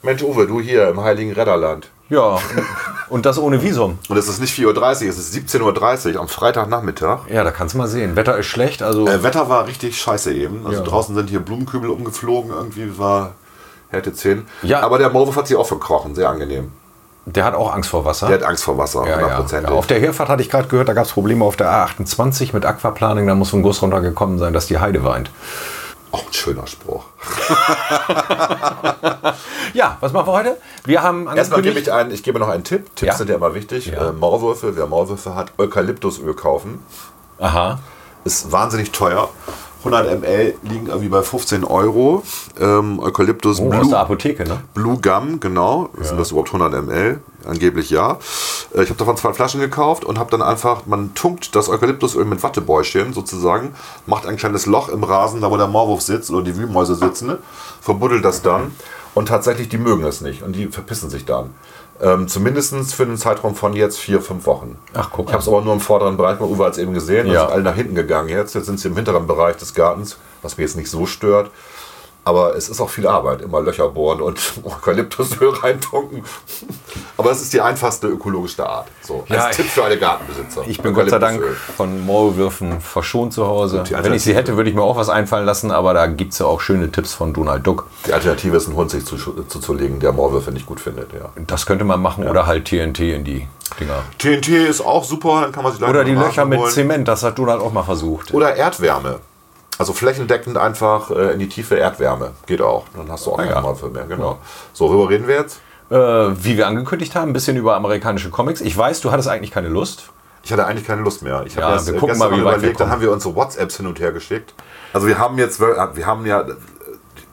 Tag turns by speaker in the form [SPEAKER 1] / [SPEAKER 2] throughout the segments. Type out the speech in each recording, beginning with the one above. [SPEAKER 1] Mensch, Uwe, du hier im Heiligen Redderland.
[SPEAKER 2] Ja, und das ohne Visum.
[SPEAKER 1] Und es ist nicht 4.30 Uhr, es ist 17.30 Uhr am Freitagnachmittag.
[SPEAKER 2] Ja, da kannst du mal sehen. Wetter ist schlecht, also
[SPEAKER 1] Äh, Wetter war richtig scheiße eben. Also
[SPEAKER 2] Ja.
[SPEAKER 1] draußen sind hier Blumenkübel umgeflogen, irgendwie war Härte 10.
[SPEAKER 2] Ja.
[SPEAKER 1] Aber der Maulwurf hat sich auch verkrochen, sehr angenehm.
[SPEAKER 2] der hat auch Angst vor Wasser.
[SPEAKER 1] Der hat Angst vor Wasser,
[SPEAKER 2] ja, ja. ja.
[SPEAKER 1] hundertprozentig.
[SPEAKER 2] Auf der Herfahrt hatte ich gerade gehört, da gab es Probleme auf der A28 mit Aquaplaning. Da muss vom Guss runtergekommen sein, dass die Heide weint.
[SPEAKER 1] Auch ein schöner Spruch.
[SPEAKER 2] Ja, was machen wir heute? Wir haben
[SPEAKER 1] Erstmal
[SPEAKER 2] angekündigt-
[SPEAKER 1] gebe ich einen, ich gebe noch einen Tipp. Tipps
[SPEAKER 2] Ja.
[SPEAKER 1] sind ja immer wichtig.
[SPEAKER 2] Ja.
[SPEAKER 1] Äh, Maulwürfe, wer Maulwürfe hat, Eukalyptusöl kaufen.
[SPEAKER 2] Aha.
[SPEAKER 1] Ist wahnsinnig teuer. 100 ml liegen irgendwie bei 15 Euro. Ähm, Eukalyptus
[SPEAKER 2] Oh, aus der
[SPEAKER 1] Blue,
[SPEAKER 2] Apotheke, ne?
[SPEAKER 1] Blue Gum, genau. Sind das überhaupt 100 ml? Angeblich ja. Äh, Ich habe davon zwei Flaschen gekauft und habe dann einfach, man tunkt das Eukalyptusöl mit Wattebäuschen sozusagen, macht ein kleines Loch im Rasen, da wo der Maulwurf sitzt oder die Wühlmäuse sitzen, ne, verbuddelt das dann und tatsächlich, die mögen das nicht und die verpissen sich dann. Ähm, Zumindest für einen Zeitraum von jetzt vier, fünf Wochen.
[SPEAKER 2] Ach, guck
[SPEAKER 1] Ich habe es aber nur im vorderen Bereich, weil Uwe hat es eben gesehen, ja.
[SPEAKER 2] Ja.
[SPEAKER 1] sind alle nach hinten gegangen jetzt. Jetzt sind sie im hinteren Bereich des Gartens, was mir jetzt nicht so stört. Aber es ist auch viel Arbeit, immer Löcher bohren und Eukalyptusöl reintunken. Aber es ist die einfachste ökologischste Art. So, als
[SPEAKER 2] Ja,
[SPEAKER 1] Tipp für alle Gartenbesitzer.
[SPEAKER 2] Ich bin Gott sei Dank
[SPEAKER 1] Eukalyptusöl.
[SPEAKER 2] von Maulwürfen verschont zu Hause.
[SPEAKER 1] die
[SPEAKER 2] Wenn ich sie
[SPEAKER 1] Alternative?
[SPEAKER 2] hätte, würde ich mir auch was einfallen lassen, aber da gibt es ja auch schöne Tipps von Donald Duck.
[SPEAKER 1] Die Alternative ist, einen Hund sich zuzulegen, zu, zu legen, der Maulwürfe nicht gut findet. Ja.
[SPEAKER 2] Das könnte man machen oder halt TNT in die Dinger.
[SPEAKER 1] TNT ist auch super, dann kann man sich
[SPEAKER 2] Oder die Löcher mit Zement, das hat Donald auch mal versucht.
[SPEAKER 1] Oder Erdwärme. Also flächendeckend einfach äh, in die tiefe Erdwärme. Geht auch. Dann hast du auch
[SPEAKER 2] Ah,
[SPEAKER 1] keinen
[SPEAKER 2] ja.
[SPEAKER 1] Maulwurf mehr. Genau. So, worüber reden wir jetzt?
[SPEAKER 2] Äh, wie wir angekündigt haben, ein bisschen über amerikanische Comics. Ich weiß, du hattest eigentlich keine Lust.
[SPEAKER 1] Ich hatte eigentlich keine Lust mehr. Ich habe
[SPEAKER 2] Ja,
[SPEAKER 1] das
[SPEAKER 2] wir
[SPEAKER 1] äh,
[SPEAKER 2] gucken
[SPEAKER 1] gestern
[SPEAKER 2] mal, wie
[SPEAKER 1] mal
[SPEAKER 2] weit wir
[SPEAKER 1] überlegt, dann
[SPEAKER 2] kommen.
[SPEAKER 1] haben wir unsere WhatsApps hin und her geschickt. Also wir haben jetzt, wir wir haben ja,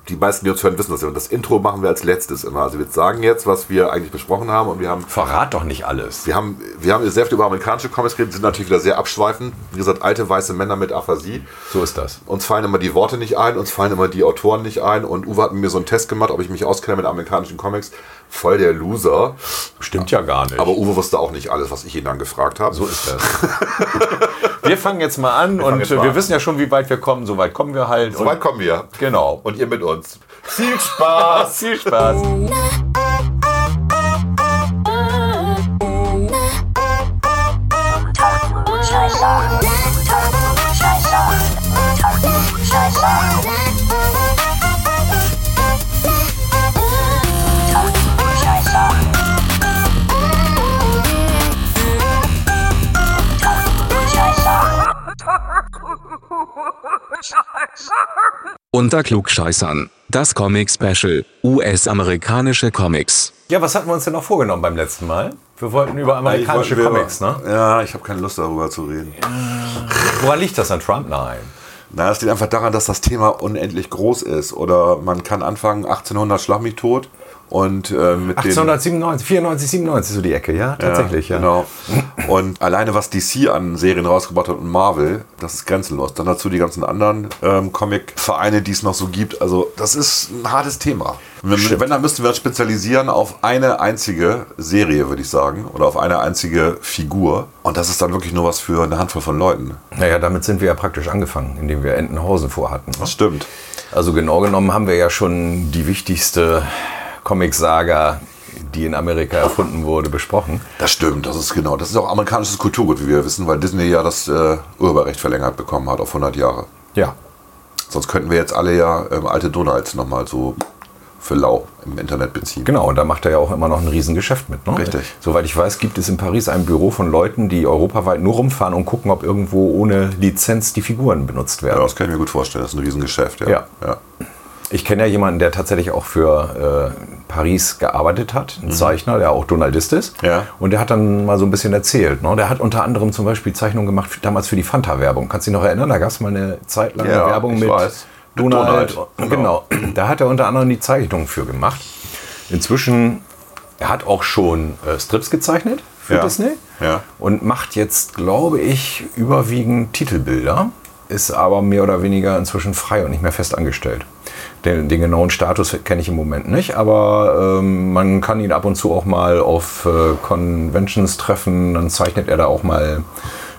[SPEAKER 1] die meisten, die uns hören, wissen das ja. Und das Intro machen wir als letztes immer. Also wir sagen jetzt, was wir eigentlich besprochen haben und wir haben
[SPEAKER 2] Verrat doch nicht alles.
[SPEAKER 1] wir haben, wir haben sehr viel über amerikanische Comics geredet, sind natürlich wieder sehr abschweifend. Wie gesagt, alte weiße Männer mit Aphasie.
[SPEAKER 2] So ist das.
[SPEAKER 1] Uns fallen immer die Worte nicht ein, uns fallen immer die Autoren nicht ein. Und Uwe hat mit mir so einen Test gemacht, ob ich mich auskenne mit amerikanischen Comics. Voll der Loser.
[SPEAKER 2] Stimmt ja gar nicht.
[SPEAKER 1] Aber Uwe wusste auch nicht alles, was ich ihn dann gefragt habe.
[SPEAKER 2] so ist das. wir fangen jetzt mal an und
[SPEAKER 1] jetzt mal
[SPEAKER 2] wir
[SPEAKER 1] an.
[SPEAKER 2] wissen ja schon, wie weit wir kommen. So weit kommen wir halt.
[SPEAKER 1] So weit kommen wir.
[SPEAKER 2] und, genau.
[SPEAKER 1] Und ihr mit uns. Viel Spaß!
[SPEAKER 2] Viel Spaß.
[SPEAKER 3] Unter Klugscheißern. Das Comic-Special. US-amerikanische Comics.
[SPEAKER 2] Ja, was hatten wir uns denn noch vorgenommen beim letzten Mal? Wir wollten über amerikanische Comics, ne?
[SPEAKER 1] Ja, ich habe keine Lust darüber zu reden.
[SPEAKER 2] Woran liegt das an Trump? Nein.
[SPEAKER 1] Na, es liegt einfach daran, dass das Thema unendlich groß ist. Oder man kann anfangen, 1800 schlag mich tot und äh, mit den
[SPEAKER 2] 1897, 94, 97 so die Ecke, ja? Tatsächlich, ja.
[SPEAKER 1] Genau. Und alleine was DC an Serien rausgebracht hat und Marvel, das ist grenzenlos. Dann dazu die ganzen anderen ähm, Comic-Vereine, die es noch so gibt. Also das ist ein hartes Thema. Wenn, wenn dann müssten wir uns spezialisieren auf eine einzige Serie, würde ich sagen. Oder auf eine einzige Figur. Und das ist dann wirklich nur was für eine Handvoll von Leuten.
[SPEAKER 2] Naja, damit sind wir ja praktisch angefangen, indem wir Entenhausen vorhatten.
[SPEAKER 1] Das stimmt.
[SPEAKER 2] Also genau genommen haben wir ja schon die wichtigste Comic-Saga, die in Amerika erfunden wurde, besprochen.
[SPEAKER 1] Das stimmt, das ist genau. Das ist auch amerikanisches Kulturgut, wie wir wissen, weil Disney ja das äh, Urheberrecht verlängert bekommen hat auf 100 Jahre.
[SPEAKER 2] Ja.
[SPEAKER 1] Sonst könnten wir jetzt alle ja ähm, alte Donalds nochmal so für lau im Internet beziehen.
[SPEAKER 2] Genau, und da macht er ja auch immer noch ein Riesengeschäft mit. Ne?
[SPEAKER 1] Richtig.
[SPEAKER 2] Soweit ich weiß, gibt es in Paris ein Büro von Leuten, die europaweit nur rumfahren und gucken, ob irgendwo ohne Lizenz die Figuren benutzt werden.
[SPEAKER 1] Ja, das kann ich mir gut vorstellen. Das ist ein Riesengeschäft, ja.
[SPEAKER 2] Ja.
[SPEAKER 1] ja.
[SPEAKER 2] Ich kenne ja jemanden, der tatsächlich auch für äh, Paris gearbeitet hat, ein Zeichner, der auch Donaldist ist.
[SPEAKER 1] Mhm. Ja.
[SPEAKER 2] Und der hat dann mal so ein bisschen erzählt. Ne? Der hat unter anderem zum Beispiel Zeichnungen gemacht, für, damals für die Fanta-Werbung. Kannst du dich noch erinnern? Da gab es mal eine Zeit lang
[SPEAKER 1] Ja,
[SPEAKER 2] eine Werbung
[SPEAKER 1] ich
[SPEAKER 2] mit
[SPEAKER 1] weiß. Mit
[SPEAKER 2] Donald.
[SPEAKER 1] Donald,
[SPEAKER 2] Genau. Da hat er unter anderem die Zeichnungen für gemacht. Inzwischen, er hat auch schon äh, Strips gezeichnet für
[SPEAKER 1] Ja.
[SPEAKER 2] Disney.
[SPEAKER 1] Ja.
[SPEAKER 2] Und macht jetzt, glaube ich, überwiegend Titelbilder, ist aber mehr oder weniger inzwischen frei und nicht mehr fest angestellt. Den, den genauen Status kenne ich im Moment nicht, aber ähm, man kann ihn ab und zu auch mal auf äh, Conventions treffen, dann zeichnet er da auch mal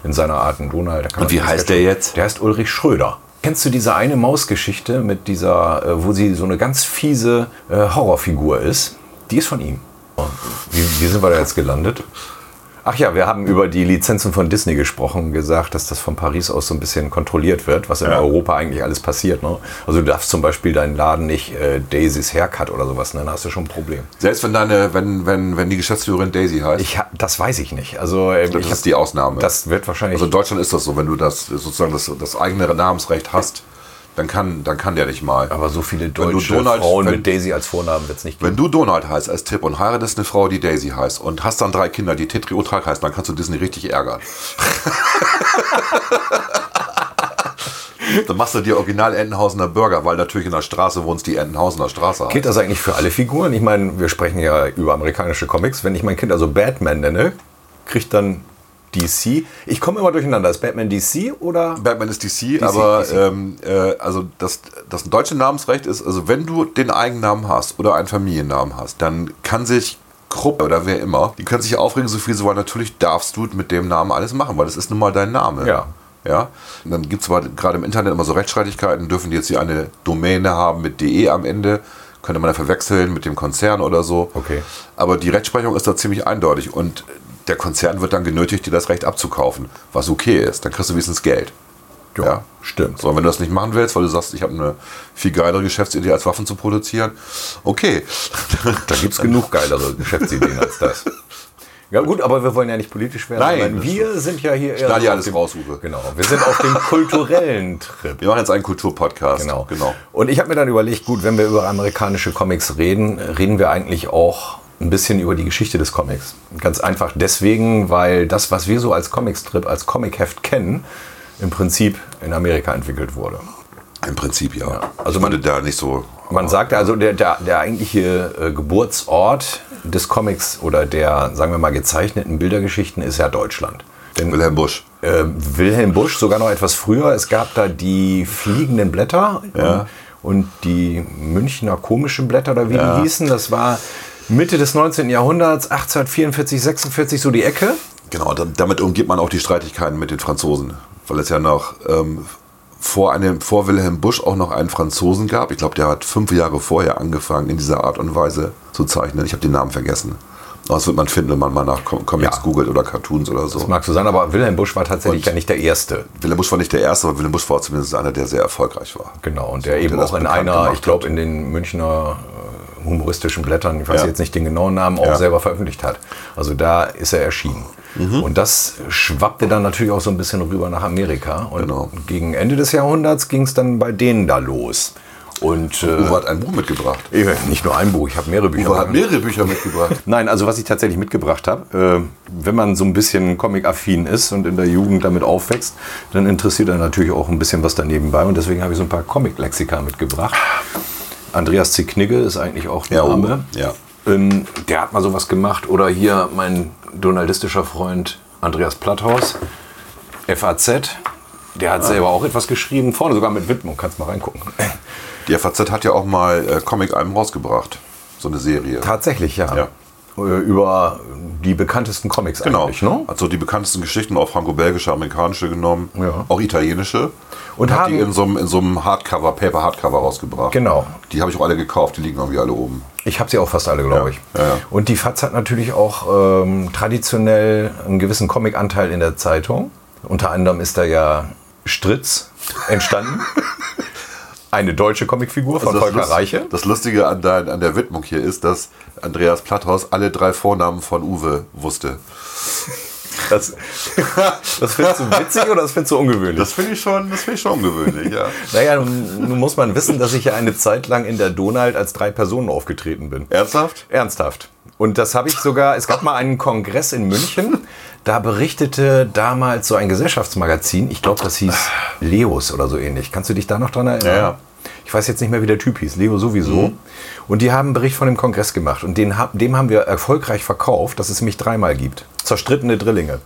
[SPEAKER 2] in seiner Art einen Donald. Da kann man
[SPEAKER 1] Und wie
[SPEAKER 2] sich
[SPEAKER 1] heißt
[SPEAKER 2] das
[SPEAKER 1] der
[SPEAKER 2] schon-
[SPEAKER 1] jetzt?
[SPEAKER 2] Der heißt Ulrich Schröder. Kennst du diese eine Mausgeschichte mit dieser, äh, wo sie so eine ganz fiese äh, Horrorfigur ist? Die ist von ihm. Wie, wie sind wir da jetzt gelandet? Ach ja, wir haben über die Lizenzen von Disney gesprochen, gesagt, dass das von Paris aus so ein bisschen kontrolliert wird, was in
[SPEAKER 1] Ja.
[SPEAKER 2] Europa eigentlich alles passiert. Ne? Also du darfst zum Beispiel deinen Laden nicht äh, Daisy's Haircut oder sowas, ne? dann hast du schon ein Problem.
[SPEAKER 1] Selbst wenn deine, wenn, wenn, wenn die Geschäftsführerin Daisy heißt,
[SPEAKER 2] Ich hab, das weiß ich nicht. Also ähm,
[SPEAKER 1] das
[SPEAKER 2] ich
[SPEAKER 1] ist die Ausnahme.
[SPEAKER 2] das wird wahrscheinlich.
[SPEAKER 1] also in Deutschland ist das so, wenn du das sozusagen das, das eigene Namensrecht hast, dann kann, dann kann der dich mal.
[SPEAKER 2] aber so viele
[SPEAKER 1] du
[SPEAKER 2] deutsche
[SPEAKER 1] Donald-
[SPEAKER 2] Frauen
[SPEAKER 1] wenn-
[SPEAKER 2] mit Daisy als Vornamen wird es nicht geben.
[SPEAKER 1] Wenn du Donald heißt als Tipp und heiratest eine Frau, die Daisy heißt und hast dann drei Kinder, die Tetriotrag heißen, dann kannst du Disney richtig ärgern. dann machst du dir original Entenhausener Burger, weil natürlich in der Straße wohnst, die Entenhausener Straße heißt.
[SPEAKER 2] Gilt das eigentlich für alle Figuren? Ich meine, wir sprechen ja über amerikanische Comics. Wenn ich mein Kind also Batman nenne, kriegt dann DC. Ich komme immer durcheinander. Ist Batman DC oder?
[SPEAKER 1] Batman ist DC, aber
[SPEAKER 2] DC.
[SPEAKER 1] Ähm, äh, also das, das deutsche Namensrecht ist, also wenn du den Eigennamen hast oder einen Familiennamen hast, dann kann sich Gruppe oder wer immer, die können sich aufregen, so viel sie wollen. Natürlich darfst du mit dem Namen alles machen, weil das ist nun mal dein Name.
[SPEAKER 2] Ja.
[SPEAKER 1] Ja, und dann gibt es aber gerade im Internet immer so Rechtsstreitigkeiten, dürfen die jetzt die eine Domäne haben mit DE am Ende, könnte man da verwechseln mit dem Konzern oder so.
[SPEAKER 2] Okay.
[SPEAKER 1] Aber die Rechtsprechung ist da ziemlich eindeutig und der Konzern wird dann genötigt, dir das Recht abzukaufen, was okay ist. Dann kriegst du wenigstens Geld. Ja.
[SPEAKER 2] stimmt.
[SPEAKER 1] So, wenn du das nicht machen willst, weil du sagst, ich habe eine viel geilere Geschäftsidee, als Waffen zu produzieren, okay.
[SPEAKER 2] Da gibt es genug geilere Geschäftsideen als das. Ja gut, aber wir wollen ja nicht politisch werden.
[SPEAKER 1] Nein,
[SPEAKER 2] sondern
[SPEAKER 1] das
[SPEAKER 2] wir sind ja hier eher
[SPEAKER 1] Schneid
[SPEAKER 2] so
[SPEAKER 1] dir
[SPEAKER 2] auf
[SPEAKER 1] alles
[SPEAKER 2] dem,
[SPEAKER 1] raus, Uwe.
[SPEAKER 2] Genau, wir sind auf dem kulturellen Trip.
[SPEAKER 1] Wir machen jetzt einen Kulturpodcast.
[SPEAKER 2] Genau.
[SPEAKER 1] genau.
[SPEAKER 2] Und ich habe mir dann überlegt, gut, wenn wir über amerikanische Comics reden, reden wir eigentlich auch ein bisschen über die Geschichte des Comics. Ganz einfach deswegen, weil das, was wir so als Comicstrip, als Comicheft kennen, im Prinzip in Amerika entwickelt wurde.
[SPEAKER 1] Im Prinzip ja.
[SPEAKER 2] Also
[SPEAKER 1] Also
[SPEAKER 2] man-
[SPEAKER 1] man da nicht so.
[SPEAKER 2] Man sagt also, der, der, der eigentliche äh, Geburtsort des Comics oder der, sagen wir mal, gezeichneten Bildergeschichten ist ja Deutschland. Denn
[SPEAKER 1] Wilhelm Busch.
[SPEAKER 2] äh, Wilhelm Busch sogar noch etwas früher. Es gab da die fliegenden Blätter
[SPEAKER 1] Ja.
[SPEAKER 2] und die Münchner komischen Blätter oder wie die hießen. Das war Mitte des 19. Jahrhunderts, 1844, 46, so die Ecke.
[SPEAKER 1] Genau, dann, damit umgeht man auch die Streitigkeiten mit den Franzosen, weil es ja noch ähm, vor, einem, vor Wilhelm Busch auch noch einen Franzosen gab. Ich glaube, der hat fünf Jahre vorher angefangen, in dieser Art und Weise zu zeichnen. Ich habe den Namen vergessen. Aber Das wird man finden, wenn man mal nach Com- Comics
[SPEAKER 2] Ja.
[SPEAKER 1] googelt oder Cartoons oder so.
[SPEAKER 2] Mag so sein, aber Wilhelm Busch war tatsächlich
[SPEAKER 1] Und-
[SPEAKER 2] ja nicht der Erste.
[SPEAKER 1] Willem Busch war nicht der Erste, aber Willem Busch war zumindest einer, der sehr erfolgreich war.
[SPEAKER 2] Genau, und der eben
[SPEAKER 1] der das
[SPEAKER 2] auch in
[SPEAKER 1] bekannt
[SPEAKER 2] einer,
[SPEAKER 1] gemacht
[SPEAKER 2] ich glaube, in den Münchner äh, humoristischen Blättern, ich weiß
[SPEAKER 1] Ja.
[SPEAKER 2] jetzt nicht den genauen Namen, auch
[SPEAKER 1] Ja.
[SPEAKER 2] selber veröffentlicht hat. Also da ist er erschienen.
[SPEAKER 1] Mhm.
[SPEAKER 2] Und das schwappte dann natürlich auch so ein bisschen rüber nach Amerika. Und
[SPEAKER 1] Genau.
[SPEAKER 2] gegen Ende des Jahrhunderts ging es dann bei denen da los. Und
[SPEAKER 1] Uwe
[SPEAKER 2] äh,
[SPEAKER 1] hat ein Buch mitgebracht.
[SPEAKER 2] eh, nicht nur ein Buch, ich habe mehrere Bücher.
[SPEAKER 1] Uwe hat mehrere Bücher mitgebracht.
[SPEAKER 2] Nein, also was ich tatsächlich mitgebracht habe, äh, wenn man so ein bisschen comicaffin ist und in der Jugend damit aufwächst, dann interessiert er natürlich auch ein bisschen was daneben bei und deswegen habe ich so ein paar Comic-Lexika mitgebracht. Andreas Zicknigge ist eigentlich auch der
[SPEAKER 1] Ja, oh,
[SPEAKER 2] Name.
[SPEAKER 1] ja.
[SPEAKER 2] Ähm, der hat mal sowas gemacht oder hier mein donaldistischer Freund Andreas Platthaus, FAZ. Der hat selber auch etwas geschrieben, vorne sogar mit Widmung, kannst mal reingucken.
[SPEAKER 1] Die FAZ hat ja auch mal äh, Comic-Alben rausgebracht. So eine Serie.
[SPEAKER 2] Tatsächlich, ja.
[SPEAKER 1] Ja.
[SPEAKER 2] Äh, Über die bekanntesten Comics
[SPEAKER 1] Genau.
[SPEAKER 2] eigentlich, ne?
[SPEAKER 1] Hat so die bekanntesten Geschichten auch franco-belgische, amerikanische genommen,
[SPEAKER 2] Ja.
[SPEAKER 1] auch italienische.
[SPEAKER 2] Und
[SPEAKER 1] hat
[SPEAKER 2] haben-
[SPEAKER 1] die in so einem, in so einem Hardcover, Paper-Hardcover rausgebracht.
[SPEAKER 2] Genau.
[SPEAKER 1] Die habe ich auch alle gekauft, die liegen irgendwie alle oben.
[SPEAKER 2] Ich habe sie auch fast alle,
[SPEAKER 1] Ja,
[SPEAKER 2] glaube ich.
[SPEAKER 1] ja, ja.
[SPEAKER 2] Und die FAZ hat natürlich auch ähm, traditionell einen gewissen Comic-Anteil in der Zeitung. Unter anderem ist da ja Stritz entstanden. Eine deutsche Comicfigur von
[SPEAKER 1] Also das
[SPEAKER 2] Volker
[SPEAKER 1] Lust-
[SPEAKER 2] Reiche.
[SPEAKER 1] Das Lustige an, dein, an der Widmung hier ist, dass Andreas Platthaus alle drei Vornamen von Uwe wusste.
[SPEAKER 2] Das, das findest du witzig oder das findest du ungewöhnlich?
[SPEAKER 1] Das finde ich, schon- das find ich schon ungewöhnlich, ja.
[SPEAKER 2] naja, nun, nun muss man wissen, dass ich ja eine Zeit lang in der Donald als drei Personen aufgetreten bin.
[SPEAKER 1] Ernsthaft?
[SPEAKER 2] Ernsthaft. Und das habe ich sogar, es gab mal einen Kongress in München, da berichtete damals so ein Gesellschaftsmagazin, ich glaube, das hieß Leos oder so ähnlich. Kannst du dich da noch dran erinnern?
[SPEAKER 1] Ja, Mhm. ja.
[SPEAKER 2] Ich weiß jetzt nicht mehr, wie der Typ hieß, Leo sowieso. Und die haben einen Bericht von dem Kongress gemacht und den, hab- dem haben wir erfolgreich verkauft, dass es mich dreimal gibt. Zerstrittene Drillinge.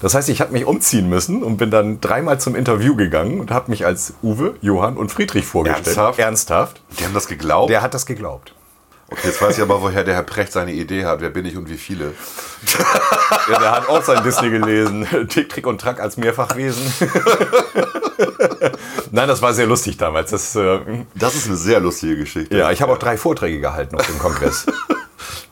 [SPEAKER 2] Das heißt, ich habe mich umziehen müssen und bin dann dreimal zum Interview gegangen und habe mich als Uwe, Johann und Friedrich vorgestellt.
[SPEAKER 1] Ernsthaft?
[SPEAKER 2] Ernsthaft.
[SPEAKER 1] Die haben das geglaubt?
[SPEAKER 2] Der hat das geglaubt.
[SPEAKER 1] Okay, jetzt weiß ich aber, woher der Herr Precht seine Idee hat. Wer bin ich und wie viele?
[SPEAKER 2] Ja, der hat auch sein Disney gelesen. Tick, Trick und Track als Mehrfachwesen. Nein, das war sehr lustig damals. Das, äh,
[SPEAKER 1] Das ist eine sehr lustige Geschichte.
[SPEAKER 2] ja, ich habe auch drei Vorträge gehalten auf dem Kongress.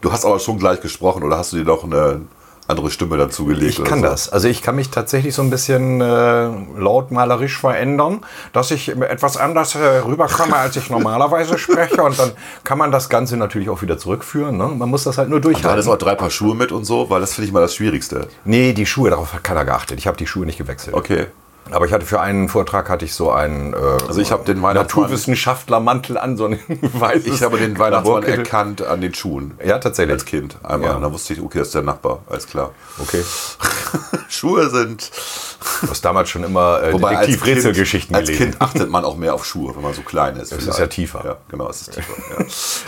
[SPEAKER 1] Du hast aber schon gleich gesprochen oder hast du dir noch eine andere Stimme dazu gelegt?
[SPEAKER 2] Ich kann
[SPEAKER 1] oder so?
[SPEAKER 2] das. Also ich kann mich tatsächlich so ein bisschen äh, lautmalerisch verändern, dass ich etwas anders äh, rüberkomme, als ich normalerweise spreche. Und dann kann man das Ganze natürlich auch wieder zurückführen. Ne? Man muss das halt nur
[SPEAKER 1] Du hattest
[SPEAKER 2] durchhalten.
[SPEAKER 1] auch drei Paar Schuhe mit und so, weil das finde ich mal das Schwierigste.
[SPEAKER 2] Nee, die Schuhe, darauf hat keiner geachtet. Ich habe die Schuhe nicht gewechselt.
[SPEAKER 1] Okay.
[SPEAKER 2] Aber ich hatte für einen Vortrag hatte ich so einen äh, also
[SPEAKER 1] ich habe den Weihnachtsmann-
[SPEAKER 2] Naturwissenschaftlermantel an, so einen weißen.
[SPEAKER 1] Ich habe den Weihnachtsmann erkannt an den Schuhen.
[SPEAKER 2] Ja, tatsächlich.
[SPEAKER 1] Als Kind einmal.
[SPEAKER 2] Ja.
[SPEAKER 1] Und da wusste ich, okay, das ist der Nachbar, alles klar.
[SPEAKER 2] Okay.
[SPEAKER 1] Schuhe sind.
[SPEAKER 2] Du hast damals schon immer äh,
[SPEAKER 1] Wobei als Kind-
[SPEAKER 2] Detektiv-Rätselgeschichten
[SPEAKER 1] Als
[SPEAKER 2] gelesen.
[SPEAKER 1] Kind achtet man auch mehr auf Schuhe, wenn man so klein ist.
[SPEAKER 2] ist
[SPEAKER 1] vielleicht.
[SPEAKER 2] ja tiefer.
[SPEAKER 1] Ja, genau, es ist tiefer.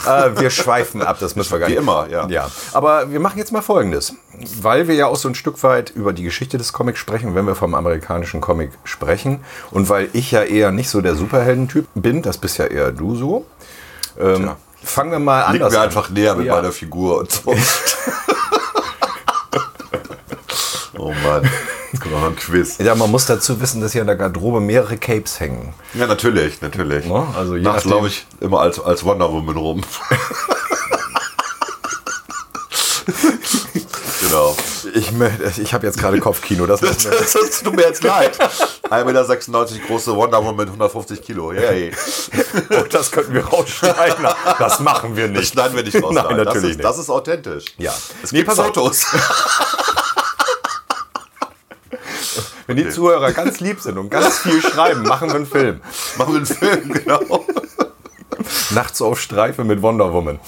[SPEAKER 1] Ja.
[SPEAKER 2] äh, wir schweifen ab, das müssen wir gar
[SPEAKER 1] Wie
[SPEAKER 2] nicht.
[SPEAKER 1] immer, ja.
[SPEAKER 2] ja. Aber wir machen jetzt mal Folgendes. Weil wir ja auch so ein Stück weit über die Geschichte des Comics sprechen, wenn wir vom amerikanischen Comic sprechen und weil ich ja eher nicht so der Superheldentyp bin, das bist ja eher du so, ähm, fangen wir mal
[SPEAKER 1] Liegt
[SPEAKER 2] anders
[SPEAKER 1] mir
[SPEAKER 2] an.
[SPEAKER 1] einfach näher mit
[SPEAKER 2] Ja.
[SPEAKER 1] meiner Figur und so. oh Mann. Jetzt kommt auch noch ein Quiz.
[SPEAKER 2] Ja, man muss dazu wissen, dass hier in der Garderobe mehrere Capes hängen.
[SPEAKER 1] Ja, natürlich, natürlich.
[SPEAKER 2] Ne? Also je
[SPEAKER 1] Nachts
[SPEAKER 2] nachdem-
[SPEAKER 1] laufe ich immer als, als Wonder Woman rum. genau.
[SPEAKER 2] Ich, mö- ich habe jetzt gerade Kopfkino. Das
[SPEAKER 1] Das, das, das tut mir jetzt leid. 1,96 Meter große Wonder Woman mit 150 Kilo. Yay.
[SPEAKER 2] Oh, das könnten wir rausschneiden. Das machen wir
[SPEAKER 1] Das
[SPEAKER 2] nicht.
[SPEAKER 1] schneiden wir nicht raus.
[SPEAKER 2] Nein,
[SPEAKER 1] das,
[SPEAKER 2] natürlich
[SPEAKER 1] ist,
[SPEAKER 2] nicht.
[SPEAKER 1] das ist authentisch.
[SPEAKER 2] Ja.
[SPEAKER 1] Es
[SPEAKER 2] Nee,
[SPEAKER 1] gibt
[SPEAKER 2] pass auf.
[SPEAKER 1] Fotos.
[SPEAKER 2] Wenn die Zuhörer ganz lieb sind und ganz viel schreiben, machen wir einen Film.
[SPEAKER 1] Machen wir einen Film, genau.
[SPEAKER 2] Nachts auf Streife mit Wonder Woman.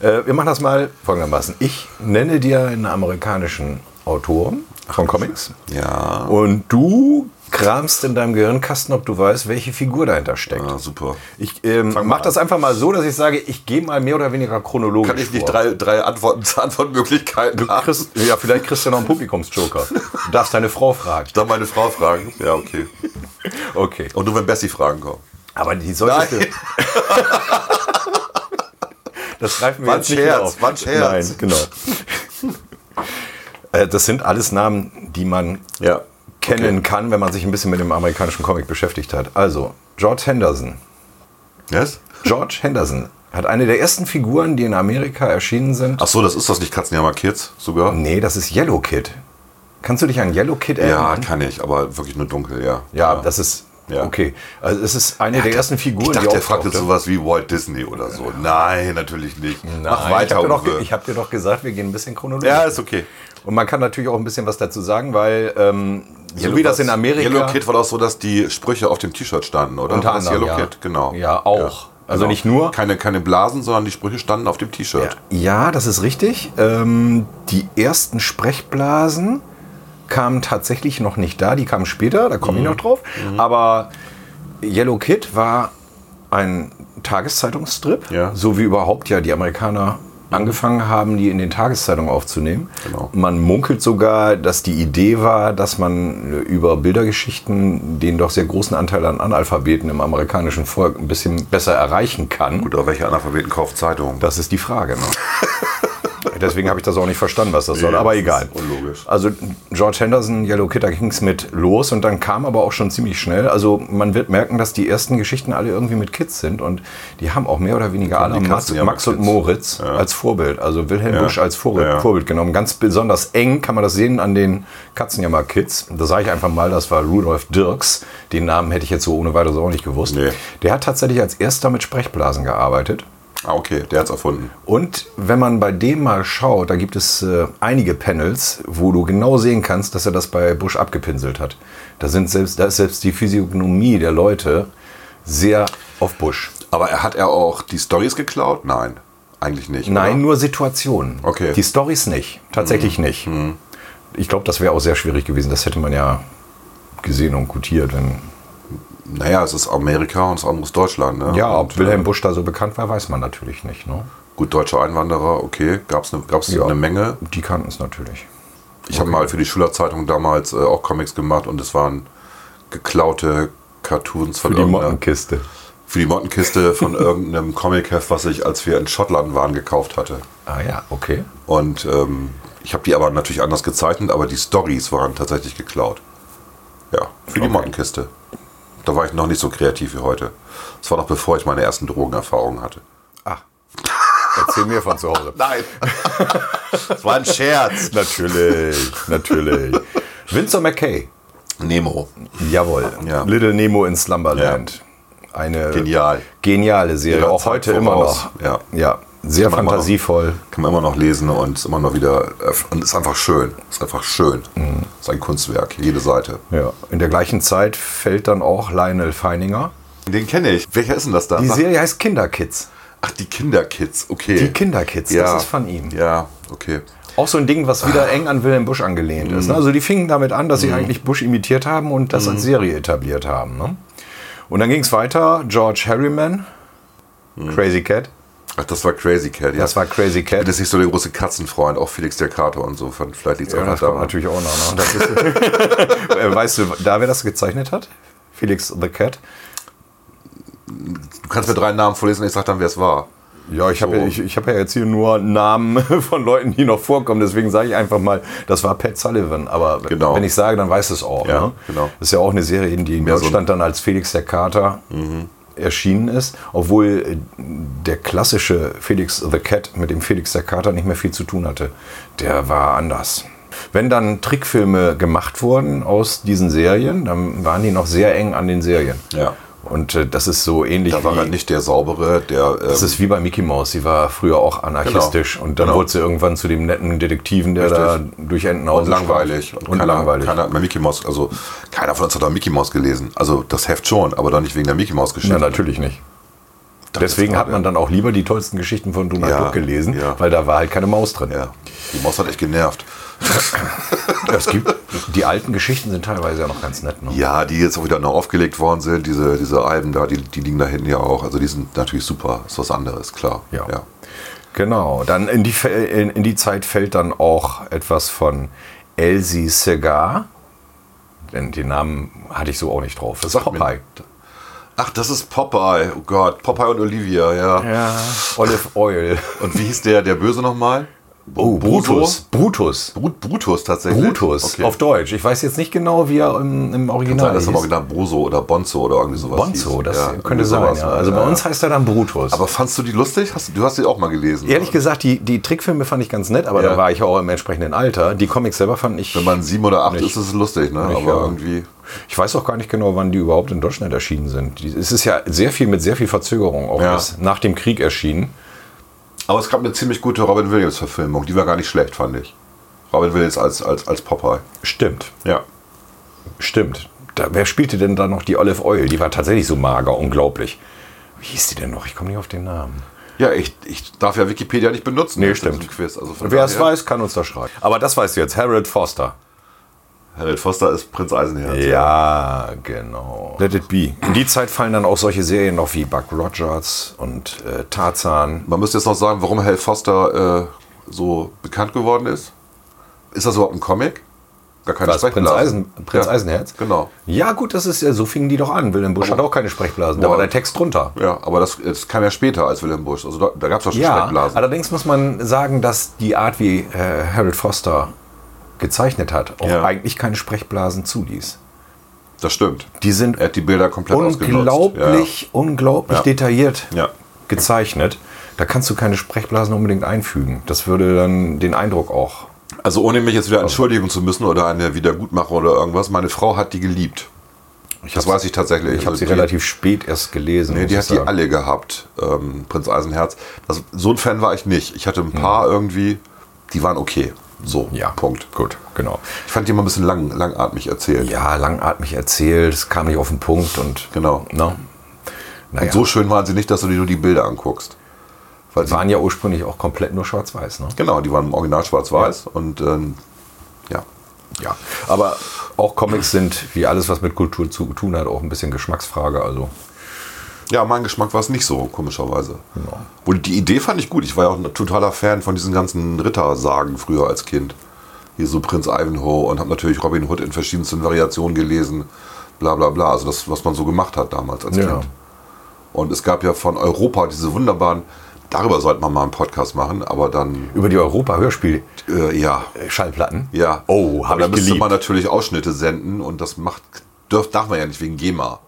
[SPEAKER 2] Äh, wir machen das mal folgendermaßen. Ich nenne dir einen amerikanischen Autor von Comics.
[SPEAKER 1] Ja.
[SPEAKER 2] Und du kramst in deinem Gehirnkasten, ob du weißt, welche Figur dahinter steckt.
[SPEAKER 1] Ah, super.
[SPEAKER 2] Ich ähm,
[SPEAKER 1] Fang mal
[SPEAKER 2] mach das einfach mal so, dass ich sage, ich gehe mal mehr oder weniger chronologisch
[SPEAKER 1] Kann ich nicht
[SPEAKER 2] vor.
[SPEAKER 1] drei, drei Antworten, Antwortmöglichkeiten
[SPEAKER 2] Du
[SPEAKER 1] haben?
[SPEAKER 2] kriegst, ja, vielleicht kriegst du noch einen Publikumsjoker. Du darfst deine Frau fragen.
[SPEAKER 1] Dann meine Frau fragen. Ja, okay.
[SPEAKER 2] Okay.
[SPEAKER 1] Und nur wenn Bessie Fragen kommen.
[SPEAKER 2] Aber die solltest du...
[SPEAKER 1] Nein.
[SPEAKER 2] Das greifen wir
[SPEAKER 1] War ein
[SPEAKER 2] jetzt nicht mehr
[SPEAKER 1] Scherz,
[SPEAKER 2] auf.
[SPEAKER 1] war ein Scherz.
[SPEAKER 2] Nein, genau. Äh, das sind alles Namen, die man
[SPEAKER 1] Ja.
[SPEAKER 2] kennen kann, wenn man sich ein bisschen mit dem amerikanischen Comic beschäftigt hat. Also, George Henderson.
[SPEAKER 1] Yes?
[SPEAKER 2] George Henderson hat eine der ersten Figuren, die in Amerika erschienen sind.
[SPEAKER 1] Ach so, das ist das nicht Katzenjammer Kids sogar?
[SPEAKER 2] Nee, das ist Yellow Kid. Kannst du dich an Yellow Kid
[SPEAKER 1] Ja,
[SPEAKER 2] erinnern?
[SPEAKER 1] kann ich, aber wirklich nur dunkel, ja.
[SPEAKER 2] Ja, das ist.
[SPEAKER 1] Ja.
[SPEAKER 2] Okay. Also es ist eine der ersten Figuren,
[SPEAKER 1] Ich dachte, der fragt jetzt ne? sowas
[SPEAKER 2] auftauchte.
[SPEAKER 1] wie Walt Disney oder so. Nein, natürlich nicht. Mach
[SPEAKER 2] Nein, ich
[SPEAKER 1] weiter,
[SPEAKER 2] habe dir, doch ge-
[SPEAKER 1] Uwe.
[SPEAKER 2] ich hab dir doch gesagt, wir gehen ein bisschen chronologisch.
[SPEAKER 1] Ja, ist okay.
[SPEAKER 2] Und man kann natürlich auch ein bisschen was dazu sagen, weil ähm, so wie das in Amerika
[SPEAKER 1] Yellow Kid war doch so, dass die Sprüche auf dem T-Shirt standen, oder?
[SPEAKER 2] Unter
[SPEAKER 1] War das
[SPEAKER 2] anderem,
[SPEAKER 1] Yellow
[SPEAKER 2] ja.
[SPEAKER 1] Kid, genau.
[SPEAKER 2] Ja, auch. Also nicht nur-
[SPEAKER 1] Keine, keine Blasen, sondern die Sprüche standen auf dem T-Shirt.
[SPEAKER 2] Ja, das ist richtig. Ähm, die ersten Sprechblasen kamen tatsächlich noch nicht da, die kamen später, da
[SPEAKER 1] Mhm.
[SPEAKER 2] komme ich noch drauf. Aber Yellow Kid war ein Tageszeitungsstrip,
[SPEAKER 1] Ja.
[SPEAKER 2] so wie überhaupt ja die Amerikaner angefangen haben, die in den Tageszeitungen aufzunehmen.
[SPEAKER 1] Genau.
[SPEAKER 2] Man munkelt sogar, dass die Idee war, dass man äh, über Bildergeschichten den doch sehr großen Anteil an Analphabeten im amerikanischen Volk ein bisschen besser erreichen kann.
[SPEAKER 1] Gut, aber welche Analphabeten kauft Zeitungen?
[SPEAKER 2] Das ist die Frage. Ne? Deswegen habe ich das auch nicht verstanden, was das soll.
[SPEAKER 1] Nee,
[SPEAKER 2] aber
[SPEAKER 1] das
[SPEAKER 2] egal.
[SPEAKER 1] ist unlogisch.
[SPEAKER 2] Also George Henderson, Yellow Kid, da ging es mit los und dann kam aber auch schon ziemlich schnell. Also man wird merken, dass die ersten Geschichten alle irgendwie mit Kids sind und die haben auch mehr oder weniger alle
[SPEAKER 1] die
[SPEAKER 2] Max,
[SPEAKER 1] Katzen ja mit
[SPEAKER 2] Max und
[SPEAKER 1] Kids.
[SPEAKER 2] Moritz als Vorbild. Also Wilhelm Busch als Vorbild,
[SPEAKER 1] Ja.
[SPEAKER 2] Vorbild genommen. Ganz besonders eng kann man das sehen an den Katzenjammer Kids. Da sage ich einfach mal, das war Rudolf Dirks. Den Namen hätte ich jetzt so ohne weiteres auch nicht gewusst.
[SPEAKER 1] Nee.
[SPEAKER 2] Der hat tatsächlich als erster mit Sprechblasen gearbeitet.
[SPEAKER 1] ah, okay, der hat's erfunden.
[SPEAKER 2] Und wenn man bei dem mal schaut, da gibt es äh, einige Panels, wo du genau sehen kannst, dass er das bei Bush abgepinselt hat. Da, sind selbst, da ist selbst die Physiognomie der Leute sehr auf Bush.
[SPEAKER 1] Aber er hat er auch die Stories geklaut? Nein, eigentlich nicht.
[SPEAKER 2] Nein,
[SPEAKER 1] oder?
[SPEAKER 2] nur Situationen.
[SPEAKER 1] Okay.
[SPEAKER 2] Die Stories nicht. Tatsächlich nicht. Ich glaube, das wäre auch sehr schwierig gewesen. Das hätte man ja gesehen und gutiert. Wenn,
[SPEAKER 1] Naja, es ist Amerika und das andere ist Deutschland. Ne?
[SPEAKER 2] ja,
[SPEAKER 1] und,
[SPEAKER 2] ob Wilhelm Busch da so bekannt war, weiß man natürlich nicht. Ne?
[SPEAKER 1] Gut, deutsche Einwanderer, okay, gab's eine gab's
[SPEAKER 2] Ja.
[SPEAKER 1] eine Menge.
[SPEAKER 2] Die kannten es natürlich.
[SPEAKER 1] Ich habe mal für die Schülerzeitung damals äh, auch Comics gemacht und es waren geklaute Cartoons von
[SPEAKER 2] Für die
[SPEAKER 1] irgendeiner-
[SPEAKER 2] Mottenkiste.
[SPEAKER 1] für die Mottenkiste von irgendeinem Comicheft, was ich, als wir in Schottland waren, gekauft hatte.
[SPEAKER 2] Ah ja, okay.
[SPEAKER 1] Und ähm, ich habe die aber natürlich anders gezeichnet, aber die Stories waren tatsächlich geklaut. Ja, für die Mottenkiste. Da war ich noch nicht so kreativ wie heute. Das war noch bevor ich meine ersten Drogenerfahrungen hatte.
[SPEAKER 2] Ach. Ah. Erzähl mir von zu Hause.
[SPEAKER 1] Nein. das war ein Scherz.
[SPEAKER 2] Natürlich, natürlich. Vince McKay.
[SPEAKER 1] Nemo.
[SPEAKER 2] Jawohl.
[SPEAKER 1] Ja.
[SPEAKER 2] Little Nemo in Slumberland. Eine
[SPEAKER 1] Genial.
[SPEAKER 2] geniale Serie,
[SPEAKER 1] Ihrer
[SPEAKER 2] auch
[SPEAKER 1] Zeit
[SPEAKER 2] heute immer
[SPEAKER 1] voraus.
[SPEAKER 2] noch.
[SPEAKER 1] Ja.
[SPEAKER 2] sehr
[SPEAKER 1] Immer noch.
[SPEAKER 2] fantasievoll.
[SPEAKER 1] Kann man immer noch lesen und ist immer noch wieder. öff- Und ist einfach schön. Ist einfach schön.
[SPEAKER 2] Mhm.
[SPEAKER 1] Ist ein Kunstwerk, jede Seite.
[SPEAKER 2] Ja. In der gleichen Zeit fällt dann auch Lionel Feininger.
[SPEAKER 1] Den kenne ich. Welcher ist denn das da?
[SPEAKER 2] Die
[SPEAKER 1] Sag-
[SPEAKER 2] Serie heißt Kinderkids.
[SPEAKER 1] Ach, die Kinderkids, okay.
[SPEAKER 2] Die Kinderkids,
[SPEAKER 1] Ja.
[SPEAKER 2] das ist von ihm.
[SPEAKER 1] Ja, okay.
[SPEAKER 2] Auch so ein Ding, was wieder eng an Wilhelm Busch angelehnt ist.
[SPEAKER 1] Mhm.
[SPEAKER 2] Ne? Also die fingen damit an, dass sie eigentlich Busch imitiert haben und das als Serie etabliert haben. Ne? Und dann ging es weiter. George Harriman,
[SPEAKER 1] Mhm.
[SPEAKER 2] Crazy Cat.
[SPEAKER 1] Ach, das war Crazy Cat, ja.
[SPEAKER 2] Das war Crazy
[SPEAKER 1] ich bin
[SPEAKER 2] Cat.
[SPEAKER 1] jetzt Äh, nicht so der große Katzenfreund, auch Felix der Kater und so. von- Vielleicht liegt es
[SPEAKER 2] Ja,
[SPEAKER 1] einfach
[SPEAKER 2] das kommt
[SPEAKER 1] daran.
[SPEAKER 2] natürlich auch noch. Ne? Das ist, Äh, weißt du, da wer das gezeichnet hat? Felix the Cat.
[SPEAKER 1] Du kannst mir drei Namen vorlesen und ich sag dann, wer es war.
[SPEAKER 2] Ja, ich habe
[SPEAKER 1] So.
[SPEAKER 2] ja, ich, ich hab ja jetzt hier nur Namen von Leuten, die noch vorkommen. Deswegen sage ich einfach mal, das war Pat Sullivan. Aber w-
[SPEAKER 1] Genau.
[SPEAKER 2] wenn ich sage, dann weiß es auch.
[SPEAKER 1] Ja,
[SPEAKER 2] ne?
[SPEAKER 1] genau.
[SPEAKER 2] Das ist ja auch eine Serie, die in
[SPEAKER 1] Mehr so ein- Mhm.
[SPEAKER 2] Deutschland dann als Felix der Kater erschienen ist. Obwohl äh, der klassische Felix the Cat mit dem Felix der Kater nicht mehr viel zu tun hatte. Der war anders. Wenn dann Trickfilme gemacht wurden aus diesen Serien, dann waren die noch sehr eng an den Serien.
[SPEAKER 1] Ja.
[SPEAKER 2] Und äh, das ist so ähnlich
[SPEAKER 1] Da war er nicht der saubere, der. ähm,
[SPEAKER 2] das ist wie bei Mickey Mouse, sie war früher auch anarchistisch
[SPEAKER 1] Genau.
[SPEAKER 2] und dann
[SPEAKER 1] Genau.
[SPEAKER 2] wurde sie irgendwann zu dem netten Detektiven, der da durch
[SPEAKER 1] und
[SPEAKER 2] Entenhausen
[SPEAKER 1] langweilig.
[SPEAKER 2] schweift.
[SPEAKER 1] Und,
[SPEAKER 2] und
[SPEAKER 1] keiner,
[SPEAKER 2] langweilig.
[SPEAKER 1] Keiner hat mehr Mickey Mouse, also keiner von uns hat da Mickey Mouse gelesen. Also das Heft schon, aber doch nicht wegen der Mickey Mouse Geschichte.
[SPEAKER 2] Na, natürlich nicht. Deswegen hat man dann auch lieber die tollsten Geschichten von Donald
[SPEAKER 1] Ja,
[SPEAKER 2] Duck gelesen,
[SPEAKER 1] ja.
[SPEAKER 2] weil da war halt keine Maus drin.
[SPEAKER 1] Ja. Die Maus hat echt genervt.
[SPEAKER 2] Es gibt, die alten Geschichten sind teilweise ja noch ganz nett. Ne?
[SPEAKER 1] Ja, die jetzt auch wieder neu aufgelegt worden sind, diese, diese Alben da, die, die liegen da hinten ja auch. Also die sind natürlich super, ist was anderes, klar.
[SPEAKER 2] Ja. Genau. Dann in die, Fe- in, in die Zeit fällt dann auch etwas von Elsie Segar. Denn den Namen hatte ich so auch nicht drauf. Das ist
[SPEAKER 1] Sagt mir-
[SPEAKER 2] Popeye.
[SPEAKER 1] Ach, das ist Popeye. Oh Gott, Popeye und Olivia, ja.
[SPEAKER 2] Olive Oil.
[SPEAKER 1] Und wie hieß der, der Böse nochmal?
[SPEAKER 2] Oh, Brutus. Brutus.
[SPEAKER 1] Brut, Brutus tatsächlich.
[SPEAKER 2] Brutus
[SPEAKER 1] Okay.
[SPEAKER 2] auf Deutsch. Ich weiß jetzt nicht genau, wie er im, im Original
[SPEAKER 1] Nein, das
[SPEAKER 2] hieß.
[SPEAKER 1] ist aber genannt Boso oder Bonzo oder irgendwie sowas.
[SPEAKER 2] Bonzo,
[SPEAKER 1] hieß.
[SPEAKER 2] das
[SPEAKER 1] Ja, irgendwie
[SPEAKER 2] könnte sein.
[SPEAKER 1] sowas,
[SPEAKER 2] ja. Also bei uns heißt er dann Brutus.
[SPEAKER 1] Aber fandst du die lustig? Hast, du- du hast die auch mal gelesen.
[SPEAKER 2] Ehrlich gesagt, die, die Trickfilme fand ich ganz nett, aber
[SPEAKER 1] Ja.
[SPEAKER 2] da war ich auch im entsprechenden Alter. Die Comics selber fand ich.
[SPEAKER 1] Wenn man sieben oder acht
[SPEAKER 2] Nicht.
[SPEAKER 1] ist, ist es lustig, ne?
[SPEAKER 2] Nicht,
[SPEAKER 1] aber
[SPEAKER 2] ja.
[SPEAKER 1] irgendwie.
[SPEAKER 2] ich weiß auch gar nicht genau, wann die überhaupt in Deutschland erschienen sind. Die- Es ist ja sehr viel mit sehr viel Verzögerung auch
[SPEAKER 1] Ja.
[SPEAKER 2] erst nach dem Krieg erschienen.
[SPEAKER 1] Aber es gab eine ziemlich gute Robin Williams-Verfilmung. Die war gar nicht schlecht, fand ich. Robin Williams als, als, als Popeye.
[SPEAKER 2] Stimmt,
[SPEAKER 1] Ja.
[SPEAKER 2] stimmt. Da, wer spielte denn da noch die Olive Oil? Die war tatsächlich so mager, unglaublich. Wie hieß die denn noch? Ich komme nicht auf den Namen.
[SPEAKER 1] Ja, ich, ich darf ja Wikipedia nicht benutzen.
[SPEAKER 2] Nee,
[SPEAKER 1] Das ist
[SPEAKER 2] stimmt.
[SPEAKER 1] ein Quiz. Also von
[SPEAKER 2] Wer es
[SPEAKER 1] daher-
[SPEAKER 2] weiß, kann uns das schreiben. Aber das weißt du jetzt, Harold Foster.
[SPEAKER 1] Harold Foster ist Prinz Eisenherz.
[SPEAKER 2] Ja, genau. Let it be. In die Zeit fallen dann auch solche Serien noch wie Buck Rogers und äh, Tarzan.
[SPEAKER 1] Man müsste jetzt noch sagen, warum Harold Foster äh, so bekannt geworden ist. Ist das überhaupt ein Comic? Gar keine
[SPEAKER 2] Was, Prinz,
[SPEAKER 1] Sprechblase.
[SPEAKER 2] Eisen, Prinz
[SPEAKER 1] ja.
[SPEAKER 2] Eisenherz?
[SPEAKER 1] Genau.
[SPEAKER 2] Ja, gut, das ist ja, so fingen die doch an. Wilhelm Busch hat auch keine Sprechblasen. Da
[SPEAKER 1] Boah.
[SPEAKER 2] war der Text drunter.
[SPEAKER 1] Ja, aber das, das kam ja später als Wilhelm Busch. Also da, da gab es doch schon
[SPEAKER 2] Ja,
[SPEAKER 1] Sprechblasen.
[SPEAKER 2] allerdings muss man sagen, dass die Art, wie äh, Harold Foster gezeichnet hat, auch
[SPEAKER 1] Ja.
[SPEAKER 2] eigentlich keine Sprechblasen zuließ.
[SPEAKER 1] Das stimmt.
[SPEAKER 2] Die sind
[SPEAKER 1] Er hat die Bilder komplett ausgenutzt. Ja, ja.
[SPEAKER 2] unglaublich, unglaublich
[SPEAKER 1] Ja.
[SPEAKER 2] detailliert
[SPEAKER 1] Ja.
[SPEAKER 2] gezeichnet. Da kannst du keine Sprechblasen unbedingt einfügen. Das würde dann den Eindruck auch.
[SPEAKER 1] Also ohne mich jetzt wieder entschuldigen zu müssen oder eine Wiedergutmachung oder irgendwas, meine Frau hat die geliebt.
[SPEAKER 2] Ich
[SPEAKER 1] Das weiß ich tatsächlich.
[SPEAKER 2] Ich habe
[SPEAKER 1] Also
[SPEAKER 2] sie
[SPEAKER 1] die-
[SPEAKER 2] relativ spät erst gelesen.
[SPEAKER 1] Nee,
[SPEAKER 2] muss
[SPEAKER 1] die
[SPEAKER 2] ich
[SPEAKER 1] hat die
[SPEAKER 2] sagen.
[SPEAKER 1] alle gehabt, ähm, Prinz Eisenherz. Das, so ein Fan war ich nicht. Ich hatte ein paar irgendwie, die waren okay. So,
[SPEAKER 2] Hm. Ja,
[SPEAKER 1] Punkt.
[SPEAKER 2] Gut, genau.
[SPEAKER 1] Ich fand die immer ein bisschen lang, langatmig erzählt.
[SPEAKER 2] Ja, langatmig erzählt, es kam nicht auf den Punkt und.
[SPEAKER 1] Genau.
[SPEAKER 2] Ne?
[SPEAKER 1] Und
[SPEAKER 2] Naja,
[SPEAKER 1] so schön waren sie nicht, dass du dir nur die Bilder anguckst. Weil sie,
[SPEAKER 2] waren ja ursprünglich auch komplett nur schwarz-weiß. Ne?
[SPEAKER 1] genau, die waren im Original schwarz-weiß und ähm, ja.
[SPEAKER 2] Ja. Aber auch Comics sind, wie alles, was mit Kultur zu tun hat, auch ein bisschen Geschmacksfrage. Also.
[SPEAKER 1] Ja, mein Geschmack war es nicht so, komischerweise. Und die Idee fand ich gut. Ich war ja auch ein totaler Fan von diesen ganzen Rittersagen früher als Kind. Hier so Prinz Ivanhoe und habe natürlich Robin Hood in verschiedensten Variationen gelesen. Bla bla bla. Also das, was man so gemacht hat damals als
[SPEAKER 2] Ja.
[SPEAKER 1] Kind. Und es gab ja von Europa diese wunderbaren, darüber sollte man mal einen Podcast machen, aber dann,
[SPEAKER 2] Über die Europa-Hörspiel.
[SPEAKER 1] äh, ja,
[SPEAKER 2] Schallplatten?
[SPEAKER 1] ja.
[SPEAKER 2] Oh,
[SPEAKER 1] Aber
[SPEAKER 2] habe
[SPEAKER 1] da
[SPEAKER 2] ich
[SPEAKER 1] müsste
[SPEAKER 2] geliebt.
[SPEAKER 1] man natürlich Ausschnitte senden und das macht, dürf, darf man ja nicht wegen GEMA.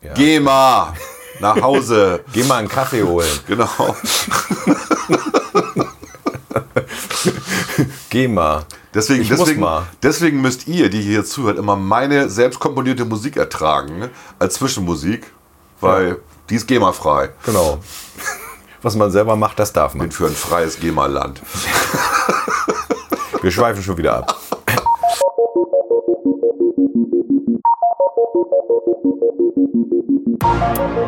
[SPEAKER 2] Ja.
[SPEAKER 1] GEMA! nach Hause.
[SPEAKER 2] Geh mal einen Kaffee holen.
[SPEAKER 1] genau.
[SPEAKER 2] Geh mal.
[SPEAKER 1] Deswegen,
[SPEAKER 2] Ich muss
[SPEAKER 1] deswegen,
[SPEAKER 2] mal.
[SPEAKER 1] deswegen müsst ihr, die hier zuhört, immer meine selbst komponierte Musik ertragen ne? als Zwischenmusik, weil die ist GEMA-frei.
[SPEAKER 2] Genau. Was man selber macht, das darf man.
[SPEAKER 1] Bin für ein freies GEMA-Land.
[SPEAKER 2] Wir schweifen schon wieder ab.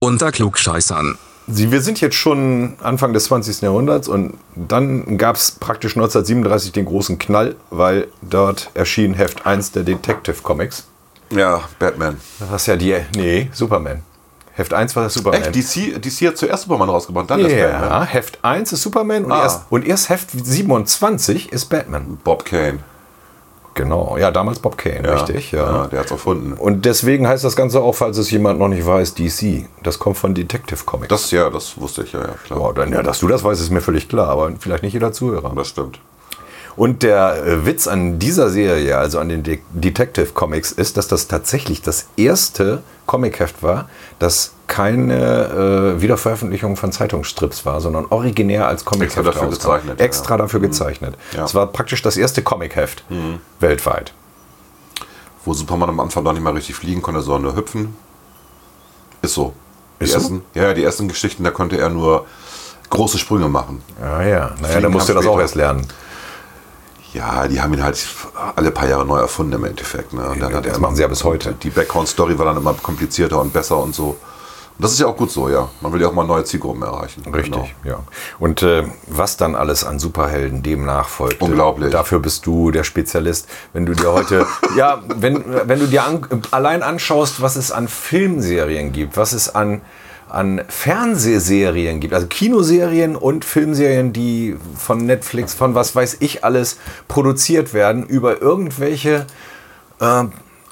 [SPEAKER 3] Unter Klugscheißern.
[SPEAKER 2] Sie, wir sind jetzt schon Anfang des 20. Jahrhunderts und dann gab es praktisch 1937 den großen Knall, weil dort erschien Heft 1 der Detective Comics.
[SPEAKER 1] Ja, Batman.
[SPEAKER 2] Was ja die. Nee, Superman. Heft 1 war das Superman.
[SPEAKER 1] Echt? DC, DC hat zuerst Superman rausgebracht, dann das Batman. ne?
[SPEAKER 2] ja, Heft 1 ist Superman und,
[SPEAKER 1] Ah.
[SPEAKER 2] erst, und erst Heft 27 ist Batman.
[SPEAKER 1] Bob Kane.
[SPEAKER 2] Genau, ja, damals Bob Kane, richtig, ja.
[SPEAKER 1] Der hat's erfunden.
[SPEAKER 2] Und deswegen heißt das Ganze auch, falls es jemand noch nicht weiß, DC. Das kommt von Detective Comics.
[SPEAKER 1] Das, ja, das wusste ich ja, ja, klar.
[SPEAKER 2] Boah, dann, ja, dass du das weißt, ist mir völlig klar, aber vielleicht nicht jeder Zuhörer.
[SPEAKER 1] Das stimmt.
[SPEAKER 2] Und der äh, Witz an dieser Serie, also an den De Detective Comics, ist, dass das tatsächlich das erste Comicheft war, das keine äh, Wiederveröffentlichung von Zeitungsstrips war, sondern originär als Comicheft
[SPEAKER 1] Extra dafür
[SPEAKER 2] rauskam.
[SPEAKER 1] gezeichnet, ja. Mhm.
[SPEAKER 2] Extra dafür gezeichnet.
[SPEAKER 1] Ja. Mhm.
[SPEAKER 2] Es war praktisch das erste Comicheft weltweit.
[SPEAKER 1] Wo Superman am Anfang noch nicht mal richtig fliegen konnte, sondern nur hüpfen. Ist so. Die
[SPEAKER 2] Ist so?
[SPEAKER 1] ersten, Ja, ja, die ersten Geschichten, da konnte er nur große Sprünge machen.
[SPEAKER 2] Ah, Ja, ja. Naja,
[SPEAKER 1] Fliegen
[SPEAKER 2] dann musst du
[SPEAKER 1] kam
[SPEAKER 2] das auch
[SPEAKER 1] später.
[SPEAKER 2] erst lernen.
[SPEAKER 1] Ja, die haben ihn halt alle paar Jahre neu erfunden im Endeffekt. Ne? Und dann
[SPEAKER 2] Ja,
[SPEAKER 1] hat
[SPEAKER 2] das
[SPEAKER 1] er-
[SPEAKER 2] machen sie ja bis heute.
[SPEAKER 1] Die Background-Story war dann immer komplizierter und besser und so. Und das ist ja auch gut so, ja. Man will ja auch mal neue Zielgruppen erreichen.
[SPEAKER 2] Richtig,
[SPEAKER 1] Genau.
[SPEAKER 2] ja. Und äh, was dann alles an Superhelden dem nachfolgt.
[SPEAKER 1] Unglaublich.
[SPEAKER 2] Dafür bist du der Spezialist. Wenn du dir heute, ja, wenn, wenn du dir an, allein anschaust, was es an Filmserien gibt, was es an, an Fernsehserien gibt, also Kinoserien und Filmserien, die von Netflix, von was weiß ich alles produziert werden, über irgendwelche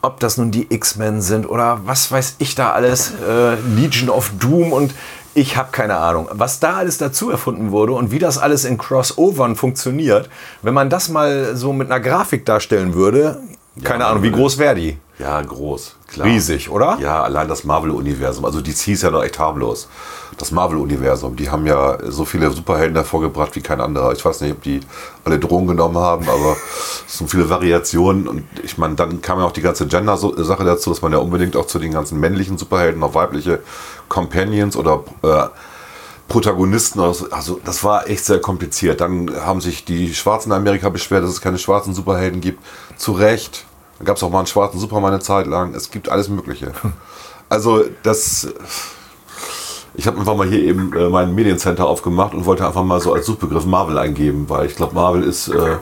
[SPEAKER 2] ob das nun die X-Men sind oder was weiß ich da alles, äh, Legion of Doom und ich habe keine Ahnung, was da alles dazu erfunden wurde und wie das alles in Crossovern funktioniert. Wenn man das mal so mit einer Grafik darstellen würde, keine Ahnung, wie groß wäre die?
[SPEAKER 1] Ja, groß, klar.
[SPEAKER 2] Riesig, oder?
[SPEAKER 1] Ja, allein das Marvel-Universum. Also DC ist ja noch echt harmlos. Das Marvel-Universum, die haben ja so viele Superhelden hervorgebracht wie kein anderer. Ich weiß nicht, ob die alle Drogen genommen haben, aber es sind viele Variationen. Und ich meine, dann kam ja auch die ganze Gender-Sache dazu, dass man ja unbedingt auch zu den ganzen männlichen Superhelden noch weibliche Companions oder äh, Protagonisten aus. Also das war echt sehr kompliziert. Dann haben sich die Schwarzen in Amerika beschwert, dass es keine schwarzen Superhelden gibt. Zu Recht. Dann gab es auch mal einen schwarzen Superman eine Zeit lang. Es gibt alles Mögliche. Also das. Ich habe einfach mal hier eben äh, mein Mediencenter aufgemacht und wollte einfach mal so als Suchbegriff Marvel eingeben, weil ich glaube, Marvel ist. Äh,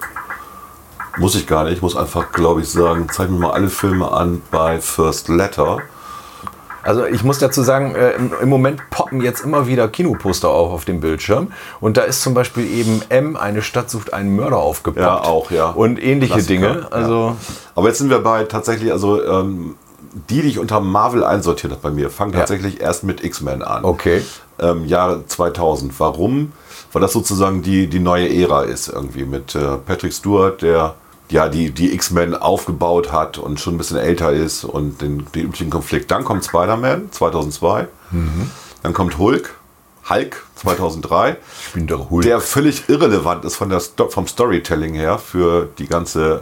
[SPEAKER 1] muss ich gar nicht. Ich muss einfach, glaube ich, sagen, zeig mir mal alle Filme an bei First Letter.
[SPEAKER 2] Also ich muss dazu sagen, äh, im, im Moment poppen jetzt immer wieder Kinoposter auf auf dem Bildschirm und da ist zum Beispiel eben M, eine Stadt sucht einen Mörder aufgepoppt.
[SPEAKER 1] Ja, auch, ja.
[SPEAKER 2] Und ähnliche
[SPEAKER 1] Klassiker,
[SPEAKER 2] Dinge. Also
[SPEAKER 1] Aber jetzt sind wir bei tatsächlich, also ähm, die, die ich unter Marvel einsortiert habe bei mir, fangen tatsächlich erst mit X-Men an.
[SPEAKER 2] Okay.
[SPEAKER 1] Ähm, Jahre 2000. Warum? Weil das sozusagen die, die neue Ära ist irgendwie mit äh, Patrick Stewart, der ja die, die X-Men aufgebaut hat und schon ein bisschen älter ist und den, den üblichen Konflikt. Dann kommt Spider-Man 2002. Dann kommt Hulk. Hulk 2003,
[SPEAKER 2] Ich bin der Hulk.
[SPEAKER 1] der völlig irrelevant ist von der Sto vom Storytelling her für die ganze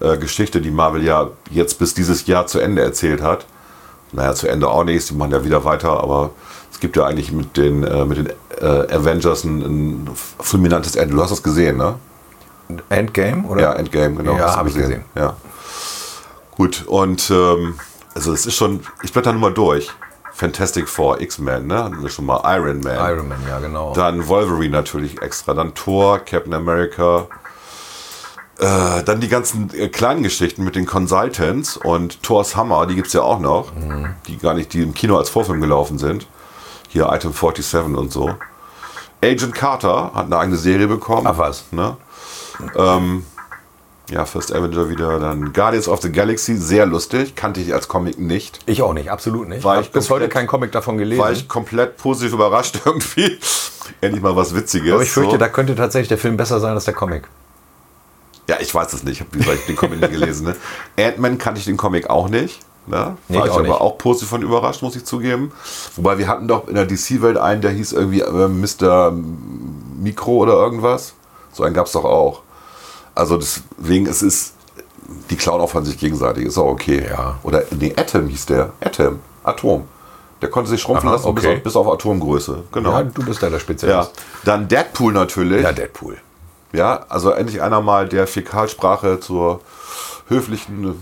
[SPEAKER 1] äh, Geschichte, die Marvel ja jetzt bis dieses Jahr zu Ende erzählt hat. Naja, zu Ende auch nicht, die machen ja wieder weiter, aber es gibt ja eigentlich mit den, äh, mit den äh, Avengers ein, ein fulminantes Ende. Du hast das gesehen, ne?
[SPEAKER 2] Endgame? Oder?
[SPEAKER 1] Ja, Endgame, genau.
[SPEAKER 2] Ja,
[SPEAKER 1] hast du
[SPEAKER 2] habe ich gesehen.
[SPEAKER 1] Ja. Gut, und ähm, also es ist schon, ich blätter nur mal durch. Fantastic Four, X-Men, ne? Hatten wir schon mal Iron Man.
[SPEAKER 2] Iron Man, ja, genau.
[SPEAKER 1] Dann Wolverine natürlich extra, dann Thor, Captain America. Äh, dann die ganzen äh, kleinen Geschichten mit den Consultants und Thors Hammer, die gibt es ja auch noch, die gar nicht, die im Kino als Vorfilm gelaufen sind. Hier Item 47 und so. Agent Carter hat eine eigene Serie bekommen.
[SPEAKER 2] Ach was.
[SPEAKER 1] Ne? Ähm, ja, First Avenger wieder, dann Guardians of the Galaxy, sehr lustig, kannte ich als Comic nicht.
[SPEAKER 2] ich auch nicht, absolut nicht.
[SPEAKER 1] War
[SPEAKER 2] Hab
[SPEAKER 1] ich
[SPEAKER 2] bis heute
[SPEAKER 1] komplett-
[SPEAKER 2] keinen Comic davon gelesen.
[SPEAKER 1] War ich komplett positiv überrascht irgendwie. Endlich mal was Witziges.
[SPEAKER 2] aber ich fürchte,
[SPEAKER 1] so.
[SPEAKER 2] da könnte tatsächlich der Film besser sein als der Comic.
[SPEAKER 1] Ja, ich weiß es nicht. Ich habe gesagt, den Comic nie gelesen. Ne? Ant-Man kannte ich den Comic auch nicht. Ne?
[SPEAKER 2] Nee,
[SPEAKER 1] War
[SPEAKER 2] ich
[SPEAKER 1] ich
[SPEAKER 2] auch
[SPEAKER 1] aber
[SPEAKER 2] nicht.
[SPEAKER 1] auch positiv von überrascht, muss ich zugeben. Wobei wir hatten doch in der DC-Welt einen, der hieß irgendwie äh, Mr. Mikro oder irgendwas. So einen gab es doch auch. Also deswegen, es ist, die klauen auch von sich gegenseitig. Ist auch okay.
[SPEAKER 2] Ja.
[SPEAKER 1] Oder, nee, Atom hieß der. Atom. Atom. Der konnte sich schrumpfen
[SPEAKER 2] Aha,
[SPEAKER 1] lassen bis,
[SPEAKER 2] okay.
[SPEAKER 1] auf, bis auf Atomgröße. Genau.
[SPEAKER 2] Ja,
[SPEAKER 1] Ja,
[SPEAKER 2] du bist da der Spezialist.
[SPEAKER 1] Dann Deadpool natürlich.
[SPEAKER 2] Deadpool.
[SPEAKER 1] Ja, also endlich einer mal der Fäkalsprache zur höflichen.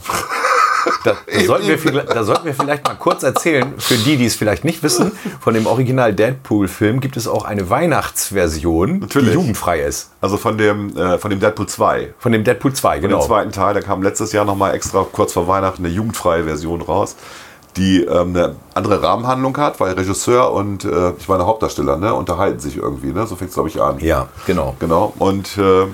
[SPEAKER 2] Da, da, sollten wir vielleicht, da sollten wir vielleicht mal kurz erzählen, für die, die es vielleicht nicht wissen, von dem Original Deadpool-Film gibt es auch eine Weihnachtsversion,
[SPEAKER 1] Natürlich.
[SPEAKER 2] die jugendfrei ist.
[SPEAKER 1] Also von dem, äh, von dem Deadpool 2.
[SPEAKER 2] Von dem Deadpool 2,
[SPEAKER 1] Genau.
[SPEAKER 2] genau.
[SPEAKER 1] Im zweiten Teil, da kam letztes Jahr nochmal extra kurz vor Weihnachten eine jugendfreie Version raus, die ähm, eine andere Rahmenhandlung hat, weil Regisseur und äh, ich meine Hauptdarsteller ne, unterhalten sich irgendwie. Ne? So fängt es, glaube ich, an.
[SPEAKER 2] Ja, genau.
[SPEAKER 1] Genau. Und äh,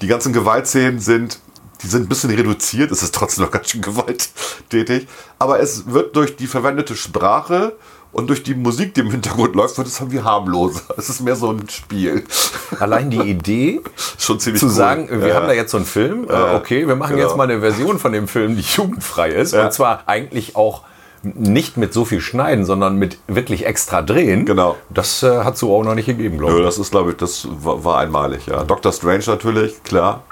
[SPEAKER 1] die ganzen Gewaltszenen sind, die sind ein bisschen reduziert. Es ist trotzdem noch ganz schön gewalttätig. Aber es wird durch die verwendete Sprache und durch die Musik, die im Hintergrund läuft, wird es irgendwie harmloser. Es ist mehr so ein Spiel.
[SPEAKER 2] Allein die Idee,
[SPEAKER 1] Schon ziemlich
[SPEAKER 2] zu
[SPEAKER 1] cool.
[SPEAKER 2] sagen, äh, wir
[SPEAKER 1] Ja.
[SPEAKER 2] haben da jetzt so einen Film, äh, okay, wir machen
[SPEAKER 1] genau.
[SPEAKER 2] jetzt mal eine Version von dem Film, die jugendfrei ist. Und zwar eigentlich auch nicht mit so viel Schneiden, sondern mit wirklich extra Drehen.
[SPEAKER 1] Genau.
[SPEAKER 2] Das äh, hat so auch noch nicht gegeben, glaube
[SPEAKER 1] Nö,
[SPEAKER 2] ich.
[SPEAKER 1] Also das ist, glaube ich, das war, war einmalig, ja. Doctor Strange natürlich, klar.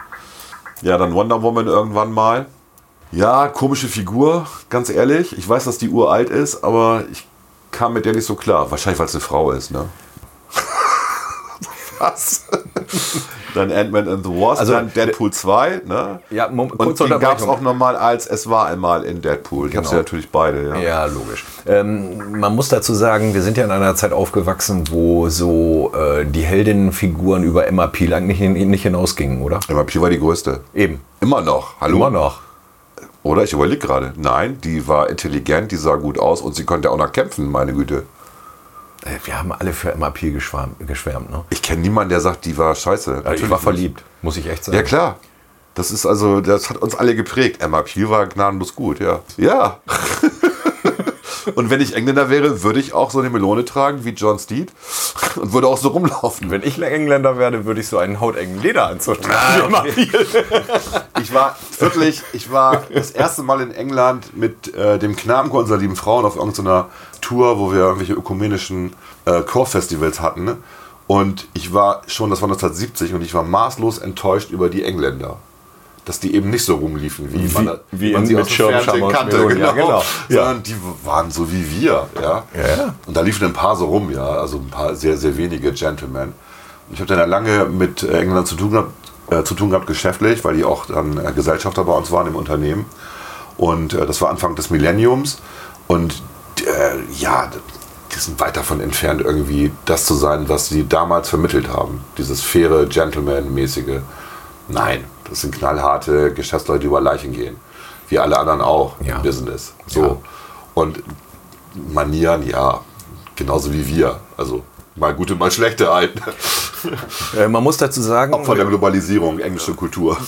[SPEAKER 1] Ja, dann Wonder Woman irgendwann mal. Ja, komische Figur, ganz ehrlich. Ich weiß, dass die uralt ist, aber ich kam mit der nicht so klar. Wahrscheinlich, weil es eine Frau ist, ne? Was? dann Ant-Man and the Wasp, also,
[SPEAKER 2] Also,
[SPEAKER 1] dann Deadpool 2, ne?
[SPEAKER 2] Ja, Mom-
[SPEAKER 1] Und
[SPEAKER 2] kurze
[SPEAKER 1] den gab es
[SPEAKER 2] Unterbrechung.
[SPEAKER 1] auch nochmal als Es war einmal in Deadpool. Ich habe sie
[SPEAKER 2] Genau.
[SPEAKER 1] natürlich beide, ja.
[SPEAKER 2] Ja, logisch. Ähm, man muss dazu sagen, wir sind ja in einer Zeit aufgewachsen, wo so äh, die Heldinnenfiguren über MAP lang nicht, hin- nicht hinausgingen, oder?
[SPEAKER 1] Aber Pi war die größte.
[SPEAKER 2] Eben.
[SPEAKER 1] Immer noch. Hallo?
[SPEAKER 2] Immer noch.
[SPEAKER 1] Oder ich überlege gerade. Nein, die war intelligent, die sah gut aus und sie konnte auch noch kämpfen, meine Güte.
[SPEAKER 2] Äh, Wir haben alle für MAP geschwärmt, geschwärmt ne?
[SPEAKER 1] Ich kenne niemanden, der sagt, die war scheiße.
[SPEAKER 2] ich
[SPEAKER 1] Natürlich
[SPEAKER 2] war
[SPEAKER 1] nicht.
[SPEAKER 2] verliebt, muss ich echt sagen.
[SPEAKER 1] Ja, klar. Das ist also, das hat uns alle geprägt. Emma Peel war gnadenlos gut, ja. Ja. und wenn ich Engländer wäre, würde ich auch so eine Melone tragen wie John Steed und würde auch so rumlaufen.
[SPEAKER 2] Wenn ich Engländer werde, würde ich so einen hautengen Lederanzug tragen.
[SPEAKER 1] Ich war wirklich, ich war das erste Mal in England mit äh, dem Knabenchor unserer lieben Frauen auf irgendeiner Tour, wo wir irgendwelche ökumenischen äh, Chorfestivals hatten. ne? Und ich war schon, das war 1970, und ich war maßlos enttäuscht über die Engländer. Dass die eben nicht so rumliefen, wie,
[SPEAKER 2] Wie-
[SPEAKER 1] man,
[SPEAKER 2] wie in- mit Schirm, Schammer und
[SPEAKER 1] kannte.
[SPEAKER 2] Melone,
[SPEAKER 1] Genau.
[SPEAKER 2] ja, genau. Ja.
[SPEAKER 1] Sondern die waren so wie wir. Ja?
[SPEAKER 2] Ja.
[SPEAKER 1] Und da liefen ein paar so rum, ja, also ein paar sehr, sehr wenige Gentlemen. Und ich habe dann ja lange mit äh, Engländern zu tun, gehabt, äh, zu tun gehabt, geschäftlich, weil die auch dann äh, Gesellschafter bei uns waren im Unternehmen. Und äh, das war Anfang des Millenniums. Und äh, ja, die sind weit davon entfernt, irgendwie das zu sein, was sie damals vermittelt haben. Dieses faire, Gentleman-mäßige. Nein, das sind knallharte Geschäftsleute, die über Leichen gehen. Wie alle anderen auch
[SPEAKER 2] Ja.
[SPEAKER 1] im Business. So.
[SPEAKER 2] Ja.
[SPEAKER 1] Und Manieren, ja. Genauso wie wir. Also mal gute, mal schlechte halt.
[SPEAKER 2] Äh, man muss dazu sagen,
[SPEAKER 1] Opfer der Globalisierung, englische Kultur.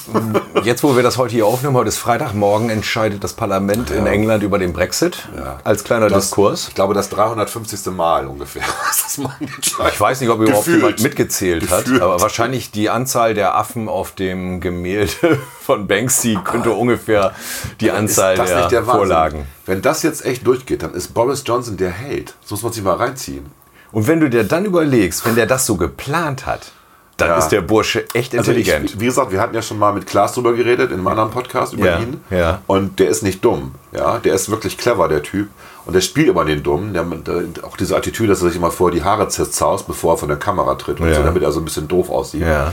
[SPEAKER 2] jetzt wo wir das heute hier aufnehmen, heute ist Freitagmorgen, entscheidet das Parlament in England über den Brexit als kleiner Diskurs.
[SPEAKER 1] Ich glaube, das 350. Mal ungefähr. Das man entscheidet.
[SPEAKER 2] Ich weiß nicht, ob überhaupt
[SPEAKER 1] Gefühlt.
[SPEAKER 2] jemand mitgezählt hat,
[SPEAKER 1] Gefühlt.
[SPEAKER 2] aber wahrscheinlich die Anzahl der Affen auf dem Gemälde von Banksy könnte ungefähr die Anzahl
[SPEAKER 1] Ist das
[SPEAKER 2] der,
[SPEAKER 1] nicht der Wahnsinn?
[SPEAKER 2] Vorlagen.
[SPEAKER 1] Wenn das jetzt echt durchgeht, dann ist Boris Johnson der Held. Das muss man sich mal reinziehen.
[SPEAKER 2] Und wenn du dir dann überlegst, wenn der das so geplant hat, dann
[SPEAKER 1] Ja.
[SPEAKER 2] ist der Bursche echt intelligent.
[SPEAKER 1] Also ich, wie gesagt, wir hatten ja schon mal mit Klaas drüber geredet in einem anderen Podcast über
[SPEAKER 2] Ja,
[SPEAKER 1] ihn.
[SPEAKER 2] ja.
[SPEAKER 1] Und der ist nicht dumm. Ja, der ist wirklich clever, der Typ. Und der spielt immer den Dummen. Der, der, auch diese Attitüde, dass er sich immer vorher die Haare zerzaust, bevor er von der Kamera tritt und
[SPEAKER 2] Ja.
[SPEAKER 1] so, damit er so ein bisschen doof aussieht.
[SPEAKER 2] ja.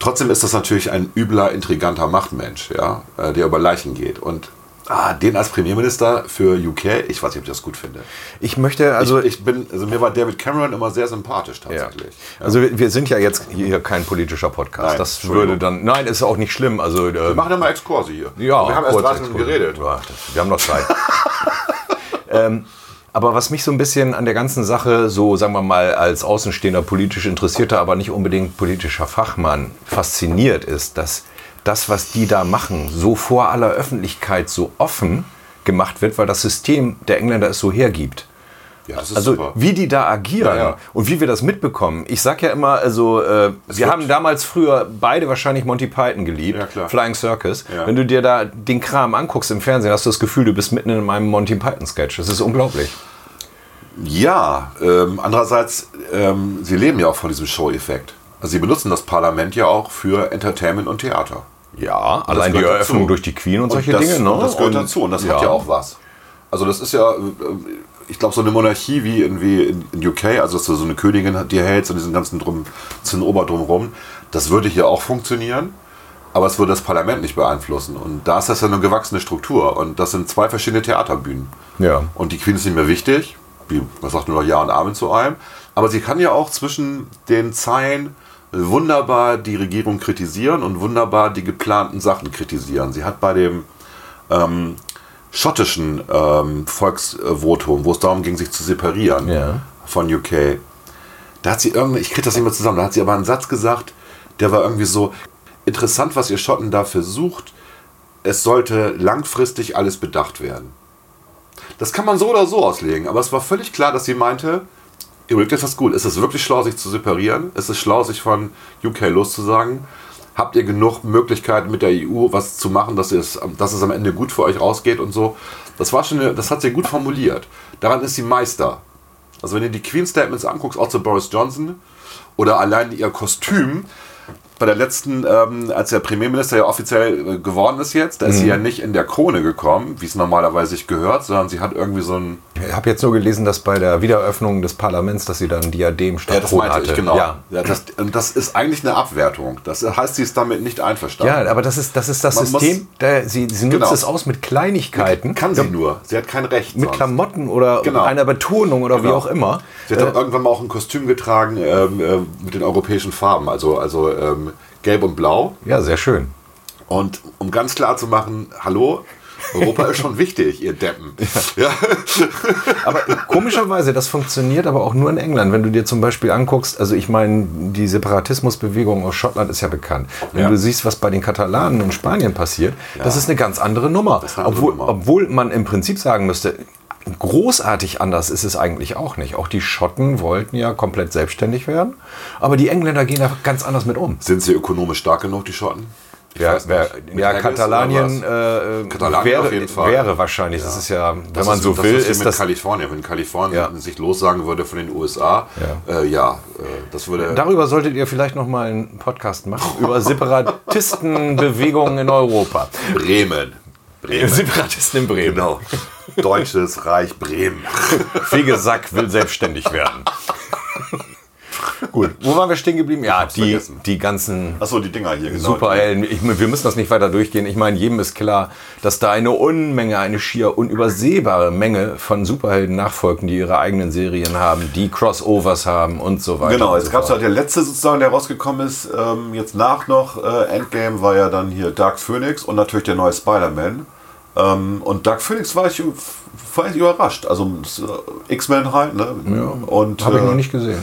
[SPEAKER 1] Trotzdem ist das natürlich ein übler, intriganter Machtmensch, ja, äh, der über Leichen geht. Und ah, den als Premierminister für UK, ich weiß nicht, ob ich das gut finde.
[SPEAKER 2] ich möchte, also
[SPEAKER 1] Also ich bin, also mir war David Cameron immer sehr sympathisch tatsächlich.
[SPEAKER 2] Ja. Also wir, wir sind ja jetzt hier kein politischer Podcast.
[SPEAKER 1] Nein,
[SPEAKER 2] das
[SPEAKER 1] Entschuldigung.
[SPEAKER 2] würde dann. Nein, ist auch nicht schlimm. Also äh,
[SPEAKER 1] Wir machen ja mal Exkurse hier.
[SPEAKER 2] ja,
[SPEAKER 1] wir haben erst
[SPEAKER 2] kurz
[SPEAKER 1] 30 Minuten
[SPEAKER 2] Exkurs.
[SPEAKER 1] geredet.
[SPEAKER 2] Ja, das, wir haben noch Zeit. ähm, aber was mich so ein bisschen an der ganzen Sache, so sagen wir mal, als außenstehender politisch interessierter, aber nicht unbedingt politischer Fachmann fasziniert, ist, dass das, was die da machen, so vor aller Öffentlichkeit so offen gemacht wird, weil das System der Engländer es so hergibt.
[SPEAKER 1] Ja, das ist
[SPEAKER 2] Also
[SPEAKER 1] super.
[SPEAKER 2] wie die da agieren
[SPEAKER 1] Ja, ja.
[SPEAKER 2] und wie wir das mitbekommen. Ich sag ja immer, also äh, wir
[SPEAKER 1] wird-
[SPEAKER 2] haben damals früher beide wahrscheinlich Monty Python geliebt,
[SPEAKER 1] Ja, klar.
[SPEAKER 2] Flying Circus.
[SPEAKER 1] Ja.
[SPEAKER 2] Wenn du dir da den Kram anguckst im Fernsehen, hast du das Gefühl, du bist mitten in einem Monty Python Sketch. Das ist unglaublich.
[SPEAKER 1] Ja, ähm, andererseits, ähm, sie leben ja auch von diesem Show-Effekt. Also sie benutzen das Parlament ja auch für Entertainment und Theater.
[SPEAKER 2] Ja, allein die
[SPEAKER 1] gehört
[SPEAKER 2] Eröffnung
[SPEAKER 1] dazu.
[SPEAKER 2] durch die Queen und, solche
[SPEAKER 1] das,
[SPEAKER 2] Dinge. Ne?
[SPEAKER 1] Und das gehört dazu und das hat ja auch was. Also das ist ja, äh, ich glaube, so eine Monarchie wie in, wie in in UK, also dass du so eine Königin hat- dir hältst und diesen ganzen drum, diesen Ober drumrum, das würde hier auch funktionieren. Aber es würde das Parlament nicht beeinflussen. Und da ist das ja eine gewachsene Struktur. Und das sind zwei verschiedene Theaterbühnen.
[SPEAKER 2] Ja.
[SPEAKER 1] Und die Queen ist nicht mehr wichtig. Die, man sagt nur noch Ja und Amen zu allem. Aber sie kann ja auch zwischen den Zeilen wunderbar die Regierung kritisieren und wunderbar die geplanten Sachen kritisieren. Sie hat bei dem ähm, schottischen ähm, Volksvotum, wo es darum ging, sich zu separieren
[SPEAKER 2] Ja.
[SPEAKER 1] von UK, da hat sie irgendwie, ich kriege das nicht mehr zusammen, da hat sie aber einen Satz gesagt, der war irgendwie so interessant, was ihr Schotten da versucht. Es sollte langfristig alles bedacht werden. Das kann man so oder so auslegen, aber es war völlig klar, dass sie meinte, überlegt euch das gut, ist es wirklich schlau, sich zu separieren? Ist es schlau, sich von UK loszusagen? Habt ihr genug Möglichkeiten mit der EU was zu machen, dass, ihr es, dass es am Ende gut für euch rausgeht und so? Das war schon, eine, das hat sie gut formuliert. Daran ist sie Meister. Also wenn du die Queen Statements anguckst, auch zu Boris Johnson oder allein ihr Kostüm, bei der letzten, ähm, als der Premierminister ja offiziell äh, geworden ist jetzt, da ist sie ja nicht in der Krone gekommen, wie es normalerweise sich gehört, sondern sie hat irgendwie so ein,
[SPEAKER 2] Ich habe jetzt nur gelesen, dass bei der Wiedereröffnung des Parlaments, dass sie dann ein Diadem statt
[SPEAKER 1] ja, das
[SPEAKER 2] Krone
[SPEAKER 1] meinte
[SPEAKER 2] hatte.
[SPEAKER 1] ich, genau.
[SPEAKER 2] Ja.
[SPEAKER 1] Ja, das, und das ist eigentlich eine Abwertung. Das heißt, sie ist damit nicht einverstanden.
[SPEAKER 2] Ja, aber das ist das, ist das
[SPEAKER 1] Man muss-
[SPEAKER 2] System, da, sie, sie nutzt
[SPEAKER 1] Genau.
[SPEAKER 2] es aus mit Kleinigkeiten.
[SPEAKER 1] Kann sie nur. Sie hat kein Recht.
[SPEAKER 2] mit
[SPEAKER 1] sonst.
[SPEAKER 2] Klamotten oder
[SPEAKER 1] Genau.
[SPEAKER 2] einer Betonung oder wie
[SPEAKER 1] Genau.
[SPEAKER 2] auch immer.
[SPEAKER 1] Sie hat doch irgendwann mal auch ein Kostüm getragen ähm, ähm, mit den europäischen Farben, also, also ähm, gelb und blau.
[SPEAKER 2] Ja, sehr schön.
[SPEAKER 1] Und um ganz klar zu machen, hallo, Europa ist schon wichtig, ihr Deppen. Ja.
[SPEAKER 2] Aber komischerweise, das funktioniert aber auch nur in England. Wenn du dir zum Beispiel anguckst, also ich meine, die Separatismusbewegung aus Schottland ist ja bekannt. Wenn
[SPEAKER 1] Ja.
[SPEAKER 2] du siehst, was bei den Katalanen in Spanien passiert, das ist eine ganz andere Nummer.
[SPEAKER 1] ist eine andere
[SPEAKER 2] obwohl,
[SPEAKER 1] Nummer.
[SPEAKER 2] obwohl man im Prinzip sagen müsste, großartig anders ist es eigentlich auch nicht. Auch die Schotten wollten ja komplett selbstständig werden, aber die Engländer gehen da ganz anders mit um.
[SPEAKER 1] Sind sie ökonomisch stark genug, die Schotten? Ich
[SPEAKER 2] Ja,
[SPEAKER 1] weiß nicht.
[SPEAKER 2] wer,
[SPEAKER 1] Mit
[SPEAKER 2] ja
[SPEAKER 1] Haggis
[SPEAKER 2] Katalanien,
[SPEAKER 1] oder was?
[SPEAKER 2] äh, äh,
[SPEAKER 1] Katalanien
[SPEAKER 2] wäre,
[SPEAKER 1] auf jeden Fall.
[SPEAKER 2] wäre wahrscheinlich. Das ist ja, wenn
[SPEAKER 1] Das
[SPEAKER 2] man
[SPEAKER 1] ist-
[SPEAKER 2] so
[SPEAKER 1] das
[SPEAKER 2] will,
[SPEAKER 1] ist, hier
[SPEAKER 2] ist
[SPEAKER 1] mit
[SPEAKER 2] das.
[SPEAKER 1] Kalifornien. Wenn Kalifornien
[SPEAKER 2] Ja.
[SPEAKER 1] sich lossagen würde von den USA,
[SPEAKER 2] Ja.
[SPEAKER 1] ja, äh, ja äh, das würde.
[SPEAKER 2] Darüber solltet ihr vielleicht noch mal einen Podcast machen über Separatistenbewegungen in Europa.
[SPEAKER 1] Bremen. Bremen.
[SPEAKER 2] Separatisten in Bremen.
[SPEAKER 1] Genau. Deutsches Reich Bremen.
[SPEAKER 2] Fegesack will selbstständig werden. Gut, wo waren wir stehen geblieben? Ja, die,
[SPEAKER 1] vergessen.
[SPEAKER 2] die ganzen
[SPEAKER 1] Achso, die Dinger hier. Genau.
[SPEAKER 2] Superhelden. Ich, wir müssen das nicht weiter durchgehen. Ich meine, jedem ist klar, dass da eine Unmenge, eine schier unübersehbare Menge von Superhelden nachfolgen, die ihre eigenen Serien haben, die Crossovers haben und so weiter.
[SPEAKER 1] Genau,
[SPEAKER 2] und
[SPEAKER 1] es
[SPEAKER 2] so
[SPEAKER 1] gab
[SPEAKER 2] fort.
[SPEAKER 1] halt der letzte sozusagen, der rausgekommen ist. Ähm, jetzt nach noch äh, Endgame war ja dann hier Dark Phoenix und natürlich der neue Spider-Man. Ähm, und Dark Phoenix war ich, war ich überrascht. Also es, äh, X-Men halt, ne? Und
[SPEAKER 2] Habe ich
[SPEAKER 1] äh,
[SPEAKER 2] noch nicht gesehen.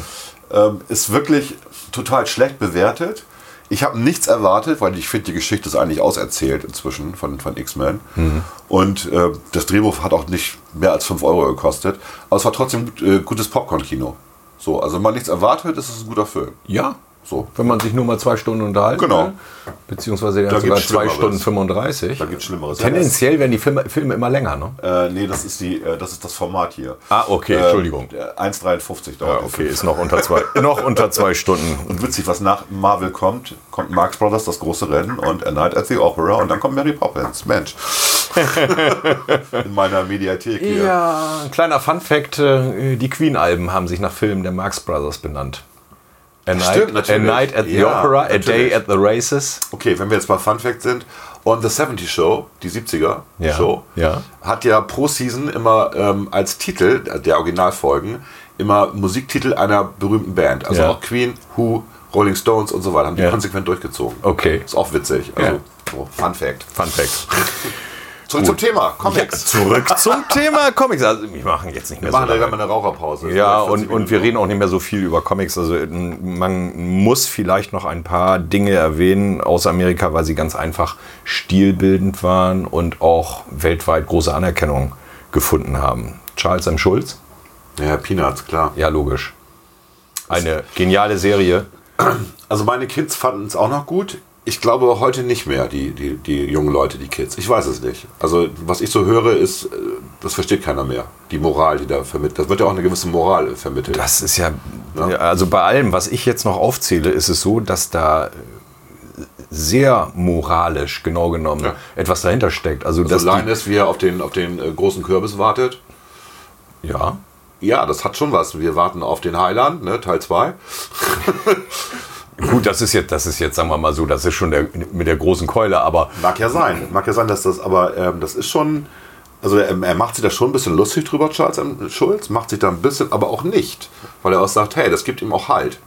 [SPEAKER 1] ähm, ist wirklich total schlecht bewertet. Ich habe nichts erwartet, weil ich finde, die Geschichte ist eigentlich auserzählt inzwischen von, von X-Men.
[SPEAKER 2] Mhm.
[SPEAKER 1] Und äh, das Drehbuch hat auch nicht mehr als 5 Euro gekostet. Aber es war trotzdem gut, äh, gutes Popcorn-Kino. So, also wenn man nichts erwartet, ist es ein guter Film.
[SPEAKER 2] Ja,
[SPEAKER 1] So.
[SPEAKER 2] Wenn man sich nur mal zwei Stunden unterhalten
[SPEAKER 1] Genau.
[SPEAKER 2] will, beziehungsweise ja,
[SPEAKER 1] Da
[SPEAKER 2] sogar
[SPEAKER 1] gibt's
[SPEAKER 2] zwei
[SPEAKER 1] Schlimmeres.
[SPEAKER 2] Stunden 35.
[SPEAKER 1] Da gibt's Schlimmeres.
[SPEAKER 2] Tendenziell werden die Filme, Filme immer länger, ne?
[SPEAKER 1] Äh, nee, das ist, die, äh, das ist das Format hier.
[SPEAKER 2] Ah, okay,
[SPEAKER 1] Ähm,
[SPEAKER 2] Entschuldigung.
[SPEAKER 1] äh, 1,53
[SPEAKER 2] Ja,
[SPEAKER 1] dauert der
[SPEAKER 2] okay,
[SPEAKER 1] Film.
[SPEAKER 2] ist noch unter zwei, noch unter zwei Stunden.
[SPEAKER 1] Und witzig, was nach Marvel kommt, kommt Marx Brothers, das große Rennen und A Night at the Opera und dann kommt Mary Poppins. Mensch. In meiner Mediathek hier.
[SPEAKER 2] Ja, ein kleiner Fun-Fact: äh, Die Queen-Alben haben sich nach Filmen der Marx Brothers benannt. A Night,
[SPEAKER 1] Stimmt,
[SPEAKER 2] a
[SPEAKER 1] natürlich.
[SPEAKER 2] night at the
[SPEAKER 1] Ja,
[SPEAKER 2] Opera, A Day
[SPEAKER 1] natürlich.
[SPEAKER 2] at the Races.
[SPEAKER 1] Okay, wenn wir jetzt bei Fun Fact sind, On the 70 Show, die 70er
[SPEAKER 2] Ja,
[SPEAKER 1] Show,
[SPEAKER 2] ja.
[SPEAKER 1] hat ja pro Season immer ähm, als Titel der Originalfolgen immer Musiktitel einer berühmten Band. Also
[SPEAKER 2] Ja.
[SPEAKER 1] auch Queen, Who, Rolling Stones und so weiter, haben die
[SPEAKER 2] Ja.
[SPEAKER 1] konsequent durchgezogen.
[SPEAKER 2] Okay.
[SPEAKER 1] Ist auch witzig. Also,
[SPEAKER 2] Ja.
[SPEAKER 1] so, Fun Fact.
[SPEAKER 2] Fun-Fact.
[SPEAKER 1] Zurück zum Thema, Comics.
[SPEAKER 2] Zurück zum Thema Comics. Also, wir machen jetzt nicht mehr so
[SPEAKER 1] Machen wir
[SPEAKER 2] lange.
[SPEAKER 1] dann mal eine Raucherpause.
[SPEAKER 2] Ja,
[SPEAKER 1] Das
[SPEAKER 2] und,
[SPEAKER 1] ist
[SPEAKER 2] und wir reden auch nicht mehr so viel über Comics. Also m, man muss vielleicht noch ein paar Dinge erwähnen aus Amerika, weil sie ganz einfach stilbildend waren und auch weltweit große Anerkennung gefunden haben. Charles M. Schulz?
[SPEAKER 1] Ja, Peanuts, klar.
[SPEAKER 2] Ja, logisch. Eine geniale Serie.
[SPEAKER 1] Also meine Kids fanden es auch noch gut. Ich glaube heute nicht mehr, die, die, die jungen Leute, die Kids. Ich weiß es nicht. Also was ich so höre, ist, äh, das versteht keiner mehr. Die Moral, die da vermittelt. Das wird ja auch eine gewisse Moral vermittelt.
[SPEAKER 2] Das ist ja, ja, also bei allem, was ich jetzt noch aufzähle, ist es so, dass da äh, sehr moralisch genau genommen
[SPEAKER 1] Ja.
[SPEAKER 2] etwas dahinter steckt. Also,
[SPEAKER 1] Das
[SPEAKER 2] dass
[SPEAKER 1] so Line ist, wie er auf den, auf den äh, großen Kürbis wartet.
[SPEAKER 2] die, ja,
[SPEAKER 1] Ja, das hat schon was. Wir warten auf den Highland, ne, Teil 2.
[SPEAKER 2] Gut, das ist jetzt, das ist jetzt, sagen wir mal so, das ist schon der, mit der großen Keule, aber
[SPEAKER 1] Mag ja sein. Mag ja sein, dass das, aber ähm, das ist schon. Also er, er macht sich da schon ein bisschen lustig drüber, Charles M. Schulz, macht sich da ein bisschen, aber auch nicht. Weil er auch sagt, hey, das gibt ihm auch Halt.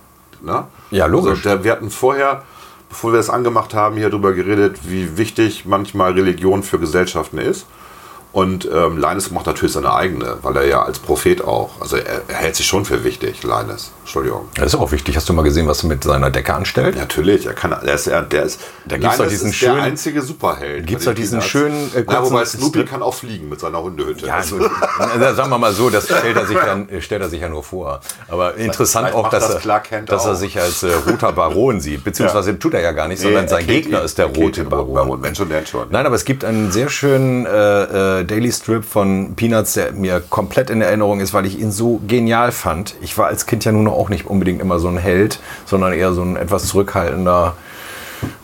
[SPEAKER 1] Ne?
[SPEAKER 2] Ja, logisch.
[SPEAKER 1] Also, der, wir hatten vorher, bevor wir das angemacht haben, hier drüber geredet, wie wichtig manchmal Religion für Gesellschaften ist. Und ähm, Leines macht natürlich seine eigene, weil er ja als Prophet auch, also er, er hält sich schon für wichtig, Leines. Entschuldigung.
[SPEAKER 2] das ist auch wichtig. Hast du mal gesehen, was er mit seiner Decke anstellt?
[SPEAKER 1] Natürlich, er kann, er ist, er, der ist,
[SPEAKER 2] Da gibt's doch
[SPEAKER 1] Linus
[SPEAKER 2] diesen
[SPEAKER 1] ist
[SPEAKER 2] schönen-
[SPEAKER 1] der einzige Superheld.
[SPEAKER 2] gibt's
[SPEAKER 1] bei
[SPEAKER 2] doch
[SPEAKER 1] den
[SPEAKER 2] diesen
[SPEAKER 1] Peanuts.
[SPEAKER 2] schönen, äh,
[SPEAKER 1] ja,
[SPEAKER 2] kurzen
[SPEAKER 1] wobei Snoopy
[SPEAKER 2] Strip.
[SPEAKER 1] kann auch fliegen mit seiner Hundehütte.
[SPEAKER 2] Ja, also, na, sagen wir mal so, das stellt er sich, dann, äh, stellt er sich ja nur vor. Aber interessant
[SPEAKER 1] vielleicht
[SPEAKER 2] auch,
[SPEAKER 1] macht
[SPEAKER 2] dass,
[SPEAKER 1] das
[SPEAKER 2] er,
[SPEAKER 1] Clark Kent
[SPEAKER 2] dass er
[SPEAKER 1] auch.
[SPEAKER 2] sich als äh, roter Baron sieht. Beziehungsweise tut er ja gar nicht,
[SPEAKER 1] Nee,
[SPEAKER 2] sondern
[SPEAKER 1] er
[SPEAKER 2] sein
[SPEAKER 1] kennt
[SPEAKER 2] Gegner
[SPEAKER 1] ihn.
[SPEAKER 2] ist der
[SPEAKER 1] Er kennt
[SPEAKER 2] rote
[SPEAKER 1] den
[SPEAKER 2] Baron.
[SPEAKER 1] Wenn schon, denn schon.
[SPEAKER 2] Nein, aber es gibt einen sehr schönen äh, äh, Daily Strip von Peanuts, der mir komplett in Erinnerung ist, weil ich ihn so genial fand. Ich war als Kind ja nun auch nicht unbedingt immer so ein Held, sondern eher so ein etwas zurückhaltender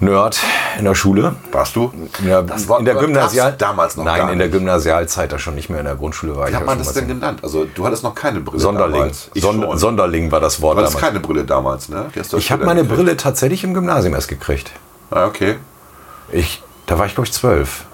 [SPEAKER 2] Nerd in der Schule.
[SPEAKER 1] Warst du?
[SPEAKER 2] Ja,
[SPEAKER 1] war-
[SPEAKER 2] in der
[SPEAKER 1] war-
[SPEAKER 2] Gymnasial
[SPEAKER 1] gab's damals noch
[SPEAKER 2] Nein,
[SPEAKER 1] gar
[SPEAKER 2] in der
[SPEAKER 1] nicht.
[SPEAKER 2] Gymnasialzeit da schon nicht mehr in der Grundschule war
[SPEAKER 1] Wie
[SPEAKER 2] ich
[SPEAKER 1] hat
[SPEAKER 2] ja
[SPEAKER 1] man
[SPEAKER 2] schon
[SPEAKER 1] das
[SPEAKER 2] mal
[SPEAKER 1] denn genannt? Also du hattest noch keine Brille
[SPEAKER 2] Sonderling.
[SPEAKER 1] damals. Ich
[SPEAKER 2] Sonder,
[SPEAKER 1] schon.
[SPEAKER 2] Sonderling war das Wort
[SPEAKER 1] Du hattest
[SPEAKER 2] damals.
[SPEAKER 1] keine Brille damals, ne? Die hast du erst
[SPEAKER 2] Ich habe
[SPEAKER 1] später
[SPEAKER 2] meine
[SPEAKER 1] gekriegt.
[SPEAKER 2] Brille tatsächlich im Gymnasium erst gekriegt.
[SPEAKER 1] Ah, okay.
[SPEAKER 2] Ich, da war ich glaube ich zwölf.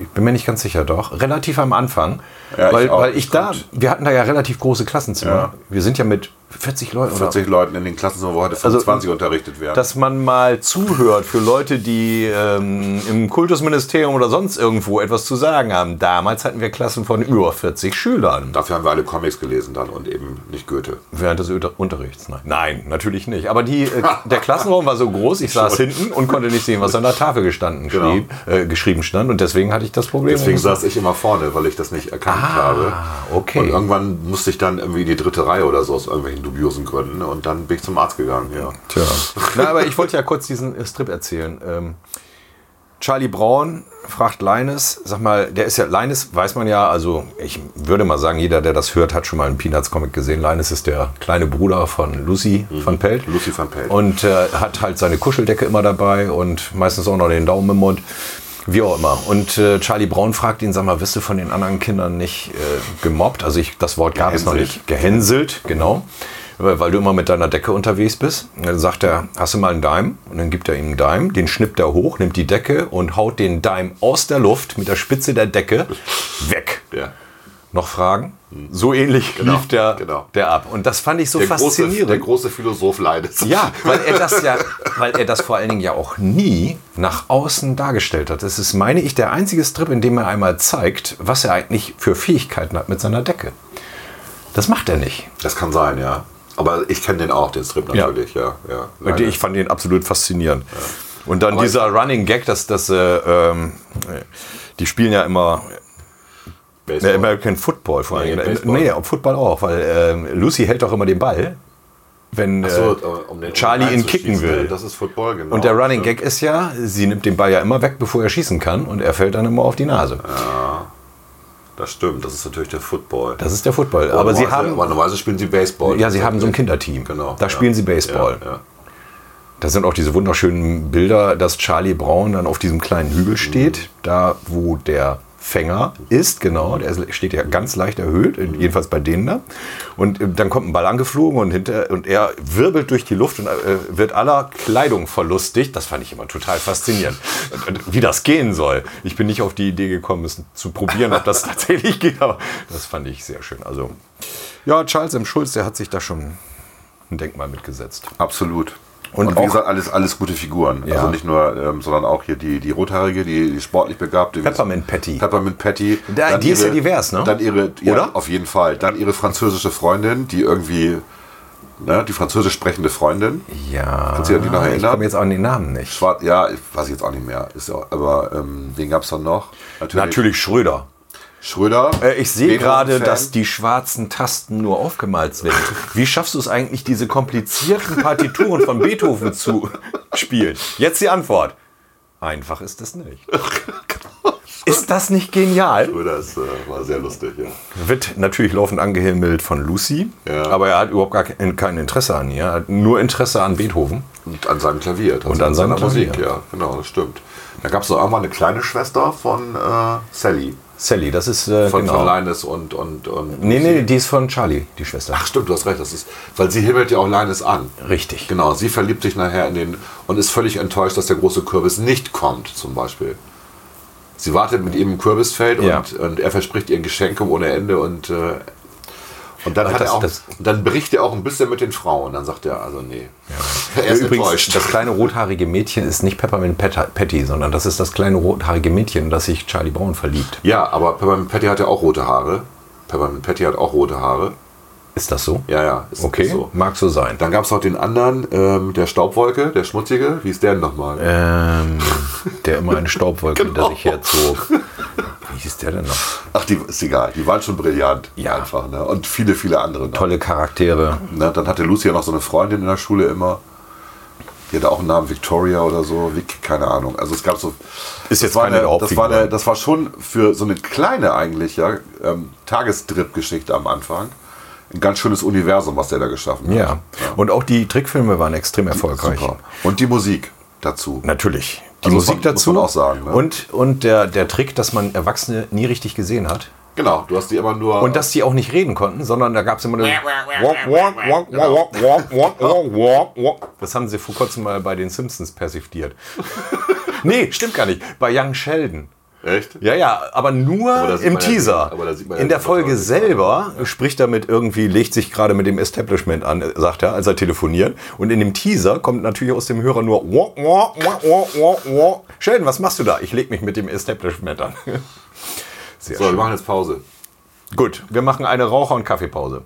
[SPEAKER 2] Ich bin mir nicht ganz sicher, doch. Relativ am Anfang.
[SPEAKER 1] Ja, ich
[SPEAKER 2] weil,
[SPEAKER 1] auch.
[SPEAKER 2] weil ich da, wir hatten da ja relativ große Klassenzimmer.
[SPEAKER 1] Ja.
[SPEAKER 2] Wir sind ja mit 40 Leuten oder Also,
[SPEAKER 1] 40 Leuten in den Klassen, wo heute 25 unterrichtet werden.
[SPEAKER 2] dass man mal zuhört für Leute, die ähm, im Kultusministerium oder sonst irgendwo etwas zu sagen haben. Damals hatten wir Klassen von über 40 Schülern.
[SPEAKER 1] Dafür haben wir alle Comics gelesen dann und eben nicht Goethe.
[SPEAKER 2] Während des Öter- Unterrichts, nein. Nein, natürlich nicht. Aber die, äh, der Klassenraum war so groß, ich saß hinten und konnte nicht sehen, was an der Tafel gestanden
[SPEAKER 1] Genau.
[SPEAKER 2] schrieb, äh, geschrieben stand. Und deswegen hatte ich das Problem.
[SPEAKER 1] Deswegen saß ich immer vorne, weil ich das nicht erkannt
[SPEAKER 2] Ah.
[SPEAKER 1] habe.
[SPEAKER 2] okay.
[SPEAKER 1] Und irgendwann musste ich dann irgendwie in die dritte Reihe oder so aus irgendwelchen dubiosen Gründen. ne? Und dann bin ich zum Arzt gegangen. Ja.
[SPEAKER 2] Tja. Na, aber ich wollte ja kurz diesen äh, Strip erzählen. Ähm, Charlie Brown fragt Linus, sag mal, der ist ja, Linus weiß man ja, also ich würde mal sagen, jeder, der das hört, hat schon mal einen Peanuts-Comic gesehen. Linus ist der kleine Bruder von Lucy van Pelt.
[SPEAKER 1] Mhm. Lucy van Pelt.
[SPEAKER 2] Und äh, hat halt seine Kuscheldecke immer dabei und meistens auch noch den Daumen im Mund. Wie auch immer. Und äh, Charlie Brown fragt ihn, sag mal, wirst du von den anderen Kindern nicht äh, gemobbt? Also ich, das Wort gab es noch
[SPEAKER 1] Gehänselt.
[SPEAKER 2] nicht. Gehänselt, genau. Weil weil du immer mit deiner Decke unterwegs bist. Und Dann sagt er, hast du mal einen Dime? Und dann gibt er ihm einen Dime, den schnippt er hoch, nimmt die Decke und haut den Dime aus der Luft mit der Spitze der Decke weg.
[SPEAKER 1] Ja.
[SPEAKER 2] Noch Fragen? So ähnlich
[SPEAKER 1] Genau,
[SPEAKER 2] lief der,
[SPEAKER 1] genau.
[SPEAKER 2] der ab. Und das fand ich so
[SPEAKER 1] Der, große,
[SPEAKER 2] faszinierend.
[SPEAKER 1] der große Philosoph leidet.
[SPEAKER 2] Ja, weil er das ja, weil er das vor allen Dingen ja auch nie nach außen dargestellt hat. Das ist, meine ich, der einzige Strip, in dem er einmal zeigt, was er eigentlich für Fähigkeiten hat mit seiner Decke. Das macht er nicht.
[SPEAKER 1] Das kann sein, ja. Aber ich kenne den auch, den Strip natürlich, ja. ja,
[SPEAKER 2] Und
[SPEAKER 1] Leider.
[SPEAKER 2] ich fand ihn absolut faszinierend. Und dann
[SPEAKER 1] Aber
[SPEAKER 2] dieser Running Gag, dass das, äh, ähm, die spielen ja immer
[SPEAKER 1] Baseball.
[SPEAKER 2] äh, American Football vor
[SPEAKER 1] Nee,
[SPEAKER 2] allen Dingen.
[SPEAKER 1] Baseball.
[SPEAKER 2] Nee, Football auch, weil ähm, Lucy hält doch immer den Ball. wenn
[SPEAKER 1] So,
[SPEAKER 2] äh,
[SPEAKER 1] um den- um
[SPEAKER 2] Charlie ihn
[SPEAKER 1] reinzuschießen,
[SPEAKER 2] kicken will.
[SPEAKER 1] Das ist Football, genau.
[SPEAKER 2] und der Running Gag ist ja, sie nimmt den Ball ja immer weg, bevor er schießen kann und er fällt dann immer auf die Nase.
[SPEAKER 1] Das stimmt, das ist natürlich der Football.
[SPEAKER 2] Das ist der Football. Aber sie
[SPEAKER 1] Normalerweise-
[SPEAKER 2] haben,
[SPEAKER 1] aber normalerweise spielen sie Baseball.
[SPEAKER 2] ja, sie haben so ein Kinderteam.
[SPEAKER 1] Genau.
[SPEAKER 2] Da
[SPEAKER 1] ja.
[SPEAKER 2] spielen sie Baseball.
[SPEAKER 1] Ja, ja.
[SPEAKER 2] Da sind auch diese wunderschönen Bilder, dass Charlie Brown dann auf diesem kleinen Hügel steht, da wo der Fänger ist, genau, der ist- steht ja ganz leicht erhöht, jedenfalls bei denen da. Und äh, dann kommt ein Ball angeflogen und, hinter, und er wirbelt durch die Luft und äh, wird aller Kleidung verlustigt. Das fand ich immer total faszinierend, Und, äh, wie das gehen soll. Ich bin nicht auf die Idee gekommen, es zu probieren, ob das tatsächlich geht, aber das fand ich sehr schön. Also, ja, Charles M. Schulz, der hat sich da schon ein Denkmal mitgesetzt.
[SPEAKER 1] Absolut.
[SPEAKER 2] Und
[SPEAKER 1] Und,
[SPEAKER 2] auch-
[SPEAKER 1] wie gesagt, alles, alles gute Figuren.
[SPEAKER 2] Ja.
[SPEAKER 1] Also nicht nur, ähm, sondern auch hier die, die Rothaarige, die, die sportlich begabte.
[SPEAKER 2] Peppermint Patty.
[SPEAKER 1] Peppermint Patty.
[SPEAKER 2] Da- die ist ja divers, ne?
[SPEAKER 1] Dann ihre, ja,
[SPEAKER 2] Oder?
[SPEAKER 1] auf jeden Fall. Dann ihre französische Freundin, die irgendwie, ne, die französisch sprechende Freundin.
[SPEAKER 2] Ja.
[SPEAKER 1] Kannst du dich an die noch
[SPEAKER 2] Ich
[SPEAKER 1] erinnern?
[SPEAKER 2] komme jetzt an den Namen nicht.
[SPEAKER 1] Schwar- Ja, ich weiß ich jetzt auch nicht mehr. Ist ja, aber ähm, den gab es dann noch. Natürlich.
[SPEAKER 2] Schröder.
[SPEAKER 1] Schröder.
[SPEAKER 2] Äh, ich sehe gerade,
[SPEAKER 1] Beethoven-Fan.
[SPEAKER 2] dass die schwarzen Tasten nur aufgemalt sind. Wie schaffst du es eigentlich, diese komplizierten Partituren von Beethoven zu spielen? Jetzt die Antwort. Einfach ist es nicht. Ist das nicht genial?
[SPEAKER 1] Schröder ist, äh, war sehr lustig, ja.
[SPEAKER 2] Wird natürlich laufend angehimmelt von Lucy,
[SPEAKER 1] Ja.
[SPEAKER 2] aber er hat überhaupt gar kein, kein Interesse an ihr. Er hat nur Interesse an Beethoven.
[SPEAKER 1] Und an seinem Klavier. Und
[SPEAKER 2] an seinem
[SPEAKER 1] Musik,
[SPEAKER 2] Klavier.
[SPEAKER 1] ja, genau, das stimmt. Da gab es noch einmal eine kleine Schwester von äh, Sally.
[SPEAKER 2] Sally, das ist äh,
[SPEAKER 1] Von,
[SPEAKER 2] genau.
[SPEAKER 1] von Linus und. und, und
[SPEAKER 2] nee, nee, die ist von Charlie, die Schwester.
[SPEAKER 1] Ach, stimmt, du hast recht. Das ist, weil sie himmelt ja auch Linus an.
[SPEAKER 2] Richtig.
[SPEAKER 1] Genau, sie verliebt sich nachher in den. Und ist völlig enttäuscht, dass der große Kürbis nicht kommt, zum Beispiel. Sie wartet mit ihm im Kürbisfeld
[SPEAKER 2] Ja.
[SPEAKER 1] und, und er verspricht ihr Geschenke ohne Ende und. Äh, und dann,
[SPEAKER 2] Ach,
[SPEAKER 1] hat
[SPEAKER 2] das-
[SPEAKER 1] er auch,
[SPEAKER 2] das-
[SPEAKER 1] und dann bricht er auch ein bisschen mit den Frauen. Dann sagt er, also nee. Er
[SPEAKER 2] Ja,
[SPEAKER 1] ist
[SPEAKER 2] Übrigens,
[SPEAKER 1] enttäuscht.
[SPEAKER 2] das kleine rothaarige Mädchen ist nicht Peppermint Pat- Patty, sondern das ist das kleine rothaarige Mädchen, das sich Charlie Brown verliebt.
[SPEAKER 1] Ja, aber Peppermint Patty hat ja auch rote Haare. Peppermint Patty hat auch rote Haare.
[SPEAKER 2] Ist das so?
[SPEAKER 1] Ja, ja, ist
[SPEAKER 2] Okay,
[SPEAKER 1] so.
[SPEAKER 2] mag so sein.
[SPEAKER 1] Dann gab es noch den anderen, ähm, der Staubwolke, der Schmutzige. Wie ist der denn nochmal?
[SPEAKER 2] Ähm, der immer eine Staubwolke
[SPEAKER 1] Genau.
[SPEAKER 2] hinter sich herzog. Wie hieß der denn noch?
[SPEAKER 1] Ach, die ist egal. Die waren schon brillant.
[SPEAKER 2] Ja.
[SPEAKER 1] Einfach, ne? Und viele, viele andere noch.
[SPEAKER 2] Tolle Charaktere.
[SPEAKER 1] Ne? Dann hatte Lucy ja noch so eine Freundin in der Schule immer. Die hatte auch einen Namen, Victoria oder so. Vic, keine Ahnung. Also es gab so...
[SPEAKER 2] Ist jetzt
[SPEAKER 1] das war
[SPEAKER 2] keine der
[SPEAKER 1] eine, das, war
[SPEAKER 2] Hauptfiguren.
[SPEAKER 1] eine, das war schon für so eine kleine eigentlich, ja, ähm, Tagestrip-Geschichte am Anfang. Ein ganz schönes Universum, was der da geschaffen hat.
[SPEAKER 2] Ja. Und auch die Trickfilme waren extrem erfolgreich.
[SPEAKER 1] Super. Und die Musik dazu.
[SPEAKER 2] Natürlich. Die
[SPEAKER 1] Also muss
[SPEAKER 2] Musik
[SPEAKER 1] man- muss
[SPEAKER 2] dazu.
[SPEAKER 1] man auch sagen, ne?
[SPEAKER 2] Und, und der, der Trick, dass man Erwachsene nie richtig gesehen hat.
[SPEAKER 1] Genau, du hast die immer nur.
[SPEAKER 2] Und dass die auch nicht reden konnten, sondern da gab es immer nur. Das haben sie vor kurzem mal bei den Simpsons persifliert. nee, stimmt gar nicht. Bei Young Sheldon.
[SPEAKER 1] Echt?
[SPEAKER 2] Ja, ja, aber nur
[SPEAKER 1] Aber da sieht
[SPEAKER 2] im
[SPEAKER 1] man ja-
[SPEAKER 2] Teaser.
[SPEAKER 1] aber da sieht man ja
[SPEAKER 2] In der
[SPEAKER 1] nicht, was
[SPEAKER 2] Folge
[SPEAKER 1] da ist.
[SPEAKER 2] selber spricht er mit irgendwie, legt sich gerade mit dem Establishment an, äh, sagt er, als er telefoniert. Und in dem Teaser kommt natürlich aus dem Hörer nur wah, wah, wah, wah, wah, wah. Sheldon, was machst du da? Ich leg mich mit dem Establishment an. Sehr
[SPEAKER 1] So, wir machen jetzt Pause.
[SPEAKER 2] Gut, wir machen eine Raucher- und Kaffeepause.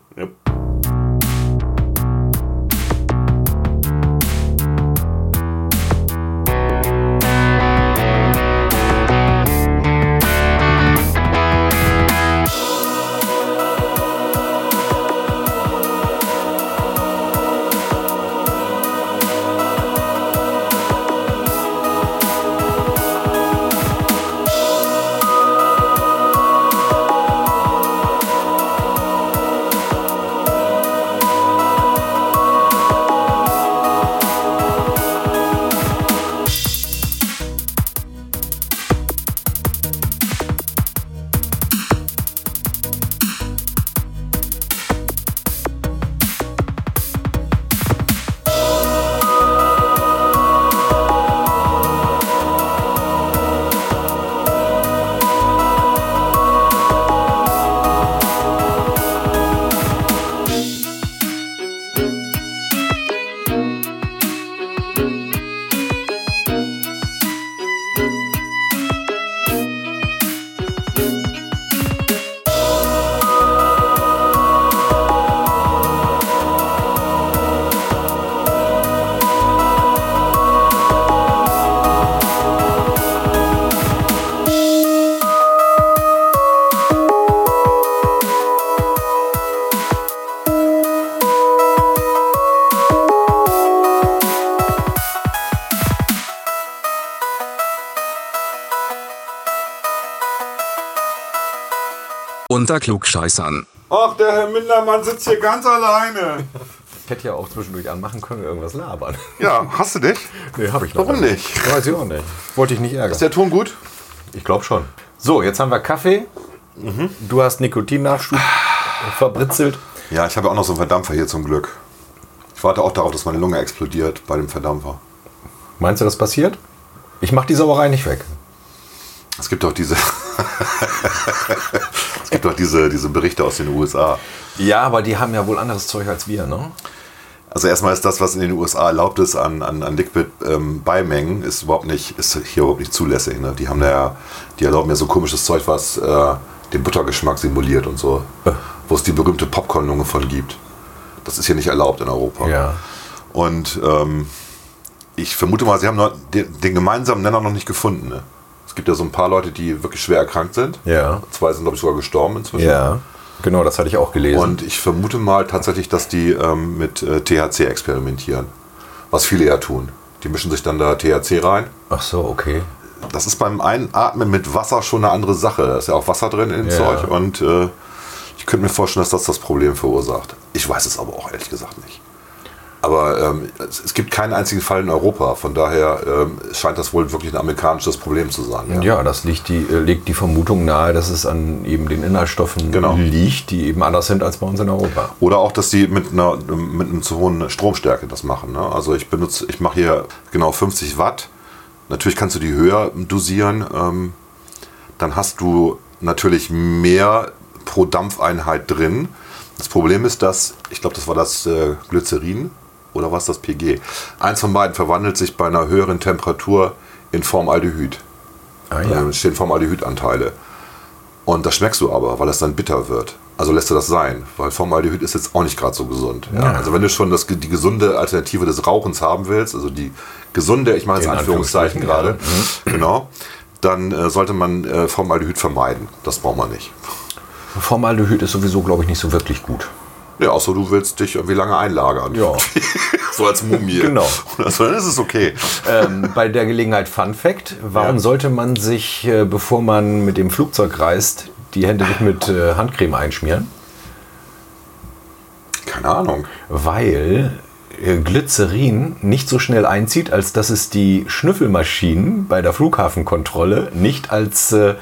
[SPEAKER 3] Unter Klugscheißern.
[SPEAKER 1] Ach, der Herr Mindermann sitzt hier ganz alleine.
[SPEAKER 2] Ich hätte ja auch zwischendurch anmachen können und irgendwas labern.
[SPEAKER 1] Ja, hast du dich?
[SPEAKER 2] Nee, habe ich noch
[SPEAKER 1] Warum nicht?
[SPEAKER 2] Weiß ich auch nicht. Wollte ich nicht ärgern.
[SPEAKER 1] Ist der Ton gut?
[SPEAKER 2] Ich glaube schon. So, jetzt haben wir Kaffee. Du hast Nikotinnachschub verbritzelt.
[SPEAKER 1] Ja, ich habe auch noch so einen Verdampfer hier zum Glück. Ich warte auch darauf, dass meine Lunge explodiert bei dem Verdampfer.
[SPEAKER 2] Meinst du, das passiert? Ich mache die Sauerei nicht weg.
[SPEAKER 1] Es gibt doch diese. es gibt doch diese, diese Berichte aus den USA.
[SPEAKER 2] Ja, aber die haben ja wohl anderes Zeug als wir, ne?
[SPEAKER 1] Also erstmal ist das, was in den USA erlaubt ist an, an, an Liquid-Beimengen, ist überhaupt nicht, ist hier überhaupt nicht zulässig. Ne? Die haben da ja, die erlauben ja so komisches Zeug, was äh, den Buttergeschmack simuliert und so.
[SPEAKER 2] Äh.
[SPEAKER 1] Wo es die berühmte Popcorn-Lunge von gibt. Das ist hier nicht erlaubt in Europa. Und ähm, ich vermute mal, sie haben noch den, den gemeinsamen Nenner noch nicht gefunden. Ne? Es gibt ja so ein paar Leute, die wirklich schwer erkrankt sind.
[SPEAKER 2] Ja.
[SPEAKER 1] Zwei sind, glaube ich, sogar gestorben inzwischen.
[SPEAKER 2] Ja. Genau, das hatte ich auch gelesen.
[SPEAKER 1] Und ich vermute mal tatsächlich, dass die ähm, mit äh, THC experimentieren. Was viele ja tun. Die mischen sich dann da THC rein.
[SPEAKER 2] Ach so, okay.
[SPEAKER 1] Das ist beim Einatmen mit Wasser schon eine andere Sache. Da ist ja auch Wasser drin in dem
[SPEAKER 2] Ja.
[SPEAKER 1] Zeug. Und äh, ich könnte mir vorstellen, dass das das Problem verursacht. Ich weiß es aber auch ehrlich gesagt nicht. Aber ähm, es, es gibt keinen einzigen Fall in Europa. Von daher ähm, scheint das wohl wirklich ein amerikanisches Problem zu sein. ja.
[SPEAKER 2] Ja, das liegt die, äh, legt die Vermutung nahe, dass es an eben den Inhaltsstoffen
[SPEAKER 1] Genau.
[SPEAKER 2] liegt, die eben anders sind als bei uns in Europa.
[SPEAKER 1] Oder auch, dass die mit einer mit einem zu hohen Stromstärke das machen. Ne? Also ich benutze, ich mache hier genau 50 Watt. Natürlich kannst du die höher dosieren. Ähm, dann hast du natürlich mehr pro Dampfeinheit drin. Das Problem ist, dass, ich glaube, das war das äh, Glycerin oder was das PG. Eins von beiden verwandelt sich bei einer höheren Temperatur in Formaldehyd.
[SPEAKER 2] Ah,
[SPEAKER 1] Ja. Da Ähm, stehen Formaldehydanteile. Und das schmeckst du aber, weil das dann bitter wird. Also lässt du das sein, weil Formaldehyd ist jetzt auch nicht gerade so gesund. Ja.
[SPEAKER 2] Ja.
[SPEAKER 1] Also wenn du schon das, die gesunde Alternative des Rauchens haben willst, also die gesunde, ich mache jetzt
[SPEAKER 2] In Mhm.
[SPEAKER 1] Anführungszeichen gerade,
[SPEAKER 2] Anführungsstrichen,
[SPEAKER 1] genau, dann äh, sollte man äh, Formaldehyd vermeiden. Das braucht man nicht.
[SPEAKER 2] Formaldehyd ist sowieso, glaube ich, nicht so wirklich gut.
[SPEAKER 1] Ja, außer du willst dich irgendwie lange einlagern.
[SPEAKER 2] Ja.
[SPEAKER 1] so als Mumie.
[SPEAKER 2] Genau.
[SPEAKER 1] Oder so, dann ist es okay. Äh,
[SPEAKER 2] ähm, bei der Gelegenheit Fun Fact, warum
[SPEAKER 1] Ja.
[SPEAKER 2] sollte man sich, äh, bevor man mit dem Flugzeug reist, die Hände nicht mit äh, Handcreme einschmieren?
[SPEAKER 1] Keine Ahnung.
[SPEAKER 2] Weil äh, Glycerin nicht so schnell einzieht, als dass es die Schnüffelmaschinen bei der Flughafenkontrolle nicht als äh,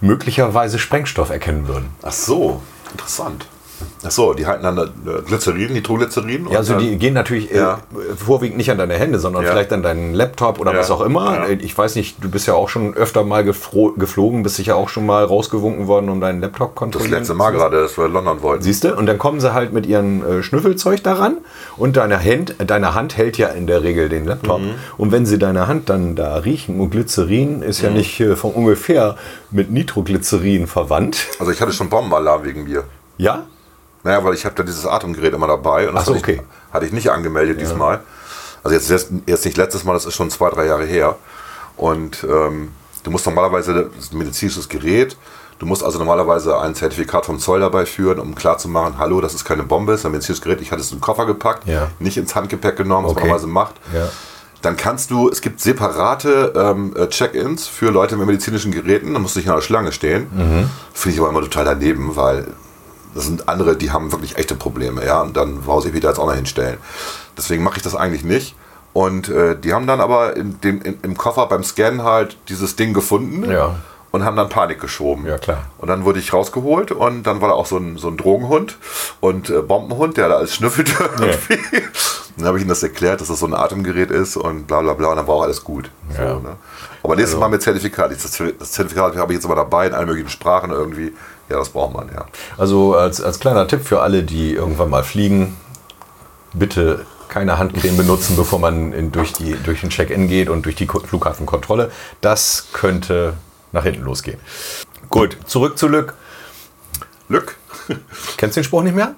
[SPEAKER 2] möglicherweise Sprengstoff erkennen würden.
[SPEAKER 1] Ach so, interessant. Ach so, die halten dann äh, Glycerin, Nitroglycerin.
[SPEAKER 2] Ja, also
[SPEAKER 1] dann-
[SPEAKER 2] die gehen natürlich
[SPEAKER 1] äh, Ja.
[SPEAKER 2] äh, vorwiegend nicht an deine Hände, sondern
[SPEAKER 1] Ja.
[SPEAKER 2] vielleicht an deinen Laptop oder
[SPEAKER 1] Ja.
[SPEAKER 2] was auch
[SPEAKER 1] Ja.
[SPEAKER 2] immer. Ich weiß nicht, du bist ja auch schon öfter mal gefro- geflogen, bist sicher auch schon mal rausgewunken worden, um deinen Laptop
[SPEAKER 1] Das
[SPEAKER 2] kontrollieren
[SPEAKER 1] letzte Mal gerade, dass wir London wollten.
[SPEAKER 2] Siehst du? Und dann kommen sie halt mit ihren äh, Schnüffelzeug daran und deine Hand, deine Hand hält ja in der Regel den Laptop.
[SPEAKER 1] Mhm.
[SPEAKER 2] Und wenn sie deine Hand dann da riechen und Glycerin ist
[SPEAKER 1] Mhm.
[SPEAKER 2] ja nicht äh, von ungefähr mit Nitroglycerin verwandt.
[SPEAKER 1] Also ich hatte schon Bombenalarm wegen mir.
[SPEAKER 2] Ja?
[SPEAKER 1] Naja, weil ich habe da dieses Atemgerät immer dabei und das
[SPEAKER 2] Ach so,
[SPEAKER 1] hatte, ich,
[SPEAKER 2] okay.
[SPEAKER 1] hatte ich nicht angemeldet diesmal. Also jetzt, jetzt, jetzt nicht letztes Mal, das ist schon zwei, drei Jahre her. Und ähm, du musst normalerweise, das ist ein medizinisches Gerät, du musst also normalerweise ein Zertifikat vom Zoll dabei führen, um klarzumachen, hallo, das ist keine Bombe, es ist ein medizinisches Gerät, ich hatte es in den Koffer gepackt,
[SPEAKER 2] Ja.
[SPEAKER 1] nicht ins Handgepäck genommen, was
[SPEAKER 2] Okay.
[SPEAKER 1] man normalerweise macht.
[SPEAKER 2] Ja.
[SPEAKER 1] Dann kannst du, es gibt separate ähm, äh, Check-ins für Leute mit medizinischen Geräten, da musst du nicht in einer Schlange stehen.
[SPEAKER 2] Mhm.
[SPEAKER 1] Finde ich aber immer total daneben, weil das sind andere, die haben wirklich echte Probleme, ja, und dann brauche ich mich da jetzt auch noch hinstellen. Deswegen mache ich das eigentlich nicht. Und äh, die haben dann aber in dem, in, im Koffer beim Scan halt dieses Ding gefunden
[SPEAKER 2] Ja.
[SPEAKER 1] und haben dann Panik geschoben.
[SPEAKER 2] Ja, klar.
[SPEAKER 1] Und dann wurde ich rausgeholt und dann war da auch so ein, so ein Drogenhund und äh, Bombenhund, der da alles schnüffelte. irgendwie. Dann habe ich ihnen das erklärt, dass das so ein Atemgerät ist und bla bla bla und dann war auch alles gut.
[SPEAKER 2] Ja. Also
[SPEAKER 1] So, ne? Aber nächstes Mal mit Zertifikat. Das Zertif- das Zertifikat habe ich jetzt immer dabei in allen möglichen Sprachen irgendwie. Ja, das braucht man, ja.
[SPEAKER 2] Also als, als kleiner Tipp für alle, die irgendwann mal fliegen, bitte keine Handcreme benutzen, bevor man in, durch, die, durch den Check-in geht und durch die Ko- Flughafenkontrolle. Das könnte nach hinten losgehen. Gut, zurück zu Lück.
[SPEAKER 1] Glück.
[SPEAKER 2] Kennst du den Spruch nicht mehr?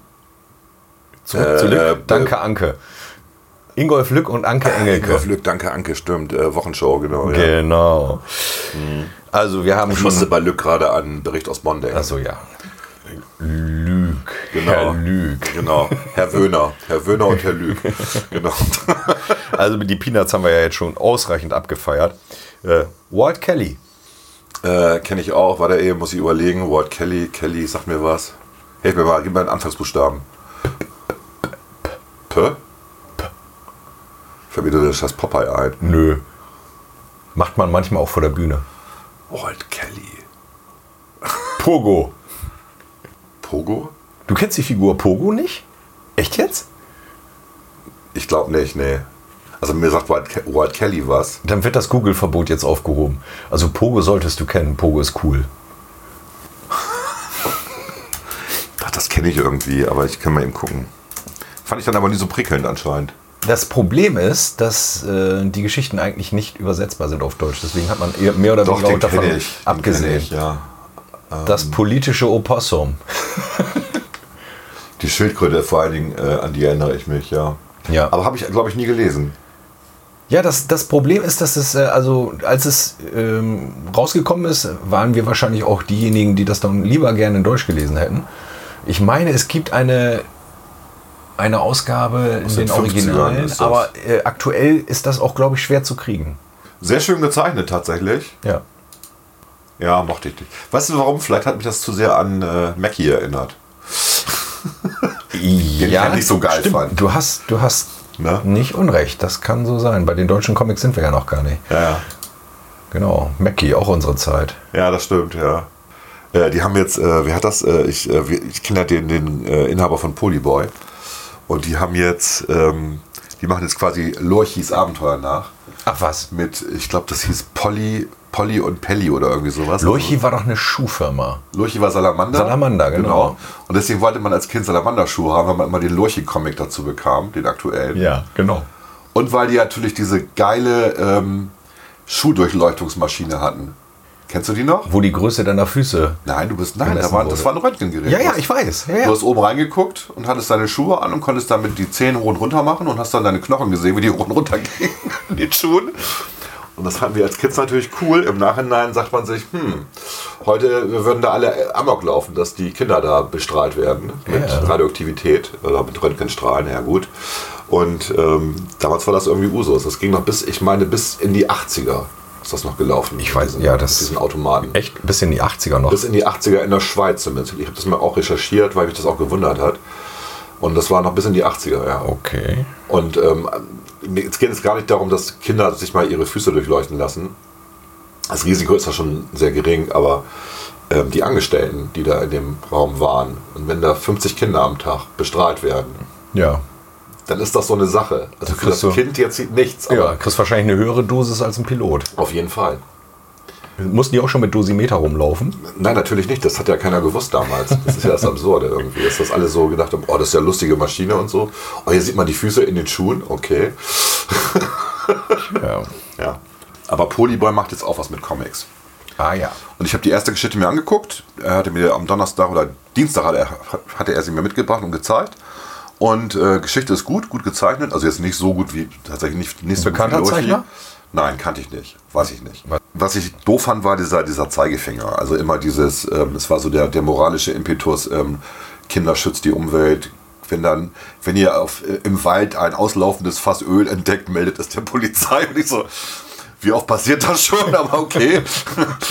[SPEAKER 2] Zurück zu
[SPEAKER 1] Äh, äh,
[SPEAKER 2] Lück. Danke, Anke. Ingolf Lück und Anke Engelke.
[SPEAKER 1] Auf Glück, danke, Anke, stimmt. Äh, Wochenshow, genau. Ja. Hm.
[SPEAKER 2] Genau. Also wir haben
[SPEAKER 1] Ich
[SPEAKER 2] schon...
[SPEAKER 1] musste bei Lück gerade an einen Bericht aus Bonn denken.
[SPEAKER 2] Achso, ja. Lüg.
[SPEAKER 1] Genau.
[SPEAKER 2] Herr Lüg.
[SPEAKER 1] Genau, Herr Wöhner. Herr Wöhner und Herr Lüg. Genau.
[SPEAKER 2] Also die Peanuts haben wir ja jetzt schon ausreichend abgefeiert. Äh, Walt Kelly.
[SPEAKER 1] Äh, Kenne ich auch, war der eben, muss ich überlegen. Ward Kelly, Kelly, sag mir was. Hilf mir mal, gib mir einen Anfangsbuchstaben. P? Fällt mir nur der Scheiß Popeye ein.
[SPEAKER 2] Nö. Macht man manchmal auch vor der Bühne.
[SPEAKER 1] Walt Kelly.
[SPEAKER 2] Pogo.
[SPEAKER 1] Pogo?
[SPEAKER 2] Du kennst die Figur Pogo nicht? Echt jetzt?
[SPEAKER 1] Ich glaube nicht, nee. Also mir sagt Walt, Ke Walt Kelly was.
[SPEAKER 2] Dann wird das Google-Verbot jetzt aufgehoben. Also Pogo solltest du kennen. Pogo ist cool.
[SPEAKER 1] Ach, das kenne ich irgendwie, aber ich kann mal eben gucken. Fand ich dann aber nie so prickelnd anscheinend.
[SPEAKER 2] Das Problem ist, dass äh, die Geschichten eigentlich nicht übersetzbar sind auf Deutsch. Deswegen hat man eher mehr oder weniger auch davon
[SPEAKER 1] kenn den kenn
[SPEAKER 2] abgesehen.
[SPEAKER 1] ich, ja.
[SPEAKER 2] Das politische Opossum.
[SPEAKER 1] Die Schildkröte vor allen Dingen, äh, an die erinnere ich mich, ja.
[SPEAKER 2] Ja.
[SPEAKER 1] Aber habe ich, glaube ich, nie gelesen.
[SPEAKER 2] Ja, das, das Problem ist, dass es, äh, also als es ähm, rausgekommen ist, waren wir wahrscheinlich auch diejenigen, die das dann lieber gerne in Deutsch gelesen hätten. Ich meine, es gibt eine, eine Ausgabe in
[SPEAKER 1] den
[SPEAKER 2] den
[SPEAKER 1] 50ern
[SPEAKER 2] Originalen,
[SPEAKER 1] ist das.
[SPEAKER 2] aber äh, aktuell ist das auch, glaube ich, schwer zu kriegen.
[SPEAKER 1] Sehr schön gezeichnet tatsächlich.
[SPEAKER 2] Ja.
[SPEAKER 1] Ja, mochte ich nicht. Weißt du warum? Vielleicht hat mich das zu sehr an äh, Mackie erinnert.
[SPEAKER 2] Den
[SPEAKER 1] ich nicht so geil fand.
[SPEAKER 2] Du hast, du hast
[SPEAKER 1] Ne?
[SPEAKER 2] nicht Unrecht, das kann so sein. Bei den deutschen Comics sind wir ja noch gar nicht.
[SPEAKER 1] Ja,
[SPEAKER 2] Genau, Mackie, auch unsere Zeit.
[SPEAKER 1] ja das stimmt, ja. Äh, die haben jetzt, äh, wer hat das? Äh, ich äh, wir- ich kenne ja den, den äh, Inhaber von Polyboy. Und die haben jetzt, ähm, die machen jetzt quasi Lorchis Abenteuer nach.
[SPEAKER 2] Ach was.
[SPEAKER 1] Mit, ich glaube, das hieß Polly, Polly und Pelli oder irgendwie sowas. Also
[SPEAKER 2] Lurchi war doch eine Schuhfirma.
[SPEAKER 1] Lurchi war Salamander.
[SPEAKER 2] Salamander, genau.
[SPEAKER 1] Und deswegen wollte man als Kind Salamanderschuhe haben, weil man immer den Lurchi-Comic dazu bekam, den aktuellen.
[SPEAKER 2] Ja, genau.
[SPEAKER 1] Und weil die natürlich diese geile ähm, Schuhdurchleuchtungsmaschine hatten. Kennst du die noch?
[SPEAKER 2] Wo die Größe deiner Füße.
[SPEAKER 1] Nein, du bist. Nein, da
[SPEAKER 2] Gemessen
[SPEAKER 1] war,
[SPEAKER 2] wurde.
[SPEAKER 1] das war ein Röntgengerät.
[SPEAKER 2] Ja, ja,
[SPEAKER 1] Du hast-
[SPEAKER 2] ich weiß. Ja,
[SPEAKER 1] Du
[SPEAKER 2] ja.
[SPEAKER 1] hast oben reingeguckt und hattest deine Schuhe an und konntest damit die Zehen hoch und runter machen und hast dann deine Knochen gesehen, wie die hoch und runter gingen in den Schuhen. Und das fanden wir als Kids natürlich cool. Im Nachhinein sagt man sich, hm, heute wir würden da alle Amok laufen, dass die Kinder da bestrahlt werden mit
[SPEAKER 2] Ja.
[SPEAKER 1] Radioaktivität oder mit Röntgenstrahlen, ja gut. Und ähm, damals war das irgendwie Usus. Das ging noch bis, ich meine, bis in die 80er ist das noch gelaufen. Ich
[SPEAKER 2] weiß,
[SPEAKER 1] diesen,
[SPEAKER 2] ja, das-
[SPEAKER 1] mit diesen Automaten.
[SPEAKER 2] Echt bis in die 80er noch.
[SPEAKER 1] Bis in die 80er in der Schweiz zumindest. Ich habe das mal auch recherchiert, weil mich das auch gewundert hat. Und das war noch bis in die 80er, ja.
[SPEAKER 2] Okay.
[SPEAKER 1] Und ähm, mir- jetzt geht es gar nicht darum, dass Kinder sich mal ihre Füße durchleuchten lassen. Das Risiko ist ja schon sehr gering, aber ähm, die Angestellten, die da in dem Raum waren, und wenn da 50 Kinder am Tag bestrahlt werden,
[SPEAKER 2] Ja.
[SPEAKER 1] dann ist das so eine Sache. Also für das
[SPEAKER 2] kriegst du-
[SPEAKER 1] Kind jetzt sieht nichts, aber
[SPEAKER 2] Ja, kriegst wahrscheinlich eine höhere Dosis als ein Pilot.
[SPEAKER 1] auf jeden Fall.
[SPEAKER 2] Mussten die auch schon mit Dosimeter rumlaufen?
[SPEAKER 1] Nein, natürlich nicht. Das hat ja keiner gewusst damals. Das ist ja das Absurde irgendwie, dass das alle so gedacht haben, oh, das ist ja lustige Maschine und so. Oh, hier sieht man die Füße in den Schuhen. Okay.
[SPEAKER 2] Ja.
[SPEAKER 1] Ja. Aber Polyboy macht jetzt auch was mit Comics.
[SPEAKER 2] Ah ja.
[SPEAKER 1] Und ich habe die erste Geschichte mir angeguckt. Er hatte mir am Donnerstag oder Dienstag hat er, hatte er sie mir mitgebracht und gezeigt. Und äh, Geschichte ist gut, gut gezeichnet. Also jetzt nicht so gut wie tatsächlich nicht, nicht so
[SPEAKER 2] Bekannter
[SPEAKER 1] gut wie Lurchi.
[SPEAKER 2] Zeichner?
[SPEAKER 1] Nein, kannte ich nicht. Weiß ich nicht. Was ich doof fand, war dieser, dieser Zeigefinger. Also immer dieses, ähm, es war so der, der moralische Impetus, ähm, Kinder schützt die Umwelt. Wenn dann, wenn ihr auf, äh, im Wald ein auslaufendes Fass Öl entdeckt, meldet es der Polizei. Und ich so, wie oft passiert das schon, aber okay.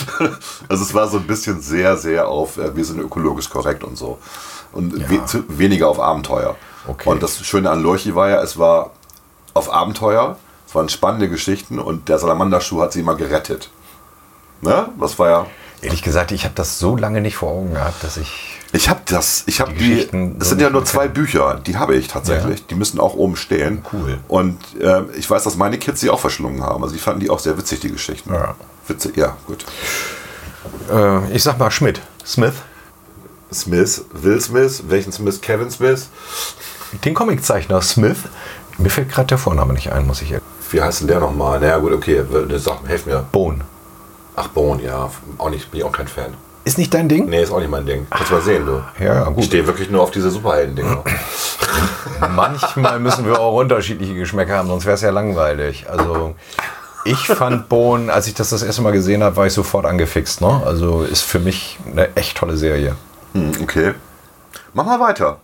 [SPEAKER 1] also es war so ein bisschen sehr, sehr auf, äh, wir sind ökologisch korrekt und so. Und we zu, weniger auf Abenteuer.
[SPEAKER 2] Okay.
[SPEAKER 1] Und das Schöne an Lurchi war ja, es war auf Abenteuer, es waren spannende Geschichten und der Salamanderschuh hat sie immer gerettet. Ne? Das war ja.
[SPEAKER 2] Ehrlich gesagt, ich habe das so lange nicht vor Augen gehabt, dass ich.
[SPEAKER 1] Ich habe das, ich habe die,
[SPEAKER 2] Geschichten
[SPEAKER 1] es
[SPEAKER 2] so
[SPEAKER 1] sind ja
[SPEAKER 2] nicht
[SPEAKER 1] nur
[SPEAKER 2] mehr
[SPEAKER 1] zwei Bücher, die habe ich tatsächlich, die müssen auch oben stehen.
[SPEAKER 2] Cool.
[SPEAKER 1] Und äh, ich weiß, dass meine Kids sie auch verschlungen haben, also die fanden die auch sehr witzig, die Geschichten.
[SPEAKER 2] Ja.
[SPEAKER 1] Witzig, ja, gut.
[SPEAKER 2] Äh, ich sag mal Schmidt. Smith.
[SPEAKER 1] Smith, Will Smith, welchen Smith? Kevin Smith?
[SPEAKER 2] Den Comiczeichner Smith. Mir fällt gerade der Vorname nicht ein, muss ich ehrlich.
[SPEAKER 1] Wie heißt denn der nochmal? Naja, gut, okay, ne, sag, helf mir.
[SPEAKER 2] Bone.
[SPEAKER 1] Ach, Bone, ja, auch nicht, bin ich auch kein Fan.
[SPEAKER 2] Ist nicht dein Ding?
[SPEAKER 1] Nee, ist auch nicht mein Ding. Kannst mal sehen, du.
[SPEAKER 2] Ja, ja, gut.
[SPEAKER 1] Ich stehe wirklich nur auf diese Superhelden-Dinger.
[SPEAKER 2] Manchmal müssen wir auch unterschiedliche Geschmäcker haben, sonst wäre es ja langweilig. Also ich fand Bohnen, als ich das das erste Mal gesehen habe, war ich sofort angefixt. Ne? Also ist für mich eine echt tolle Serie.
[SPEAKER 1] Hm, okay. Mach mal weiter.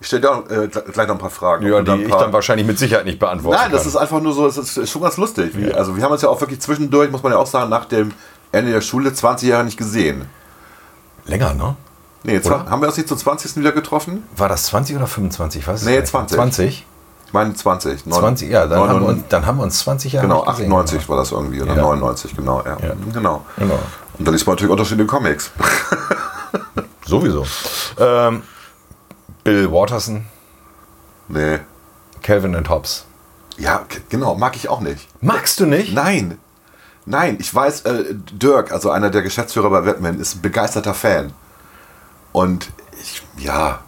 [SPEAKER 1] Ich stelle dir auch, äh, gl- gleich noch ein paar Fragen.
[SPEAKER 2] Ja,
[SPEAKER 1] Und
[SPEAKER 2] die
[SPEAKER 1] ein
[SPEAKER 2] ich
[SPEAKER 1] paar-
[SPEAKER 2] dann wahrscheinlich mit Sicherheit nicht beantworten
[SPEAKER 1] Nein, das
[SPEAKER 2] kann.
[SPEAKER 1] ist einfach nur so, es ist schon ganz lustig. Wie, Also wir haben uns ja auch wirklich zwischendurch, muss man ja auch sagen, nach dem Ende der Schule, 20 Jahre nicht gesehen.
[SPEAKER 2] Länger, ne?
[SPEAKER 1] Nee, jetzt
[SPEAKER 2] Oder?
[SPEAKER 1] haben wir uns nicht zum 20. wieder getroffen?
[SPEAKER 2] War das 20 oder 25? Was
[SPEAKER 1] Nee, 20.
[SPEAKER 2] 20?
[SPEAKER 1] Ich meine 20. neun-
[SPEAKER 2] 20, ja, dann,
[SPEAKER 1] neun-
[SPEAKER 2] haben wir uns, dann haben wir uns 20 Jahre
[SPEAKER 1] Genau,
[SPEAKER 2] nicht gesehen.
[SPEAKER 1] 98 war das irgendwie oder
[SPEAKER 2] Ja.
[SPEAKER 1] 99, genau. Ja.
[SPEAKER 2] Ja.
[SPEAKER 1] genau.
[SPEAKER 2] Genau.
[SPEAKER 1] Und da liest man natürlich unterschiedliche Comics.
[SPEAKER 2] Sowieso. Ähm, Bill Watterson,
[SPEAKER 1] nee.
[SPEAKER 2] Calvin and Hobbes.
[SPEAKER 1] Ja, g- genau, mag ich auch nicht.
[SPEAKER 2] Magst du nicht?
[SPEAKER 1] Nein. Nein, ich weiß, äh, Dirk, also einer der Geschäftsführer bei Batman, ist ein begeisterter Fan. Und ich, ja,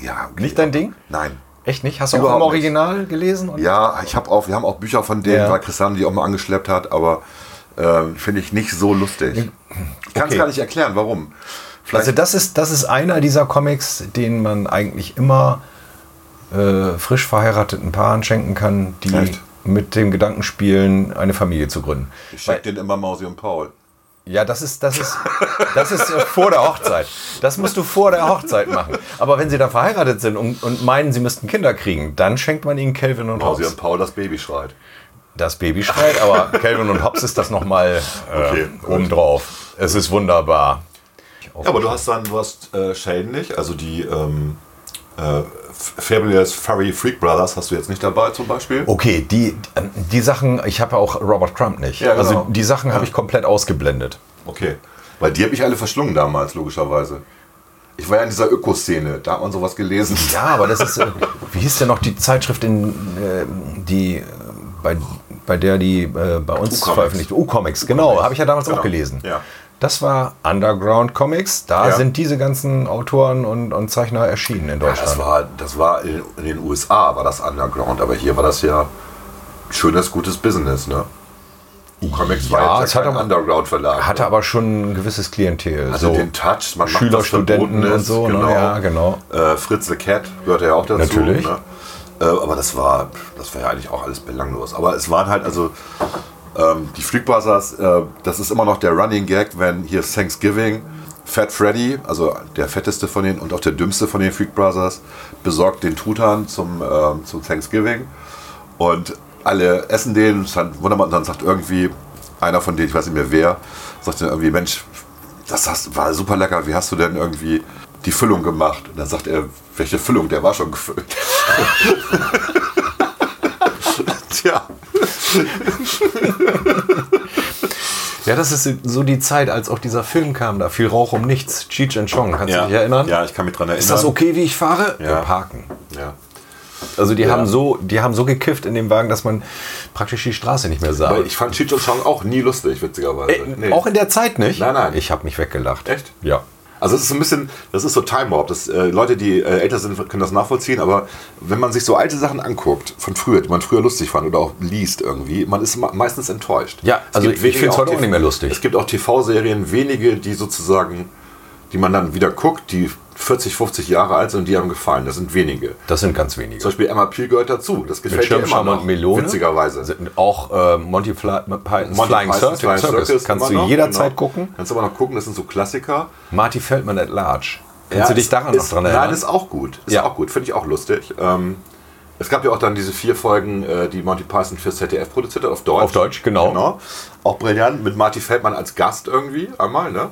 [SPEAKER 1] ja. okay.
[SPEAKER 2] Nicht dein Ding?
[SPEAKER 1] Nein.
[SPEAKER 2] Echt nicht? Hast du auch
[SPEAKER 1] Überhaupt
[SPEAKER 2] im Original gelesen? Und
[SPEAKER 1] Ja, ich habe auch, wir haben auch Bücher von denen,
[SPEAKER 2] Ja.
[SPEAKER 1] weil Christian die auch mal angeschleppt hat, aber ähm, finde ich nicht so lustig. Ich kann es
[SPEAKER 2] Okay.
[SPEAKER 1] gar nicht erklären, warum. Vielleicht
[SPEAKER 2] Also das ist, das ist einer dieser Comics, den man eigentlich immer äh, frisch verheirateten Paaren schenken kann, die
[SPEAKER 1] Echt?
[SPEAKER 2] mit dem Gedanken spielen, eine Familie zu gründen.
[SPEAKER 1] ich schick den immer Mausi und Paul.
[SPEAKER 2] Ja, das ist, das ist, das ist äh, vor der Hochzeit. Das musst du vor der Hochzeit machen. Aber wenn sie dann verheiratet sind und, und meinen, sie müssten Kinder kriegen, dann schenkt man ihnen Calvin und
[SPEAKER 1] Mausi
[SPEAKER 2] Hobbes.
[SPEAKER 1] und Paul das Baby schreit.
[SPEAKER 2] Das Baby schreit, aber Calvin und Hobbes ist das nochmal äh,
[SPEAKER 1] Okay, gut.
[SPEAKER 2] obendrauf. Es ist wunderbar.
[SPEAKER 1] Ja, aber du hast dann, du hast äh, Sheldon nicht, also die ähm, äh, F- Fabulous Furry Freak Brothers hast du jetzt nicht dabei zum Beispiel.
[SPEAKER 2] Okay, die, ähm, die Sachen, ich habe ja auch Robert Crumb nicht.
[SPEAKER 1] Ja, genau.
[SPEAKER 2] Also die Sachen habe ich komplett ausgeblendet.
[SPEAKER 1] Okay. Weil die habe ich alle verschlungen damals, logischerweise. Ich war ja in dieser Ökoszene, da hat man sowas gelesen.
[SPEAKER 2] Ja, aber das ist, äh, wie hieß denn noch die Zeitschrift, in, äh, die äh, bei, bei der die äh, bei uns
[SPEAKER 1] U-Comics.
[SPEAKER 2] veröffentlicht, U-Comics, genau, habe ich ja damals
[SPEAKER 1] Genau,
[SPEAKER 2] auch gelesen.
[SPEAKER 1] ja.
[SPEAKER 2] Das war Underground Comics, da
[SPEAKER 1] Ja.
[SPEAKER 2] sind diese ganzen Autoren und, und Zeichner erschienen in Deutschland.
[SPEAKER 1] Das war, das war in, in den USA, war das Underground, aber hier war das ja schönes, gutes Business, ne? U-Comics
[SPEAKER 2] Ja,
[SPEAKER 1] war
[SPEAKER 2] es
[SPEAKER 1] jetzt ja
[SPEAKER 2] hat
[SPEAKER 1] kein
[SPEAKER 2] aber-
[SPEAKER 1] Underground-Verlag.
[SPEAKER 2] hatte aber schon ein gewisses Klientel.
[SPEAKER 1] also den Touch, man
[SPEAKER 2] Schüler,
[SPEAKER 1] das
[SPEAKER 2] Studenten
[SPEAKER 1] Verbotenes,
[SPEAKER 2] und so, ne? Ja, genau.
[SPEAKER 1] Äh, Fritz the Cat gehörte ja auch dazu.
[SPEAKER 2] Natürlich.
[SPEAKER 1] Ne? Äh, aber das war, das war ja eigentlich auch alles belanglos. Aber es waren halt, also ähm, die Freakbuzzers, äh, das ist immer noch der Running Gag, wenn hier Thanksgiving Fat Freddy, also der fetteste von denen und auch der dümmste von den Freak Brothers, besorgt den Truthahn zum, ähm, zum Thanksgiving. Und alle essen den, das ist halt wunderbar. Und dann sagt irgendwie einer von denen, ich weiß nicht mehr wer, sagt dann irgendwie, Mensch, das hast, war super lecker, wie hast du denn irgendwie die Füllung gemacht? Und dann sagt er, welche Füllung, der war schon gefüllt. Tja,
[SPEAKER 2] Ja, das ist so die Zeit, als auch dieser Film kam, da viel Rauch um nichts, Cheech and Chong, kannst du dich erinnern?
[SPEAKER 1] Ja, ich kann mich dran erinnern.
[SPEAKER 2] Ist das okay, wie ich fahre?
[SPEAKER 1] Ja.
[SPEAKER 2] Wir parken.
[SPEAKER 1] Ja.
[SPEAKER 2] Also die haben so, die haben so gekifft in dem Wagen, dass man praktisch die Straße nicht mehr sah.
[SPEAKER 1] Aber ich fand Cheech und Chong auch nie lustig, witzigerweise.
[SPEAKER 2] Äh, Auch in der Zeit nicht?
[SPEAKER 1] Nein, nein.
[SPEAKER 2] Ich habe mich weggelacht.
[SPEAKER 1] Echt?
[SPEAKER 2] Ja.
[SPEAKER 1] Also es ist so ein bisschen, das ist so Time Warp. Das, äh, Leute, die äh, älter sind, können das nachvollziehen, aber wenn man sich so alte Sachen anguckt, von früher, die man früher lustig fand oder auch liest irgendwie, man ist me- meistens enttäuscht.
[SPEAKER 2] Ja,
[SPEAKER 1] Es
[SPEAKER 2] also
[SPEAKER 1] gibt
[SPEAKER 2] ich
[SPEAKER 1] wenige
[SPEAKER 2] find's heute auch
[SPEAKER 1] TV
[SPEAKER 2] nicht mehr lustig.
[SPEAKER 1] Es gibt auch TV-Serien, wenige, die sozusagen, die man dann wieder guckt, die 40, 50 Jahre alt sind und die einem gefallen. Das sind wenige.
[SPEAKER 2] Das sind ganz wenige.
[SPEAKER 1] Zum Beispiel Emma Peel gehört dazu. Das gefällt mir immer
[SPEAKER 2] Schirmscham
[SPEAKER 1] noch,
[SPEAKER 2] und Melone.
[SPEAKER 1] witzigerweise.
[SPEAKER 2] Auch äh, Monty Fly, Python's
[SPEAKER 1] Monty
[SPEAKER 2] Flying
[SPEAKER 1] Python's
[SPEAKER 2] Circus, Flying Circus.
[SPEAKER 1] immer
[SPEAKER 2] kannst du
[SPEAKER 1] noch,
[SPEAKER 2] jederzeit
[SPEAKER 1] genau.
[SPEAKER 2] gucken.
[SPEAKER 1] Kannst du immer noch gucken, das sind so Klassiker.
[SPEAKER 2] Marty Feldman at Large. Kannst du
[SPEAKER 1] Ja,
[SPEAKER 2] dich
[SPEAKER 1] es
[SPEAKER 2] daran noch
[SPEAKER 1] ist,
[SPEAKER 2] dran
[SPEAKER 1] Nein,
[SPEAKER 2] erinnern?
[SPEAKER 1] ist auch gut. Ist
[SPEAKER 2] Ja.
[SPEAKER 1] auch gut. Finde ich auch lustig. Ähm, es gab ja auch dann diese vier Folgen, äh, die Monty Python fürs ZDF produziert hat, auf Deutsch.
[SPEAKER 2] Auf Deutsch, genau.
[SPEAKER 1] Auch brillant, mit Marty Feldmann als Gast irgendwie einmal, ne?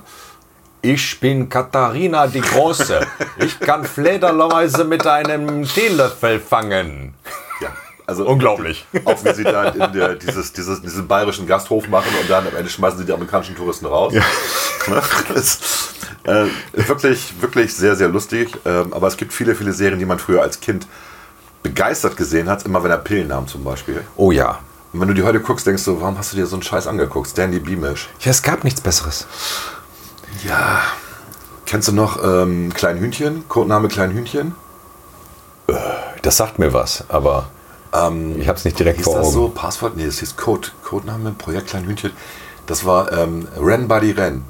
[SPEAKER 2] ich bin Katharina die Große. ich kann Fledermäuse mit einem Teelöffel fangen.
[SPEAKER 1] Ja. Also
[SPEAKER 2] Unglaublich.
[SPEAKER 1] Auch wie sie da in der, dieses, dieses, diesen bayerischen Gasthof machen und dann am Ende schmeißen sie die amerikanischen Touristen raus. Ne? das, äh, wirklich, wirklich sehr, sehr lustig. Ähm, aber es gibt viele, viele Serien, die man früher als Kind begeistert gesehen hat, immer wenn er Pillen nahm zum Beispiel.
[SPEAKER 2] Oh ja.
[SPEAKER 1] Und wenn du die heute guckst, denkst du, warum hast du dir so einen Scheiß angeguckt? Stanley Beamish.
[SPEAKER 2] Ja, es gab nichts Besseres.
[SPEAKER 1] Ja. Kennst du noch ähm, Klein Hühnchen? Codename Klein Hühnchen?
[SPEAKER 2] Das sagt mir was, aber ich habe es nicht direkt
[SPEAKER 1] Ähm, Hieß
[SPEAKER 2] vor Augen.
[SPEAKER 1] das so? Passwort? Nee, das hieß Code. Codename Projekt Klein Hühnchen. Das war ähm, Ren Buddy Ren.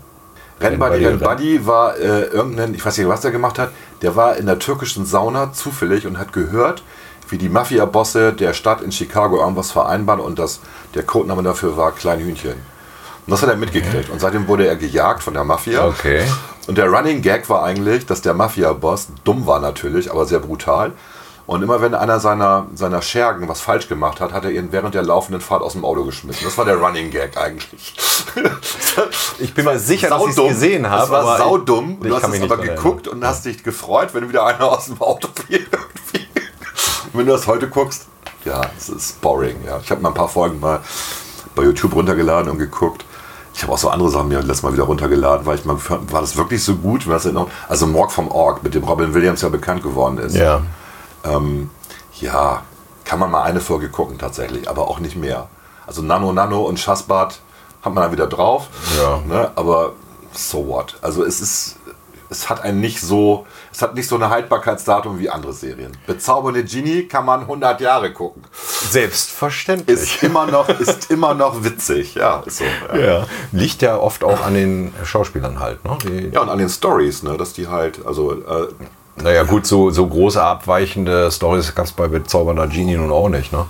[SPEAKER 1] Ren Buddy
[SPEAKER 2] Ren Buddy
[SPEAKER 1] Ren
[SPEAKER 2] Ren.
[SPEAKER 1] Buddy war äh, irgendein, ich weiß nicht, was der gemacht hat, der war in der türkischen Sauna zufällig und hat gehört, wie die Mafia-Bosse der Stadt in Chicago irgendwas vereinbaren und das, der Codename dafür war Klein Hühnchen. Und das hat er mitgekriegt. Und seitdem wurde er gejagt von der Mafia.
[SPEAKER 2] Okay.
[SPEAKER 1] Und der Running Gag war eigentlich, dass der Mafia-Boss dumm war natürlich, aber sehr brutal. Und immer wenn einer seiner, seiner Schergen was falsch gemacht hat, hat er ihn während der laufenden Fahrt aus dem Auto geschmissen. Das war der Running Gag eigentlich.
[SPEAKER 2] Ich bin mir sicher, dass ich's
[SPEAKER 1] Saudumm.
[SPEAKER 2] gesehen habe,
[SPEAKER 1] Das war
[SPEAKER 2] aber ich-
[SPEAKER 1] saudumm.
[SPEAKER 2] ich
[SPEAKER 1] Du hast
[SPEAKER 2] kann
[SPEAKER 1] es
[SPEAKER 2] mich
[SPEAKER 1] aber
[SPEAKER 2] nicht dran
[SPEAKER 1] geguckt und hast dich gefreut, wenn wieder einer aus dem Auto fiel. irgendwie. Und wenn du das heute guckst, ja, es ist boring. Ja. Ich habe mal ein paar Folgen mal bei YouTube runtergeladen und geguckt. Ich habe auch so andere Sachen mir letztes Mal wieder runtergeladen, weil ich mal gefragt hab, war das wirklich so gut? War das in Ordnung? Also Morg vom Org, mit dem Robin Williams ja bekannt geworden ist.
[SPEAKER 2] Ja.
[SPEAKER 1] Ähm, ja, kann man mal eine Folge gucken tatsächlich, aber auch nicht mehr. Also Nano Nano und Schassbart hat man dann wieder drauf.
[SPEAKER 2] Ja.
[SPEAKER 1] Ne? Aber so what? Also es ist, es hat einen nicht so, es hat nicht so eine Haltbarkeitsdatum wie andere Serien. Bezaubernde Genie kann man 100 Jahre gucken.
[SPEAKER 2] Selbstverständlich.
[SPEAKER 1] Ist immer noch, ist immer noch witzig. Ja, ist so. Ja.
[SPEAKER 2] Ja. Liegt ja oft auch an den Schauspielern halt. Ne? Die,
[SPEAKER 1] ja, und an den Stories, ne, dass die halt, also äh,
[SPEAKER 2] Naja, gut, so, so große abweichende Stories gab es bei Bezaubernder Genie nun auch nicht. Ne?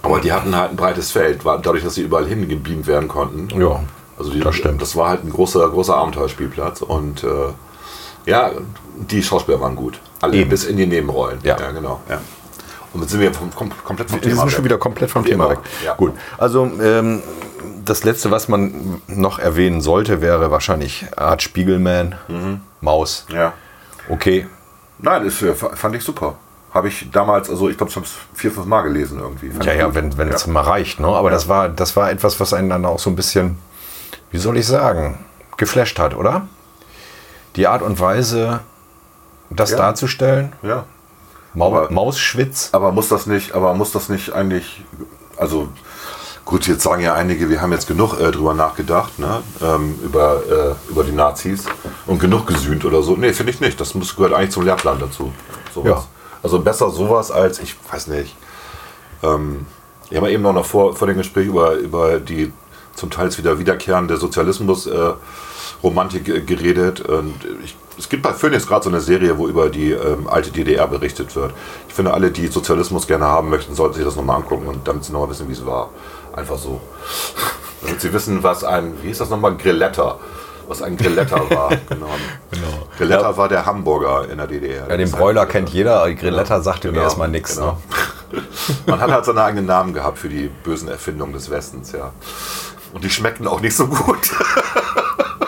[SPEAKER 1] aber die hatten halt ein breites Feld, war- dadurch, dass sie überall hingebeamt werden konnten.
[SPEAKER 2] Ja.
[SPEAKER 1] Also die,
[SPEAKER 2] Das stimmt.
[SPEAKER 1] das war halt ein großer, großer Abenteuerspielplatz und äh, ja, die Schauspieler waren gut. Alle
[SPEAKER 2] Eben.
[SPEAKER 1] bis in die Nebenrollen.
[SPEAKER 2] Ja.
[SPEAKER 1] genau. Ja. Und jetzt sind wir vom, kom komplett vom
[SPEAKER 2] Wir
[SPEAKER 1] Thema
[SPEAKER 2] sind schon
[SPEAKER 1] weg.
[SPEAKER 2] wieder komplett vom
[SPEAKER 1] Wie
[SPEAKER 2] Thema
[SPEAKER 1] immer.
[SPEAKER 2] weg.
[SPEAKER 1] Ja.
[SPEAKER 2] Gut. Also ähm, das letzte, was man noch erwähnen sollte, wäre wahrscheinlich Art Spiegelman,
[SPEAKER 1] Mhm.
[SPEAKER 2] Maus.
[SPEAKER 1] Ja.
[SPEAKER 2] Okay.
[SPEAKER 1] Nein, das äh, fa- fand ich super. Habe ich damals, also ich glaube, ich habe es vier, fünf Mal gelesen irgendwie. Fand
[SPEAKER 2] Ja,
[SPEAKER 1] ich
[SPEAKER 2] ja,
[SPEAKER 1] gut.
[SPEAKER 2] wenn, wenn
[SPEAKER 1] ja.
[SPEAKER 2] es mal reicht. Ne? Aber das, war, das war etwas, was einen dann auch so ein bisschen, wie soll ich sagen, geflasht hat, oder? Die Art und Weise, das
[SPEAKER 1] Ja.
[SPEAKER 2] darzustellen.
[SPEAKER 1] ja.
[SPEAKER 2] Mau
[SPEAKER 1] Aber-
[SPEAKER 2] Mausschwitz.
[SPEAKER 1] Aber muss das nicht, aber muss das nicht eigentlich, also gut, jetzt sagen ja einige, wir haben jetzt genug äh, drüber nachgedacht, ne? ähm, über, äh, über die Nazis und genug gesühnt oder so. Nee, finde ich nicht. Das muss, gehört eigentlich zum Lehrplan dazu. Sowas.
[SPEAKER 2] Ja.
[SPEAKER 1] Also besser sowas als, ich weiß nicht. Ähm, wir haben ja eben noch nach vor, vor dem Gespräch über, über die zum Teil wieder wiederkehrende äh, Sozialismus-Romantik äh, geredet. Und ich, es gibt bei Phoenix gerade so eine Serie, wo über die ähm, alte DDR berichtet wird. Ich finde, alle, die Sozialismus gerne haben möchten, sollten sich das nochmal angucken und damit sie nochmal wissen, wie es war. Einfach so. Damit sie wissen, was ein, wie hieß das nochmal, Grilletter. Was ein Grilletter war. Genau. Grilletter war der Hamburger in der DDR.
[SPEAKER 2] Ja, den Broiler kennt jeder, Grilletta sagte mir
[SPEAKER 1] Genau,
[SPEAKER 2] erstmal nichts.
[SPEAKER 1] genau.
[SPEAKER 2] Ne?
[SPEAKER 1] Man hat halt seine eigenen Namen gehabt für die bösen Erfindungen des Westens, ja. Und die schmeckten auch nicht so gut.
[SPEAKER 2] ne?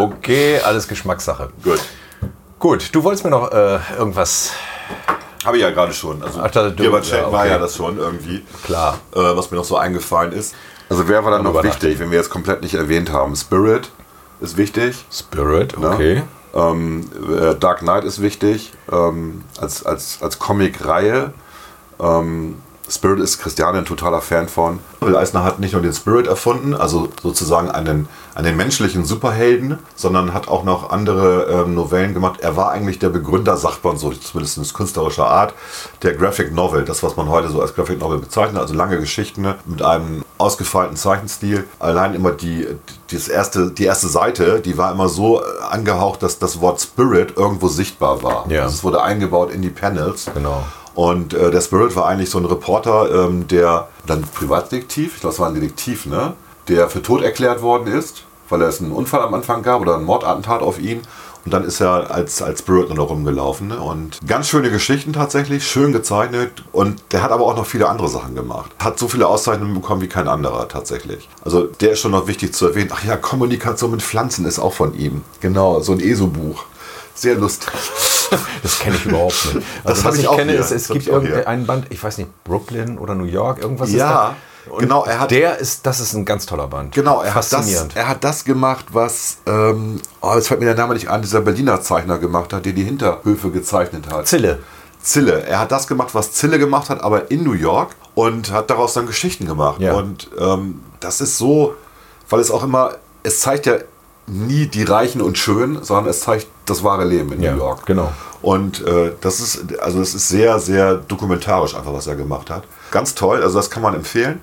[SPEAKER 2] Okay, alles Geschmackssache.
[SPEAKER 1] gut.
[SPEAKER 2] Gut, du wolltest mir noch äh, irgendwas,
[SPEAKER 1] Habe ich ja gerade schon. Also,
[SPEAKER 2] Ach, da- du-
[SPEAKER 1] hier bei Check
[SPEAKER 2] ja, okay.
[SPEAKER 1] war ja das schon irgendwie.
[SPEAKER 2] Klar.
[SPEAKER 1] Äh, was mir noch so eingefallen ist. Also, wer war dann noch
[SPEAKER 2] Darüber
[SPEAKER 1] wichtig, wenn wir jetzt komplett nicht erwähnt haben? Spirit ist wichtig.
[SPEAKER 2] Spirit,
[SPEAKER 1] ne?
[SPEAKER 2] okay.
[SPEAKER 1] Ähm, äh, Dark Knight ist wichtig. Ähm, als als, als Comic-Reihe. Spirit ist Christiane ein totaler Fan von. Will Eisner hat nicht nur den Spirit erfunden, also sozusagen einen, einen menschlichen Superhelden, sondern hat auch noch andere ähm, Novellen gemacht. Er war eigentlich der Begründer, sagt man so, zumindest künstlerischer Art, der Graphic Novel, das, was man heute so als Graphic Novel bezeichnet, also lange Geschichten mit einem ausgefeilten Zeichenstil. Allein immer die, die, das erste, die erste Seite, die war immer so äh, angehaucht, dass das Wort Spirit irgendwo sichtbar war.
[SPEAKER 2] Ja.
[SPEAKER 1] Also es wurde eingebaut in die Panels.
[SPEAKER 2] Genau.
[SPEAKER 1] Und äh, der Spirit war eigentlich so ein Reporter, ähm, der dann Privatdetektiv, ich glaube, es war ein Detektiv, ne? Der für tot erklärt worden ist, weil es einen Unfall am Anfang gab oder ein Mordattentat auf ihn. Und dann ist er als, als Spirit nur noch rumgelaufen. Ne? Und ganz schöne Geschichten tatsächlich, schön gezeichnet. Und der hat aber auch noch viele andere Sachen gemacht. Hat so viele Auszeichnungen bekommen wie kein anderer tatsächlich. Also der ist schon noch wichtig zu erwähnen. Ach ja, Kommunikation mit Pflanzen ist auch von ihm. Genau, so ein ESO-Buch. Sehr lustig.
[SPEAKER 2] Das kenne ich überhaupt nicht. Also,
[SPEAKER 1] hab
[SPEAKER 2] was
[SPEAKER 1] ich
[SPEAKER 2] ich,
[SPEAKER 1] auch
[SPEAKER 2] kenne,
[SPEAKER 1] hier.
[SPEAKER 2] ist, es
[SPEAKER 1] Das hab
[SPEAKER 2] gibt
[SPEAKER 1] ich auch hier.
[SPEAKER 2] irgendeinen Band, ich weiß nicht, Brooklyn oder New York, irgendwas
[SPEAKER 1] Ja,
[SPEAKER 2] ist da. Und
[SPEAKER 1] genau, er hat-
[SPEAKER 2] der ist, das ist ein ganz toller Band.
[SPEAKER 1] Genau, er hat, das,
[SPEAKER 2] Faszinierend.
[SPEAKER 1] er hat das gemacht, was, ähm, oh, jetzt fällt mir der Name nicht ein, dieser Berliner Zeichner gemacht hat, der die Hinterhöfe gezeichnet hat.
[SPEAKER 2] Zille.
[SPEAKER 1] Zille. Er hat das gemacht, was Zille gemacht hat, aber in New York und hat daraus dann Geschichten gemacht.
[SPEAKER 2] Ja.
[SPEAKER 1] Und ähm, das ist so, weil es auch immer, es zeigt ja nie die Reichen und Schön, sondern es zeigt das wahre Leben in
[SPEAKER 2] Ja,
[SPEAKER 1] New York.
[SPEAKER 2] genau.
[SPEAKER 1] Und äh, das ist, also das ist sehr, sehr dokumentarisch einfach, was er gemacht hat. Ganz toll, also das kann man empfehlen.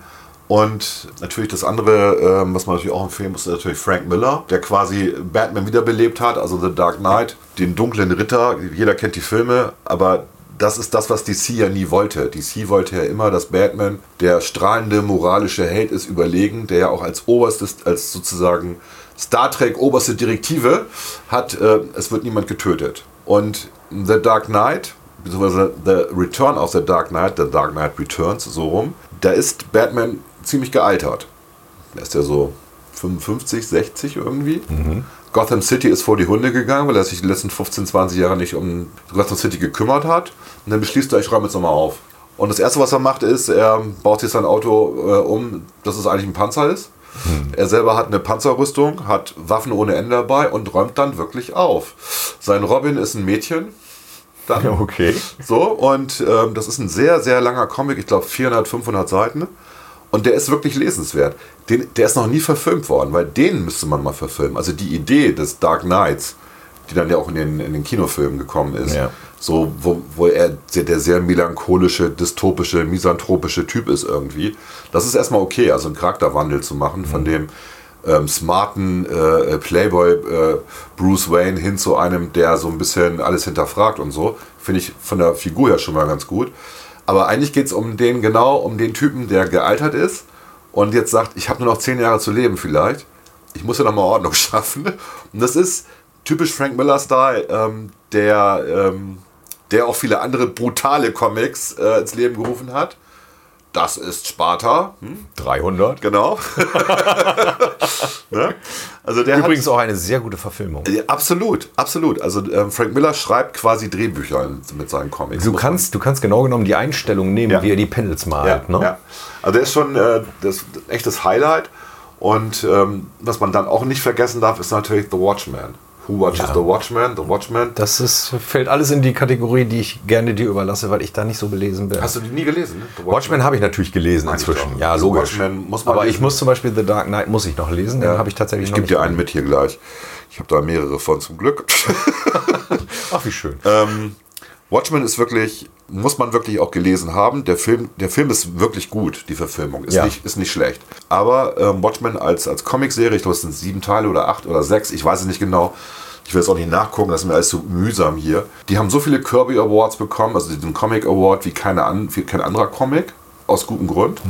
[SPEAKER 1] Und natürlich das andere, ähm, was man natürlich auch empfehlen muss, ist natürlich Frank Miller, der quasi Batman wiederbelebt hat, also The Dark Knight, den dunklen Ritter. Jeder kennt die Filme, aber das ist das, was DC ja nie wollte. DC wollte ja immer, dass Batman der strahlende moralische Held ist, überlegen, der ja auch als oberstes, als sozusagen Star Trek oberste Direktive hat, äh, es wird niemand getötet. Und The Dark Knight beziehungsweise The Return of the Dark Knight, The Dark Knight Returns, so rum, da ist Batman ziemlich gealtert. Da ist er so 55, 60 irgendwie. Gotham City ist vor die Hunde gegangen, weil er sich die letzten 15, 20 Jahre nicht um Gotham City gekümmert hat. Und dann beschließt er, ich räume jetzt nochmal auf. Und das Erste, was er macht, ist, er baut sich sein Auto äh, um, dass es eigentlich ein Panzer ist. Er selber hat eine Panzerrüstung, hat Waffen ohne Ende dabei und räumt dann wirklich auf. Sein Robin ist ein Mädchen. Dann.
[SPEAKER 2] Okay.
[SPEAKER 1] So, und ähm, das ist ein sehr, sehr langer Comic, ich glaube 400, 500 Seiten. Und der ist wirklich lesenswert. Den, der ist noch nie verfilmt worden, weil den müsste man mal verfilmen. Also die Idee des Dark Knights, die dann ja auch in den, in den Kinofilmen gekommen ist,
[SPEAKER 2] Ja.
[SPEAKER 1] so, wo, wo er sehr- der sehr melancholische, dystopische, misanthropische Typ ist irgendwie, das ist erstmal okay, also einen Charakterwandel zu machen von dem ähm, smarten äh, Playboy äh, Bruce Wayne hin zu einem, der so ein bisschen alles hinterfragt und so. Finde ich von der Figur her schon mal ganz gut. Aber eigentlich geht es um den, genau, um den Typen, der gealtert ist und jetzt sagt, ich habe nur noch zehn Jahre zu leben vielleicht. Ich muss ja nochmal Ordnung schaffen. Und das ist typisch Frank Miller Style, ähm, der, ähm, der auch viele andere brutale Comics äh, ins Leben gerufen hat. Das ist Sparta, hm,
[SPEAKER 2] 300.
[SPEAKER 1] genau. ne? Also der hat,
[SPEAKER 2] Übrigens auch eine sehr gute Verfilmung.
[SPEAKER 1] Ja, absolut, absolut. Also ähm, Frank Miller schreibt quasi Drehbücher in- mit seinen Comics.
[SPEAKER 2] Du
[SPEAKER 1] muss
[SPEAKER 2] kannst, du kannst genau genommen die Einstellung nehmen,
[SPEAKER 1] Ja.
[SPEAKER 2] wie er die Panels malt.
[SPEAKER 1] ja,
[SPEAKER 2] ne?
[SPEAKER 1] ja. Also der ist schon äh, das ein echtes Highlight. Und ähm, was man dann auch nicht vergessen darf, ist natürlich The Watchman. Who watches
[SPEAKER 2] Ja.
[SPEAKER 1] The Watchman? The Watchman.
[SPEAKER 2] Das ist, fällt alles in die Kategorie, die ich gerne dir überlasse, weil ich da nicht so belesen bin.
[SPEAKER 1] Hast du die nie gelesen? Ne? The
[SPEAKER 2] Watchmen habe ich natürlich gelesen
[SPEAKER 1] Meine ich
[SPEAKER 2] inzwischen.
[SPEAKER 1] doch.
[SPEAKER 2] Ja,
[SPEAKER 1] Also
[SPEAKER 2] logisch.
[SPEAKER 1] Watchmen muss man
[SPEAKER 2] Aber ich
[SPEAKER 1] lesen.
[SPEAKER 2] muss zum Beispiel The Dark Knight muss ich noch lesen. Den habe ich tatsächlich
[SPEAKER 1] Ich
[SPEAKER 2] noch
[SPEAKER 1] gebe
[SPEAKER 2] nicht
[SPEAKER 1] dir einen mit hier gleich. Ich habe da mehrere von zum Glück.
[SPEAKER 2] gelesen. Ach, wie schön.
[SPEAKER 1] ähm, Watchmen ist wirklich, muss man wirklich auch gelesen haben. Der Film, der Film ist wirklich gut, die Verfilmung. Ist,
[SPEAKER 2] Ja.
[SPEAKER 1] nicht, ist nicht schlecht. Aber ähm, Watchmen als, als Comicserie, ich glaube, es sind sieben Teile oder acht oder sechs, ich weiß es nicht genau. Ich will es auch nicht nachgucken, das ist mir alles so mühsam hier. Die haben so viele Kirby Awards bekommen, also den Comic Award wie, keine an, wie kein anderer Comic, aus gutem Grund.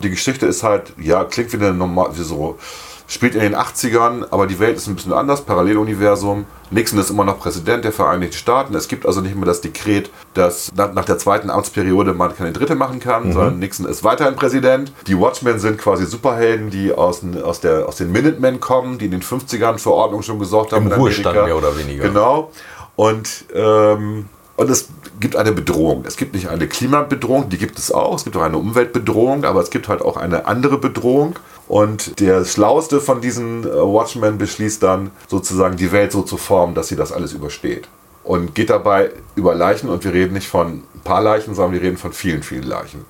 [SPEAKER 1] Die Geschichte ist halt, ja, klingt wie eine normal, wie so, spielt in den 80ern, aber die Welt ist ein bisschen anders, Paralleluniversum. Nixon ist immer noch Präsident der Vereinigten Staaten. Es gibt also nicht mehr das Dekret, dass nach, nach der zweiten Amtsperiode man keine dritte machen kann,
[SPEAKER 2] Mhm.
[SPEAKER 1] sondern Nixon ist weiterhin Präsident. Die Watchmen sind quasi Superhelden, die aus, den- aus, der, aus den Minutemen kommen, die in den 50ern für Ordnung schon gesorgt haben.
[SPEAKER 2] Im
[SPEAKER 1] in
[SPEAKER 2] Ruhestand
[SPEAKER 1] Amerika.
[SPEAKER 2] mehr oder weniger.
[SPEAKER 1] Genau. Und, ähm, und es gibt eine Bedrohung. Es gibt nicht eine Klimabedrohung, die gibt es auch. Es gibt auch eine Umweltbedrohung, aber es gibt halt auch eine andere Bedrohung. Und der Schlauste von diesen äh, Watchmen beschließt dann sozusagen die Welt so zu formen, dass sie das alles übersteht. Und geht dabei über Leichen und wir reden nicht von ein paar Leichen, sondern wir reden von vielen, vielen Leichen.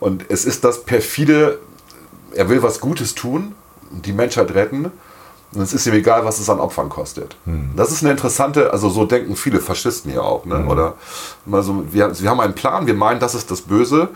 [SPEAKER 1] Und es ist das perfide, er will was Gutes tun, die Menschheit retten. Und es ist ihm egal, was es an Opfern kostet. Das ist eine interessante, also so denken viele Faschisten hier auch. Ne? Oder immer so, wir, wir haben einen Plan, wir meinen, das ist das Böse,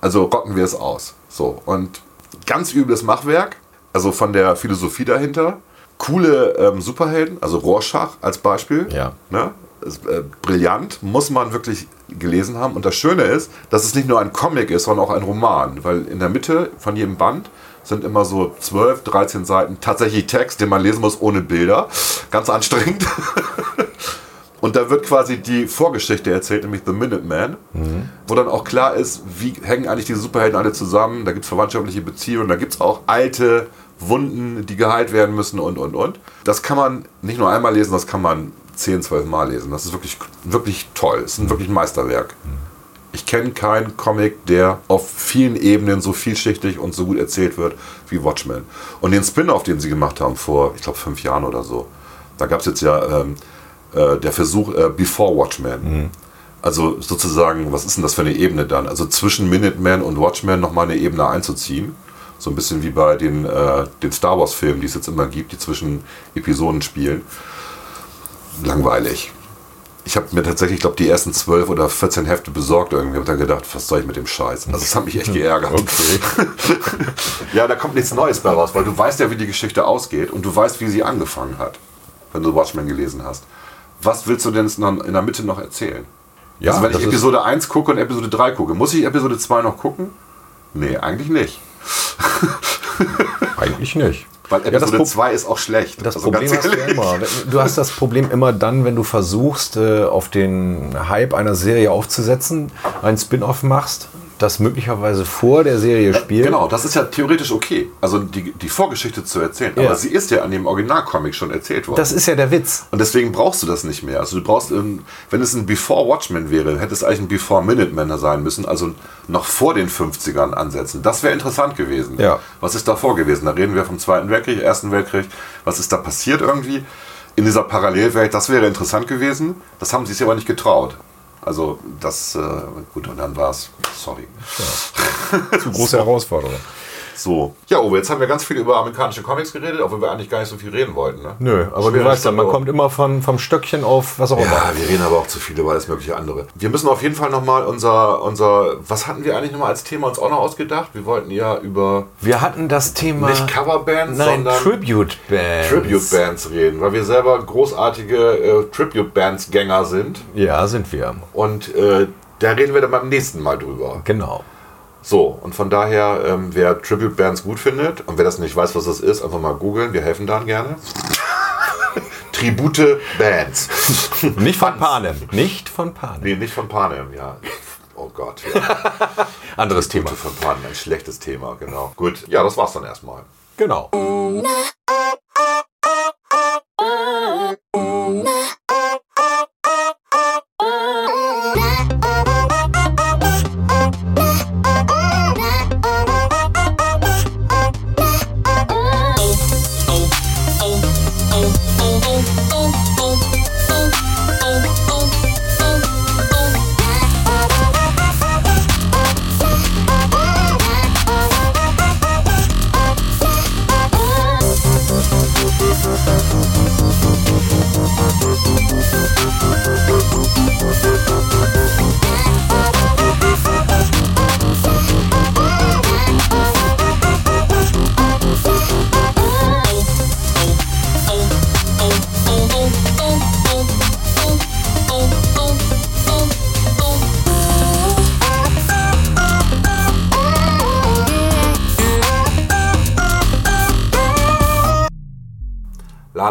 [SPEAKER 1] also rocken wir es aus. So. Und ganz übles Machwerk, also von der Philosophie dahinter. Coole ähm, Superhelden, also Rorschach als Beispiel.
[SPEAKER 2] Ja.
[SPEAKER 1] Ne? Ist, äh, brillant, muss man wirklich gelesen haben. Und das Schöne ist, dass es nicht nur ein Comic ist, sondern auch ein Roman, weil in der Mitte von jedem Band sind immer so 12, 13 Seiten tatsächlich Text, den man lesen muss ohne Bilder. Ganz anstrengend. Und da wird quasi die Vorgeschichte erzählt, nämlich The Minuteman, wo dann auch klar ist, wie hängen eigentlich diese Superhelden alle zusammen. Da gibt es verwandtschaftliche Beziehungen, da gibt es auch alte Wunden, die geheilt werden müssen und, und, und. Das kann man nicht nur einmal lesen, das kann man 10, 12 Mal lesen. Das ist wirklich, wirklich toll. Es ist ein wirklich ein Meisterwerk. Ich kenne keinen Comic, der auf vielen Ebenen so vielschichtig und so gut erzählt wird wie Watchmen. Und den Spin-off, den sie gemacht haben vor, ich glaube, fünf Jahren oder so, da gab es jetzt ja ähm, äh, der Versuch äh, Before Watchmen. Also sozusagen, was ist denn das für eine Ebene dann? Also zwischen Minuteman und Watchmen nochmal eine Ebene einzuziehen. So ein bisschen wie bei den, äh, den Star Wars-Filmen, die es jetzt immer gibt, die zwischen Episoden spielen. Langweilig ich habe mir tatsächlich, ich glaube, die ersten 12 oder 14 Hefte besorgt irgendwie. Hab dann gedacht, was soll ich mit dem Scheiß? Also, es hat mich echt
[SPEAKER 2] Hm,
[SPEAKER 1] geärgert. ja, da kommt nichts Neues bei raus, weil du weißt ja, wie die Geschichte ausgeht und du weißt, wie sie angefangen hat, wenn du Watchmen gelesen hast. Was willst du denn jetzt noch in der Mitte noch erzählen?
[SPEAKER 2] Ja,
[SPEAKER 1] also, wenn
[SPEAKER 2] das
[SPEAKER 1] ich
[SPEAKER 2] ist-
[SPEAKER 1] Episode 1 gucke und Episode 3 gucke, muss ich Episode 2 noch gucken? Nee, eigentlich nicht.
[SPEAKER 2] Eigentlich nicht.
[SPEAKER 1] Weil Episode
[SPEAKER 2] Pro-
[SPEAKER 1] 2 ist auch schlecht.
[SPEAKER 2] Das
[SPEAKER 1] Also
[SPEAKER 2] Problem
[SPEAKER 1] ganz
[SPEAKER 2] hast du ja
[SPEAKER 1] ehrlich.
[SPEAKER 2] immer. Du hast das Problem immer dann, wenn du versuchst, äh, auf den Hype einer Serie aufzusetzen, einen Spin-off machst, das möglicherweise vor der Serie spielt.
[SPEAKER 1] Genau, das ist ja theoretisch okay. Also die, die Vorgeschichte zu erzählen.
[SPEAKER 2] Ja.
[SPEAKER 1] Aber sie ist ja an dem Originalcomic schon erzählt worden.
[SPEAKER 2] Das ist ja der Witz.
[SPEAKER 1] und deswegen brauchst du das nicht mehr. Also du brauchst, ähm, wenn es ein Before Watchmen wäre, hätte es eigentlich ein Before Minuteman sein müssen, also noch vor den 50ern ansetzen. Das wäre interessant gewesen.
[SPEAKER 2] Ja.
[SPEAKER 1] Was ist davor gewesen? Da reden wir vom Zweiten Weltkrieg, Ersten Weltkrieg. Was ist da passiert irgendwie in dieser Parallelwelt? Das wäre interessant gewesen. Das haben sie sich aber nicht getraut. Also das, äh, gut, und dann war's. Sorry.
[SPEAKER 2] Zu große Herausforderung.
[SPEAKER 1] So. Ja, Uwe, jetzt haben wir ganz viel über amerikanische Comics geredet, obwohl wir eigentlich gar nicht so viel reden wollten. Ne?
[SPEAKER 2] Nö, aber du
[SPEAKER 1] Schwere
[SPEAKER 2] weißt ja, man
[SPEAKER 1] Stunde.
[SPEAKER 2] kommt immer von, vom Stöckchen auf was auch immer.
[SPEAKER 1] Ja, wir reden aber auch zu viel über alles mögliche andere. Wir müssen auf jeden Fall nochmal unser, unser, was hatten wir eigentlich nochmal als Thema uns auch noch ausgedacht? Wir wollten ja über
[SPEAKER 2] Wir hatten das Thema.
[SPEAKER 1] nicht Coverbands,
[SPEAKER 2] Äh, nein,
[SPEAKER 1] sondern
[SPEAKER 2] Tribute Band.
[SPEAKER 1] Tribute-Bands reden, weil wir selber großartige äh, Tribute-Bands-Gänger sind.
[SPEAKER 2] Ja, sind wir.
[SPEAKER 1] Und äh, da reden wir dann beim nächsten Mal drüber.
[SPEAKER 2] Genau.
[SPEAKER 1] So, und von daher, ähm, wer Tribute Bands gut findet und wer das nicht weiß, was das ist, einfach mal googeln, wir helfen dann gerne. Tribute Bands.
[SPEAKER 2] Nicht von Panem. Nicht von Panem.
[SPEAKER 1] nee, nicht von Panem, ja. Oh Gott, ja.
[SPEAKER 2] Anderes Thema.
[SPEAKER 1] Tribute von Panem, ein schlechtes Thema, genau. Gut, ja, das war's dann erstmal.
[SPEAKER 2] Genau.
[SPEAKER 1] La la la la la la la la la la la la la la
[SPEAKER 2] la